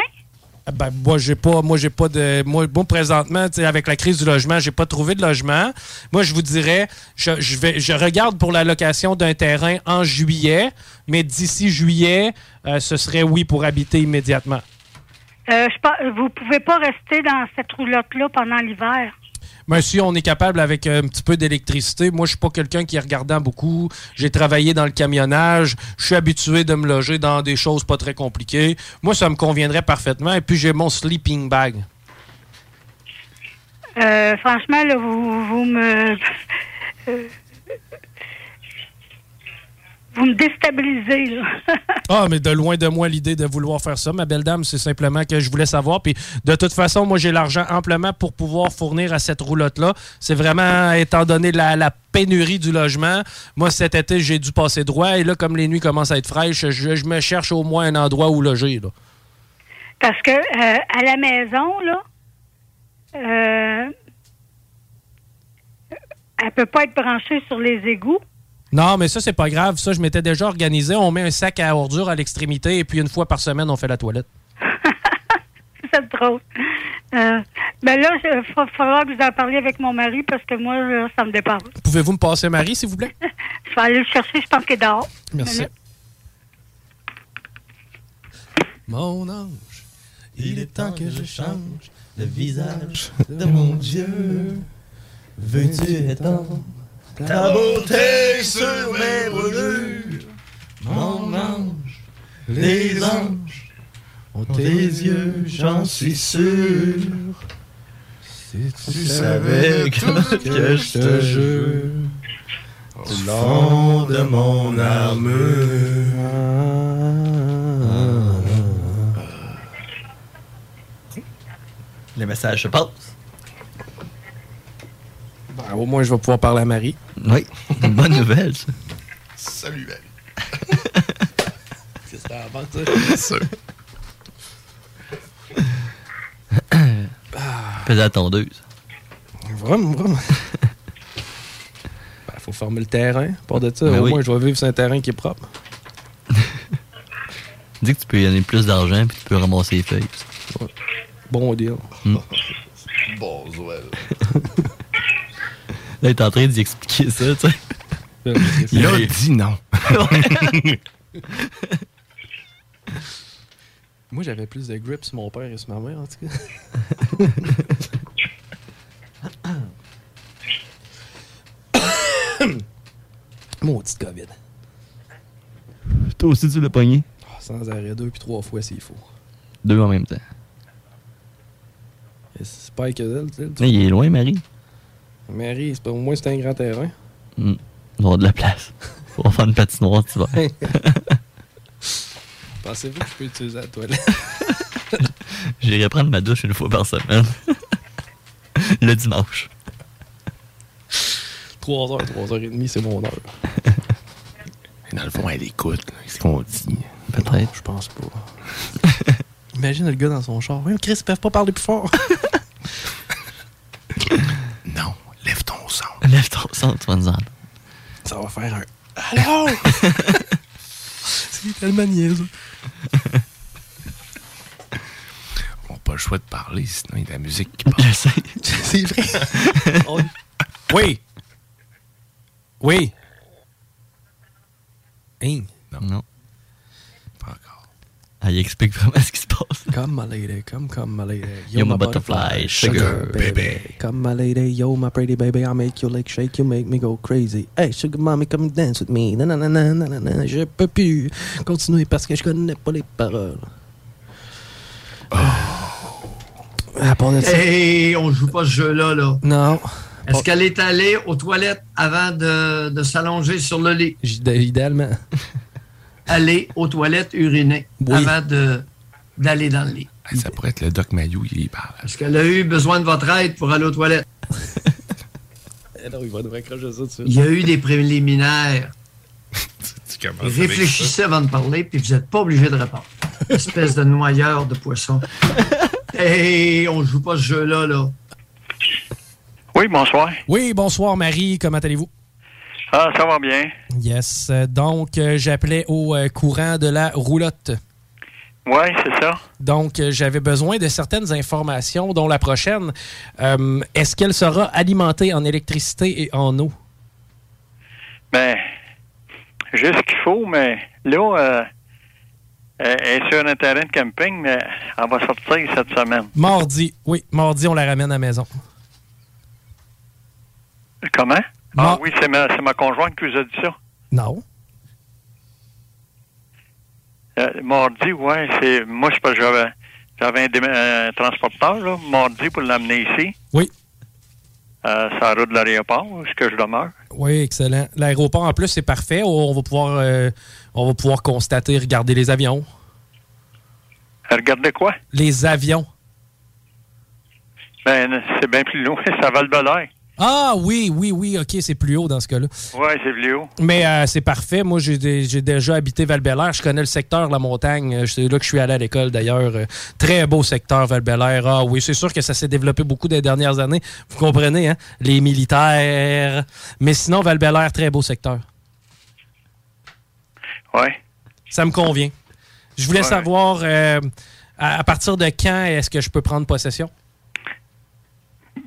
[SPEAKER 1] Ah Ben, moi, j'ai pas, moi, j'ai pas de. Moi, moi, présentement, tu sais, avec la crise du logement, j'ai pas trouvé de logement. Moi, je vous dirais, je, je vais, je regarde pour la location d'un terrain en juillet, mais d'ici juillet, euh, ce serait oui pour habiter immédiatement.
[SPEAKER 30] Euh, je pas, vous pouvez pas rester dans cette roulotte-là pendant l'hiver.
[SPEAKER 1] Mais si on est capable avec euh, un petit peu d'électricité, moi, je suis pas quelqu'un qui est regardant beaucoup. J'ai travaillé dans le camionnage. Je suis habitué de me loger dans des choses pas très compliquées. Moi, ça me conviendrait parfaitement. Et puis, j'ai mon sleeping bag.
[SPEAKER 30] Euh, franchement, là, vous, vous me. euh, vous me déstabilisez, là.
[SPEAKER 1] Ah, mais de loin de moi l'idée de vouloir faire ça, ma belle dame. C'est simplement que je voulais savoir. Puis de toute façon, moi, j'ai l'argent amplement pour pouvoir fournir à cette roulotte-là. C'est vraiment, étant donné la, la pénurie du logement, moi, cet été, j'ai dû passer droit. Et là, comme les nuits commencent à être fraîches, je, je me cherche au moins un endroit où loger. là.
[SPEAKER 30] Parce que euh, à la maison, là, euh, elle peut pas être branchée sur les égouts.
[SPEAKER 1] Non, mais ça, c'est pas grave. Ça, je m'étais déjà organisé. On met un sac à ordures à l'extrémité. Et puis, une fois par semaine, on fait la toilette.
[SPEAKER 30] C'est drôle. Euh, ben là, il faudra que vous en parliez avec mon mari parce que moi, là, ça me dépasse.
[SPEAKER 1] Pouvez-vous me passer Marie, s'il vous plaît?
[SPEAKER 30] Je vais aller le chercher, je pense qu'il est dehors.
[SPEAKER 1] Merci.
[SPEAKER 30] Une
[SPEAKER 1] Mon ange, il est temps que je change
[SPEAKER 24] le visage de mon Dieu. Veux-tu étendre ta beauté sur mes brûlures? Mon ange, les anges ont tes yeux, j'en suis sûr. Si tu savais que, que je te jure, au fond de mon armure.
[SPEAKER 25] Ah.
[SPEAKER 24] Le message se passe.
[SPEAKER 1] Ben, au moins, je vais pouvoir parler à Marie.
[SPEAKER 24] Oui, une bonne nouvelle, ça.
[SPEAKER 2] Salut,
[SPEAKER 24] Ben.
[SPEAKER 2] Marie.
[SPEAKER 1] Qu'est-ce que t'as avant, ça?
[SPEAKER 24] Fais la tondeuse.
[SPEAKER 1] Vraiment, vraiment. Ben, faut former le terrain. À part de ça,
[SPEAKER 24] Ben
[SPEAKER 1] au
[SPEAKER 24] oui.
[SPEAKER 1] moins, je vais vivre sur un terrain qui est propre.
[SPEAKER 24] Dis que tu peux y donner plus d'argent puis tu peux ramasser les feuilles.
[SPEAKER 1] Bon deal.
[SPEAKER 24] Mm.
[SPEAKER 2] Bon, ouais.
[SPEAKER 24] Là, il est en train d'y expliquer ça, tu sais.
[SPEAKER 2] Il a dit non.
[SPEAKER 1] Moi, j'avais plus de grip sur mon père et sur ma mère, en tout cas.
[SPEAKER 29] Maudit de COVID.
[SPEAKER 24] Toi aussi, tu l'as pogné.
[SPEAKER 29] Ah, sans arrêt, deux puis trois fois, c'est faux.
[SPEAKER 24] Deux en même temps.
[SPEAKER 29] Et C'est pas que elle, tu sais.
[SPEAKER 24] Mais il est loin, Marie.
[SPEAKER 29] Marie, c'est pas- au moins c'est un grand terrain.
[SPEAKER 24] Hmm. On va avoir de la place. On va faire une patinoire, tu vas.
[SPEAKER 29] Pensez-vous que je peux utiliser la toilette?
[SPEAKER 24] J'irai prendre ma douche une fois par semaine. le dimanche.
[SPEAKER 29] 3 heures, 3 heures et demie, c'est mon heure.
[SPEAKER 2] Dans le fond, elle écoute là, ce qu'on dit.
[SPEAKER 29] Peut-être. Je pense pas. Imagine le gars dans son char. Oui, Chris, ils peuvent pas parler plus fort.
[SPEAKER 2] Non, lève ton sang.
[SPEAKER 24] Lève ton sang, tu vas nous entendre.
[SPEAKER 29] Ça va faire un. Allô? c'est tellement niaiseux.
[SPEAKER 2] On n'a pas le choix de parler, sinon il y a de la musique qui parle. Je sais.
[SPEAKER 29] c'est vrai.
[SPEAKER 2] Oui.
[SPEAKER 29] Oui. Hein?
[SPEAKER 2] Non.
[SPEAKER 29] Pas encore.
[SPEAKER 24] Ah, il explique vraiment ce qui se passe.
[SPEAKER 29] Come, my lady, come, come, my lady.
[SPEAKER 24] You're my butterfly, sugar baby.
[SPEAKER 29] Come, my lady, yo, my pretty baby. I make you like shake, you make me go crazy. Hey, sugar mommy, come dance with me. Na, na, na, na, na, na, na. Je peux plus continuer parce que je connais pas les paroles. Ah, bon, on a-
[SPEAKER 5] Hey, on joue pas ce jeu-là, là.
[SPEAKER 29] Non.
[SPEAKER 5] Est-ce qu'elle est allée aux toilettes avant de, de s'allonger sur le lit?
[SPEAKER 29] Idéalement.
[SPEAKER 5] Aller aux toilettes uriner avant de- d'aller dans le lit.
[SPEAKER 2] Ça pourrait être le Doc Mayou, il y parle.
[SPEAKER 5] Est-ce qu'elle a eu besoin de votre aide pour aller aux toilettes?
[SPEAKER 29] Eh Non, il va nous raccrocher ça dessus.
[SPEAKER 5] Il y a eu des préliminaires. Réfléchissez avant de parler, puis vous n'êtes pas obligé de répondre. Espèce de noyeur de poisson. Hey, on joue pas ce jeu-là, là.
[SPEAKER 37] Oui, bonsoir.
[SPEAKER 1] Oui, bonsoir Marie, comment allez-vous?
[SPEAKER 37] Ah, ça va bien.
[SPEAKER 1] Yes, euh, donc euh, j'appelais au euh, courant de la roulotte.
[SPEAKER 37] Oui, c'est ça.
[SPEAKER 1] Donc euh, j'avais besoin de certaines informations, dont la prochaine. Euh, Est-ce qu'elle sera alimentée en électricité et en eau?
[SPEAKER 37] Ben, juste ce qu'il faut, mais là, euh, elle elle est sur un terrain de camping, mais elle va sortir cette semaine.
[SPEAKER 1] Mardi, oui, mardi, on la ramène à la maison.
[SPEAKER 37] Comment? Ah oui, c'est ma, c'est ma conjointe qui vous a dit ça.
[SPEAKER 1] Non.
[SPEAKER 37] Euh, mardi, oui, c'est. Moi, c'est parce que j'avais, j'avais un, dé- un transporteur, là, mardi, pour l'amener ici.
[SPEAKER 1] Oui.
[SPEAKER 37] Euh, sur la route de l'aéroport, où est-ce que je demeure.
[SPEAKER 1] Oui, excellent. L'aéroport, en plus, c'est parfait. On va pouvoir, euh, on va pouvoir constater, regarder les avions.
[SPEAKER 37] Regardez quoi?
[SPEAKER 1] Les avions.
[SPEAKER 37] Ben, c'est bien plus loin, ça va le belair.
[SPEAKER 1] Ah oui, oui, oui, ok, c'est plus haut dans ce cas-là.
[SPEAKER 37] Oui, c'est plus haut.
[SPEAKER 1] Mais euh, c'est parfait. Moi, j'ai dé- j'ai déjà habité val Je connais le secteur, la montagne. Euh, C'est là que je suis allé à l'école, d'ailleurs. Euh, Très beau secteur, val Ah oui, c'est sûr que ça s'est développé beaucoup des dernières années. Vous comprenez, hein? Les militaires. Mais sinon, val très beau secteur.
[SPEAKER 37] Oui.
[SPEAKER 1] Ça me convient. Je voulais
[SPEAKER 37] Ouais.
[SPEAKER 1] savoir euh, à, à partir de quand est-ce que je peux prendre possession?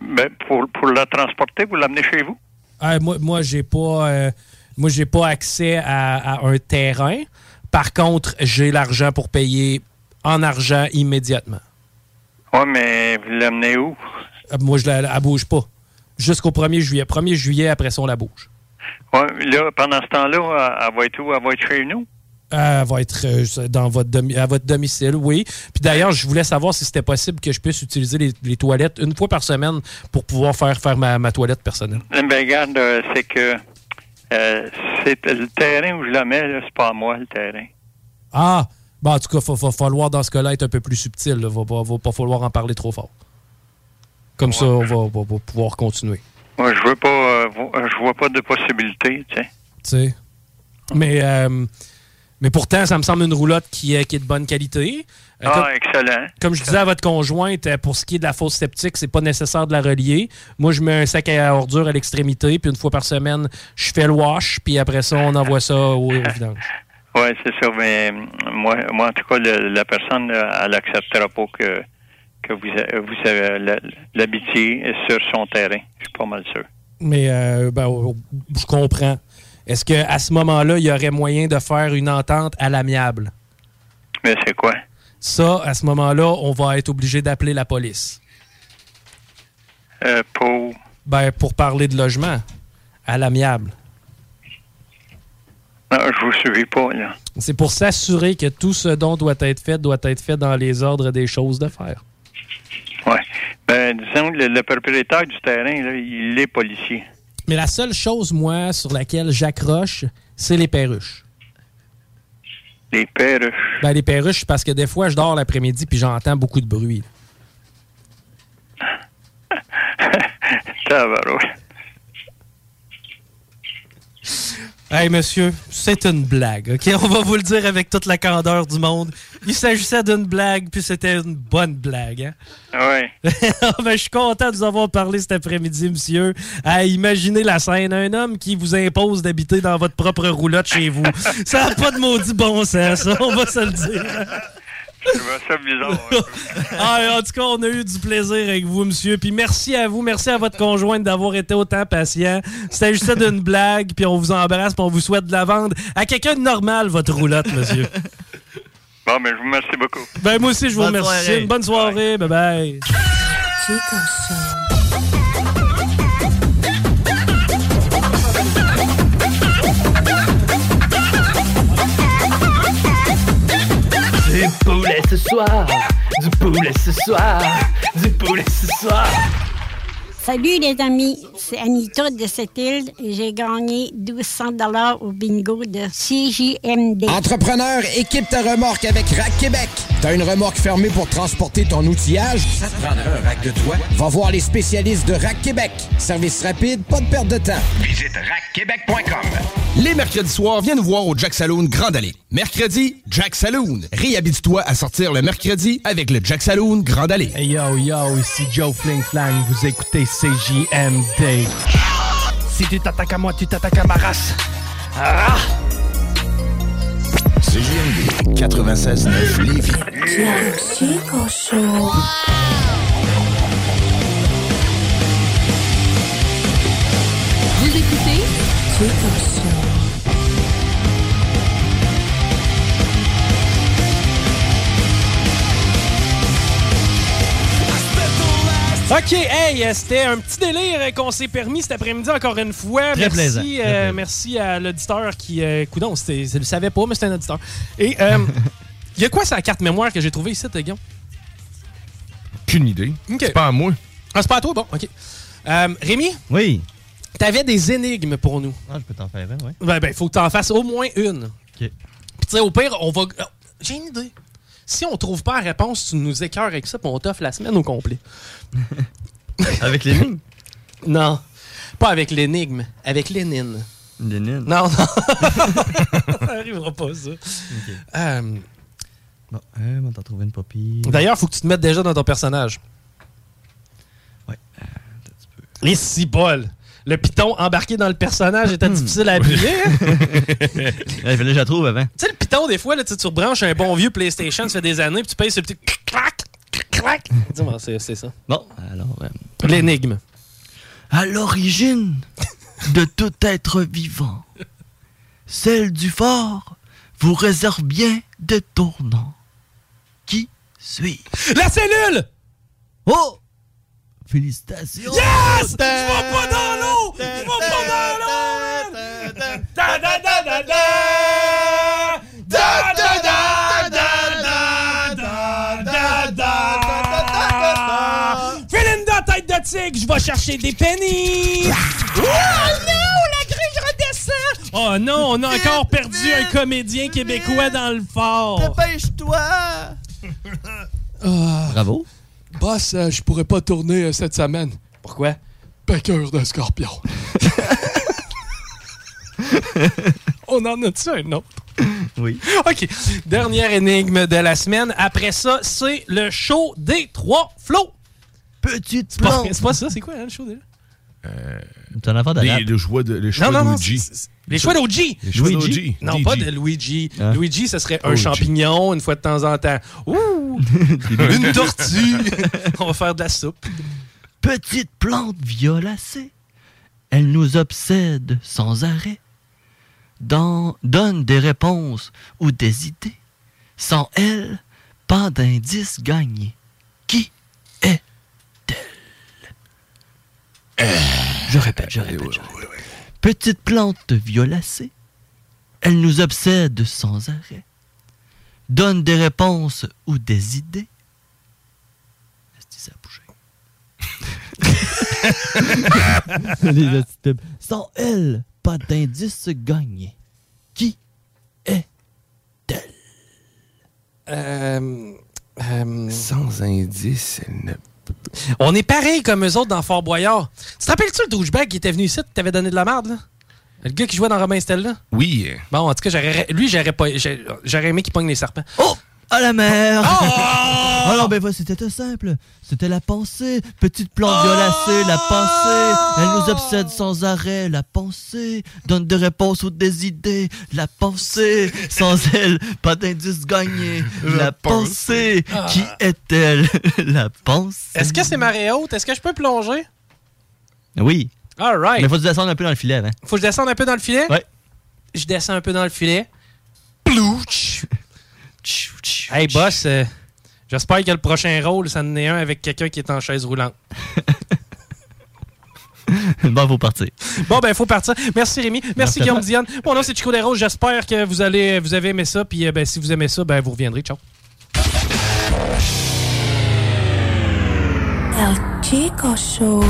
[SPEAKER 37] Ben, pour, pour la transporter, vous l'amenez chez vous?
[SPEAKER 1] Ah, moi, moi j'ai pas, euh, moi, j'ai pas accès à, à un terrain. Par contre, j'ai l'argent pour payer en argent immédiatement.
[SPEAKER 37] Oui, mais vous l'amenez où?
[SPEAKER 1] Euh, Moi, je la, la bouge pas. Jusqu'au 1er juillet. 1er juillet, après ça, on la bouge.
[SPEAKER 37] Ouais, là, pendant ce temps-là, elle, elle va être où? Elle va être chez nous?
[SPEAKER 1] Euh, Elle va être euh, dans votre domi- à votre domicile, oui. Puis d'ailleurs, je voulais savoir si c'était possible que je puisse utiliser les, les toilettes une fois par semaine pour pouvoir faire, faire ma, ma toilette personnelle.
[SPEAKER 37] Eh Ben, regarde, euh, c'est que euh, c'est le terrain où je la mets, là, c'est pas à moi le terrain.
[SPEAKER 1] Ah! Bon, en tout cas, il va falloir dans ce cas-là être un peu plus subtil. Il va, pas- va pas falloir en parler trop fort. Comme ça, on va, va- va pouvoir continuer.
[SPEAKER 37] Moi, je veux pas, euh, vo- euh, je vois pas de possibilité, tu sais.
[SPEAKER 1] Tu sais. Mais, euh, mais pourtant, ça me semble une roulotte qui, est- qui est de bonne qualité. Euh, comme-
[SPEAKER 37] Ah, excellent.
[SPEAKER 1] Comme je disais à votre conjointe, euh, pour ce qui est de la fosse sceptique, c'est pas nécessaire de la relier. Moi, je mets un sac à ordures à l'extrémité, puis une fois par semaine, je fais le wash, puis après ça, on envoie ça au, au vidange.
[SPEAKER 37] Oui, c'est ça, mais euh, moi, moi, en tout cas, le- la personne, euh, elle n'acceptera pas que, que vous, euh, vous euh, la- l'habitiez sur son terrain. Je suis pas mal sûr.
[SPEAKER 1] Mais euh, ben, oh, oh, je comprends. Est-ce que à ce moment-là, il y aurait moyen de faire une entente à l'amiable?
[SPEAKER 37] Mais c'est quoi?
[SPEAKER 1] Ça, à ce moment-là, on va être obligé d'appeler la police.
[SPEAKER 37] Euh, pour.
[SPEAKER 1] Ben, pour parler de logement, à l'amiable.
[SPEAKER 37] Ah, je vous suis pas, là.
[SPEAKER 1] C'est pour s'assurer que tout ce dont doit être fait doit être fait dans les ordres des choses de faire.
[SPEAKER 37] Ouais. Ben, disons, que le, le propriétaire du terrain, là, il est policier.
[SPEAKER 1] Mais la seule chose, moi, sur laquelle j'accroche, c'est les perruches.
[SPEAKER 37] Les perruches.
[SPEAKER 1] Ben, les perruches, parce que des fois, je dors l'après-midi puis j'entends beaucoup de bruit.
[SPEAKER 37] Tabarouche.
[SPEAKER 1] Hey, monsieur, c'est une blague, OK? On va vous le dire avec toute la candeur du monde. Il s'agissait d'une blague, puis c'était une bonne blague, hein?
[SPEAKER 37] Ouais.
[SPEAKER 1] Ah, ben, je suis content de vous avoir parlé cet après-midi, monsieur. À imaginer la scène. Un homme qui vous impose d'habiter dans votre propre roulotte chez vous. Ça n'a pas de maudit bon sens, ça, on va se le dire.
[SPEAKER 37] Je trouve ça bizarre. un peu.
[SPEAKER 1] Ah, en tout cas, on a eu du plaisir avec vous, monsieur. Puis merci à vous, merci à votre conjointe d'avoir été autant patient. C'était juste ça d'une blague, puis on vous embrasse, puis on vous souhaite de la vendre à quelqu'un de normal, votre roulotte, monsieur.
[SPEAKER 37] Bon, mais je vous remercie beaucoup.
[SPEAKER 1] Ben, moi aussi, je vous
[SPEAKER 37] Bonne
[SPEAKER 1] remercie.
[SPEAKER 37] soirée.
[SPEAKER 1] Une bonne soirée. Bye-bye.
[SPEAKER 10] Du poulet ce soir, du poulet ce soir, du poulet ce soir.
[SPEAKER 7] Salut les amis, c'est Anita de cette île et j'ai gagné 1200 dollars au bingo de CJMD.
[SPEAKER 26] Entrepreneur, équipe ta remorque avec Rack Québec. T'as une remorque fermée pour transporter ton outillage? Ça te prendra un rack de toi? Va voir les spécialistes de Rack Québec. Service rapide, pas de perte de temps.
[SPEAKER 10] Visite rackquebec.com.
[SPEAKER 12] Les mercredis soirs, viens nous voir au Jack Saloon Grande Allée. Mercredi, Jack Saloon. Réhabitue-toi à sortir le mercredi avec le Jack Saloon Grande Allée.
[SPEAKER 15] Hey yo yo, ici Joe Fling Flang, vous écoutez CJMD. Si tu t'attaques à moi, tu t'attaques à ma race. Ah!
[SPEAKER 26] CJMD 96.9 Lévis.
[SPEAKER 4] Vous écoutez
[SPEAKER 1] OK, hey, euh, c'était un petit délire euh, qu'on s'est permis cet après-midi encore une fois.
[SPEAKER 24] Très
[SPEAKER 1] merci,
[SPEAKER 24] plaisant,
[SPEAKER 1] euh,
[SPEAKER 24] très plaisant.
[SPEAKER 1] merci à l'auditeur qui. Euh, coudon, c'était- je le savais pas, mais c'était un auditeur. Et euh, il y a quoi sur la carte mémoire que j'ai trouvée ici, euh, Guillaume?
[SPEAKER 2] Aucune idée. C'est pas à moi.
[SPEAKER 1] Ah, c'est pas à toi, bon, OK. Euh, Rémi?
[SPEAKER 24] Oui.
[SPEAKER 1] T'avais des énigmes pour nous.
[SPEAKER 24] Ah, je peux t'en faire une, oui.
[SPEAKER 1] Ben, ben, faut que t'en fasses au moins une.
[SPEAKER 24] OK.
[SPEAKER 1] Puis, tu sais, au pire, on va. oh, J'ai une idée. Si on trouve pas la réponse, tu nous écœures avec ça, puis on t'offre la semaine au complet.
[SPEAKER 24] Avec l'énigme?
[SPEAKER 1] Non. Pas avec l'énigme, avec Lénine.
[SPEAKER 24] Lénine?
[SPEAKER 1] Non, non. ça arrivera pas, ça. Euh,
[SPEAKER 24] Bon, euh, on t'en trouve une papille.
[SPEAKER 1] D'ailleurs, faut que tu te mettes déjà dans ton personnage.
[SPEAKER 24] Euh,
[SPEAKER 1] Ouais. Les ciboles. Le piton embarqué dans le personnage était difficile à habiller.
[SPEAKER 24] Il fallait que eh, je la trouve avant.
[SPEAKER 1] Tu sais, le piton, des fois, là, tu sais, tu rebranches un bon vieux PlayStation, ça fait des années, puis tu payes ce petit clac, clac, clac. Dis-moi, c'est c'est ça.
[SPEAKER 24] Bon, alors. euh,
[SPEAKER 1] L'énigme.
[SPEAKER 24] À l'origine de tout être vivant, celle du fort vous réserve bien de tournants. Qui suis-je?
[SPEAKER 1] La cellule!
[SPEAKER 24] Oh! Félicitations!
[SPEAKER 1] Yes! Tu vas pas dans l'eau! Tu vas pas dans l'eau! man! Da, da, da, da, da! Da, da, da, da, da, da, da, da. Feeling de tête de tigre, je vais chercher des pennies! Oh
[SPEAKER 5] Ah!
[SPEAKER 1] non, la grille redescend! Oh non, on a encore perdu un comédien québécois dans le fort!
[SPEAKER 24] Dépêche-toi!
[SPEAKER 1] Ah.
[SPEAKER 24] Bravo.
[SPEAKER 3] Boss, euh, je pourrais pas tourner euh, cette semaine.
[SPEAKER 1] Pourquoi?
[SPEAKER 3] Pêcheur de scorpion.
[SPEAKER 1] On en a-tu un autre?
[SPEAKER 24] Oui.
[SPEAKER 1] OK. Dernière énigme de la semaine. Après ça, c'est le show des trois flots.
[SPEAKER 24] Petite
[SPEAKER 2] plante.
[SPEAKER 1] C'est pas ça, c'est quoi hein, le show déjà?
[SPEAKER 24] T'as un affaire de
[SPEAKER 2] les,
[SPEAKER 24] rap.
[SPEAKER 2] les choix de les choix
[SPEAKER 1] Non, non, non,
[SPEAKER 2] d'O.G.
[SPEAKER 1] c'est- c'est- Les choix d'OG.
[SPEAKER 2] Les choix d'O.G.
[SPEAKER 1] Non,
[SPEAKER 2] D.G.
[SPEAKER 1] pas de Luigi.
[SPEAKER 2] Hein?
[SPEAKER 1] Luigi, ce serait un
[SPEAKER 2] OG.
[SPEAKER 1] champignon une fois de temps en temps. Ouh! une tortue. On va faire de la soupe.
[SPEAKER 24] Petite plante violacée, elle nous obsède sans arrêt, Dans- donne des réponses ou des idées. Sans elle, pas d'indice gagné. Qui est-elle Je répète, je répète. je répète. Petite plante violacée,
[SPEAKER 25] Elle nous obsède sans arrêt. Donne des réponses ou des idées. Les petits types. Sans elle, pas d'indice gagné. Qui
[SPEAKER 1] Euh,
[SPEAKER 2] Sans indice, elle ne
[SPEAKER 1] On est pareil comme eux autres dans Fort Boyard. Tu te rappelles-tu le douchebag qui était venu ici, qui t'avait donné de la merde, là? Le gars qui jouait dans Robin Stella? là?
[SPEAKER 2] Oui. euh,
[SPEAKER 1] Bon, en tout cas, j'aurais- lui, j'aurais pas, j'ai- j'aurais aimé qu'il pogne les serpents. Oh!
[SPEAKER 25] Ah la merde! Alors ben voilà, c'était tout simple. C'était la pensée. Petite plante violacée, la pensée. Elle nous obsède sans arrêt, la pensée. Donne des réponses ou des idées, la pensée. Sans elle, pas d'indice gagné. La,
[SPEAKER 1] La
[SPEAKER 25] pensée.
[SPEAKER 1] pensée.
[SPEAKER 25] Qui
[SPEAKER 1] Ah.
[SPEAKER 25] est-elle? la pensée.
[SPEAKER 1] Est-ce que c'est marée haute? Est-ce que je peux plonger?
[SPEAKER 25] Oui.
[SPEAKER 1] All right.
[SPEAKER 25] Mais faut descendre un peu dans le
[SPEAKER 24] hein.
[SPEAKER 25] filet avant.
[SPEAKER 1] Faut que je descende un peu dans le filet?
[SPEAKER 25] Ouais.
[SPEAKER 1] Je descends un peu dans le filet. Plouch! Hey, boss, euh, j'espère que le prochain rôle, ça en est un avec quelqu'un qui est en chaise roulante.
[SPEAKER 25] bon, faut partir.
[SPEAKER 1] Bon, ben, il faut partir. Merci, Rémi. Merci, Guillaume Diane. Mon nom, c'est Chico Des Roses. J'espère que vous, allez, vous avez aimé ça. Puis, euh, ben, si vous aimez ça, ben, vous reviendrez. Ciao.
[SPEAKER 38] El Chico Show.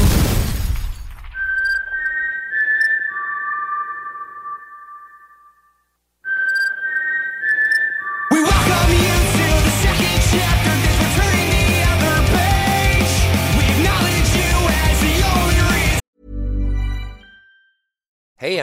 [SPEAKER 31] Hey,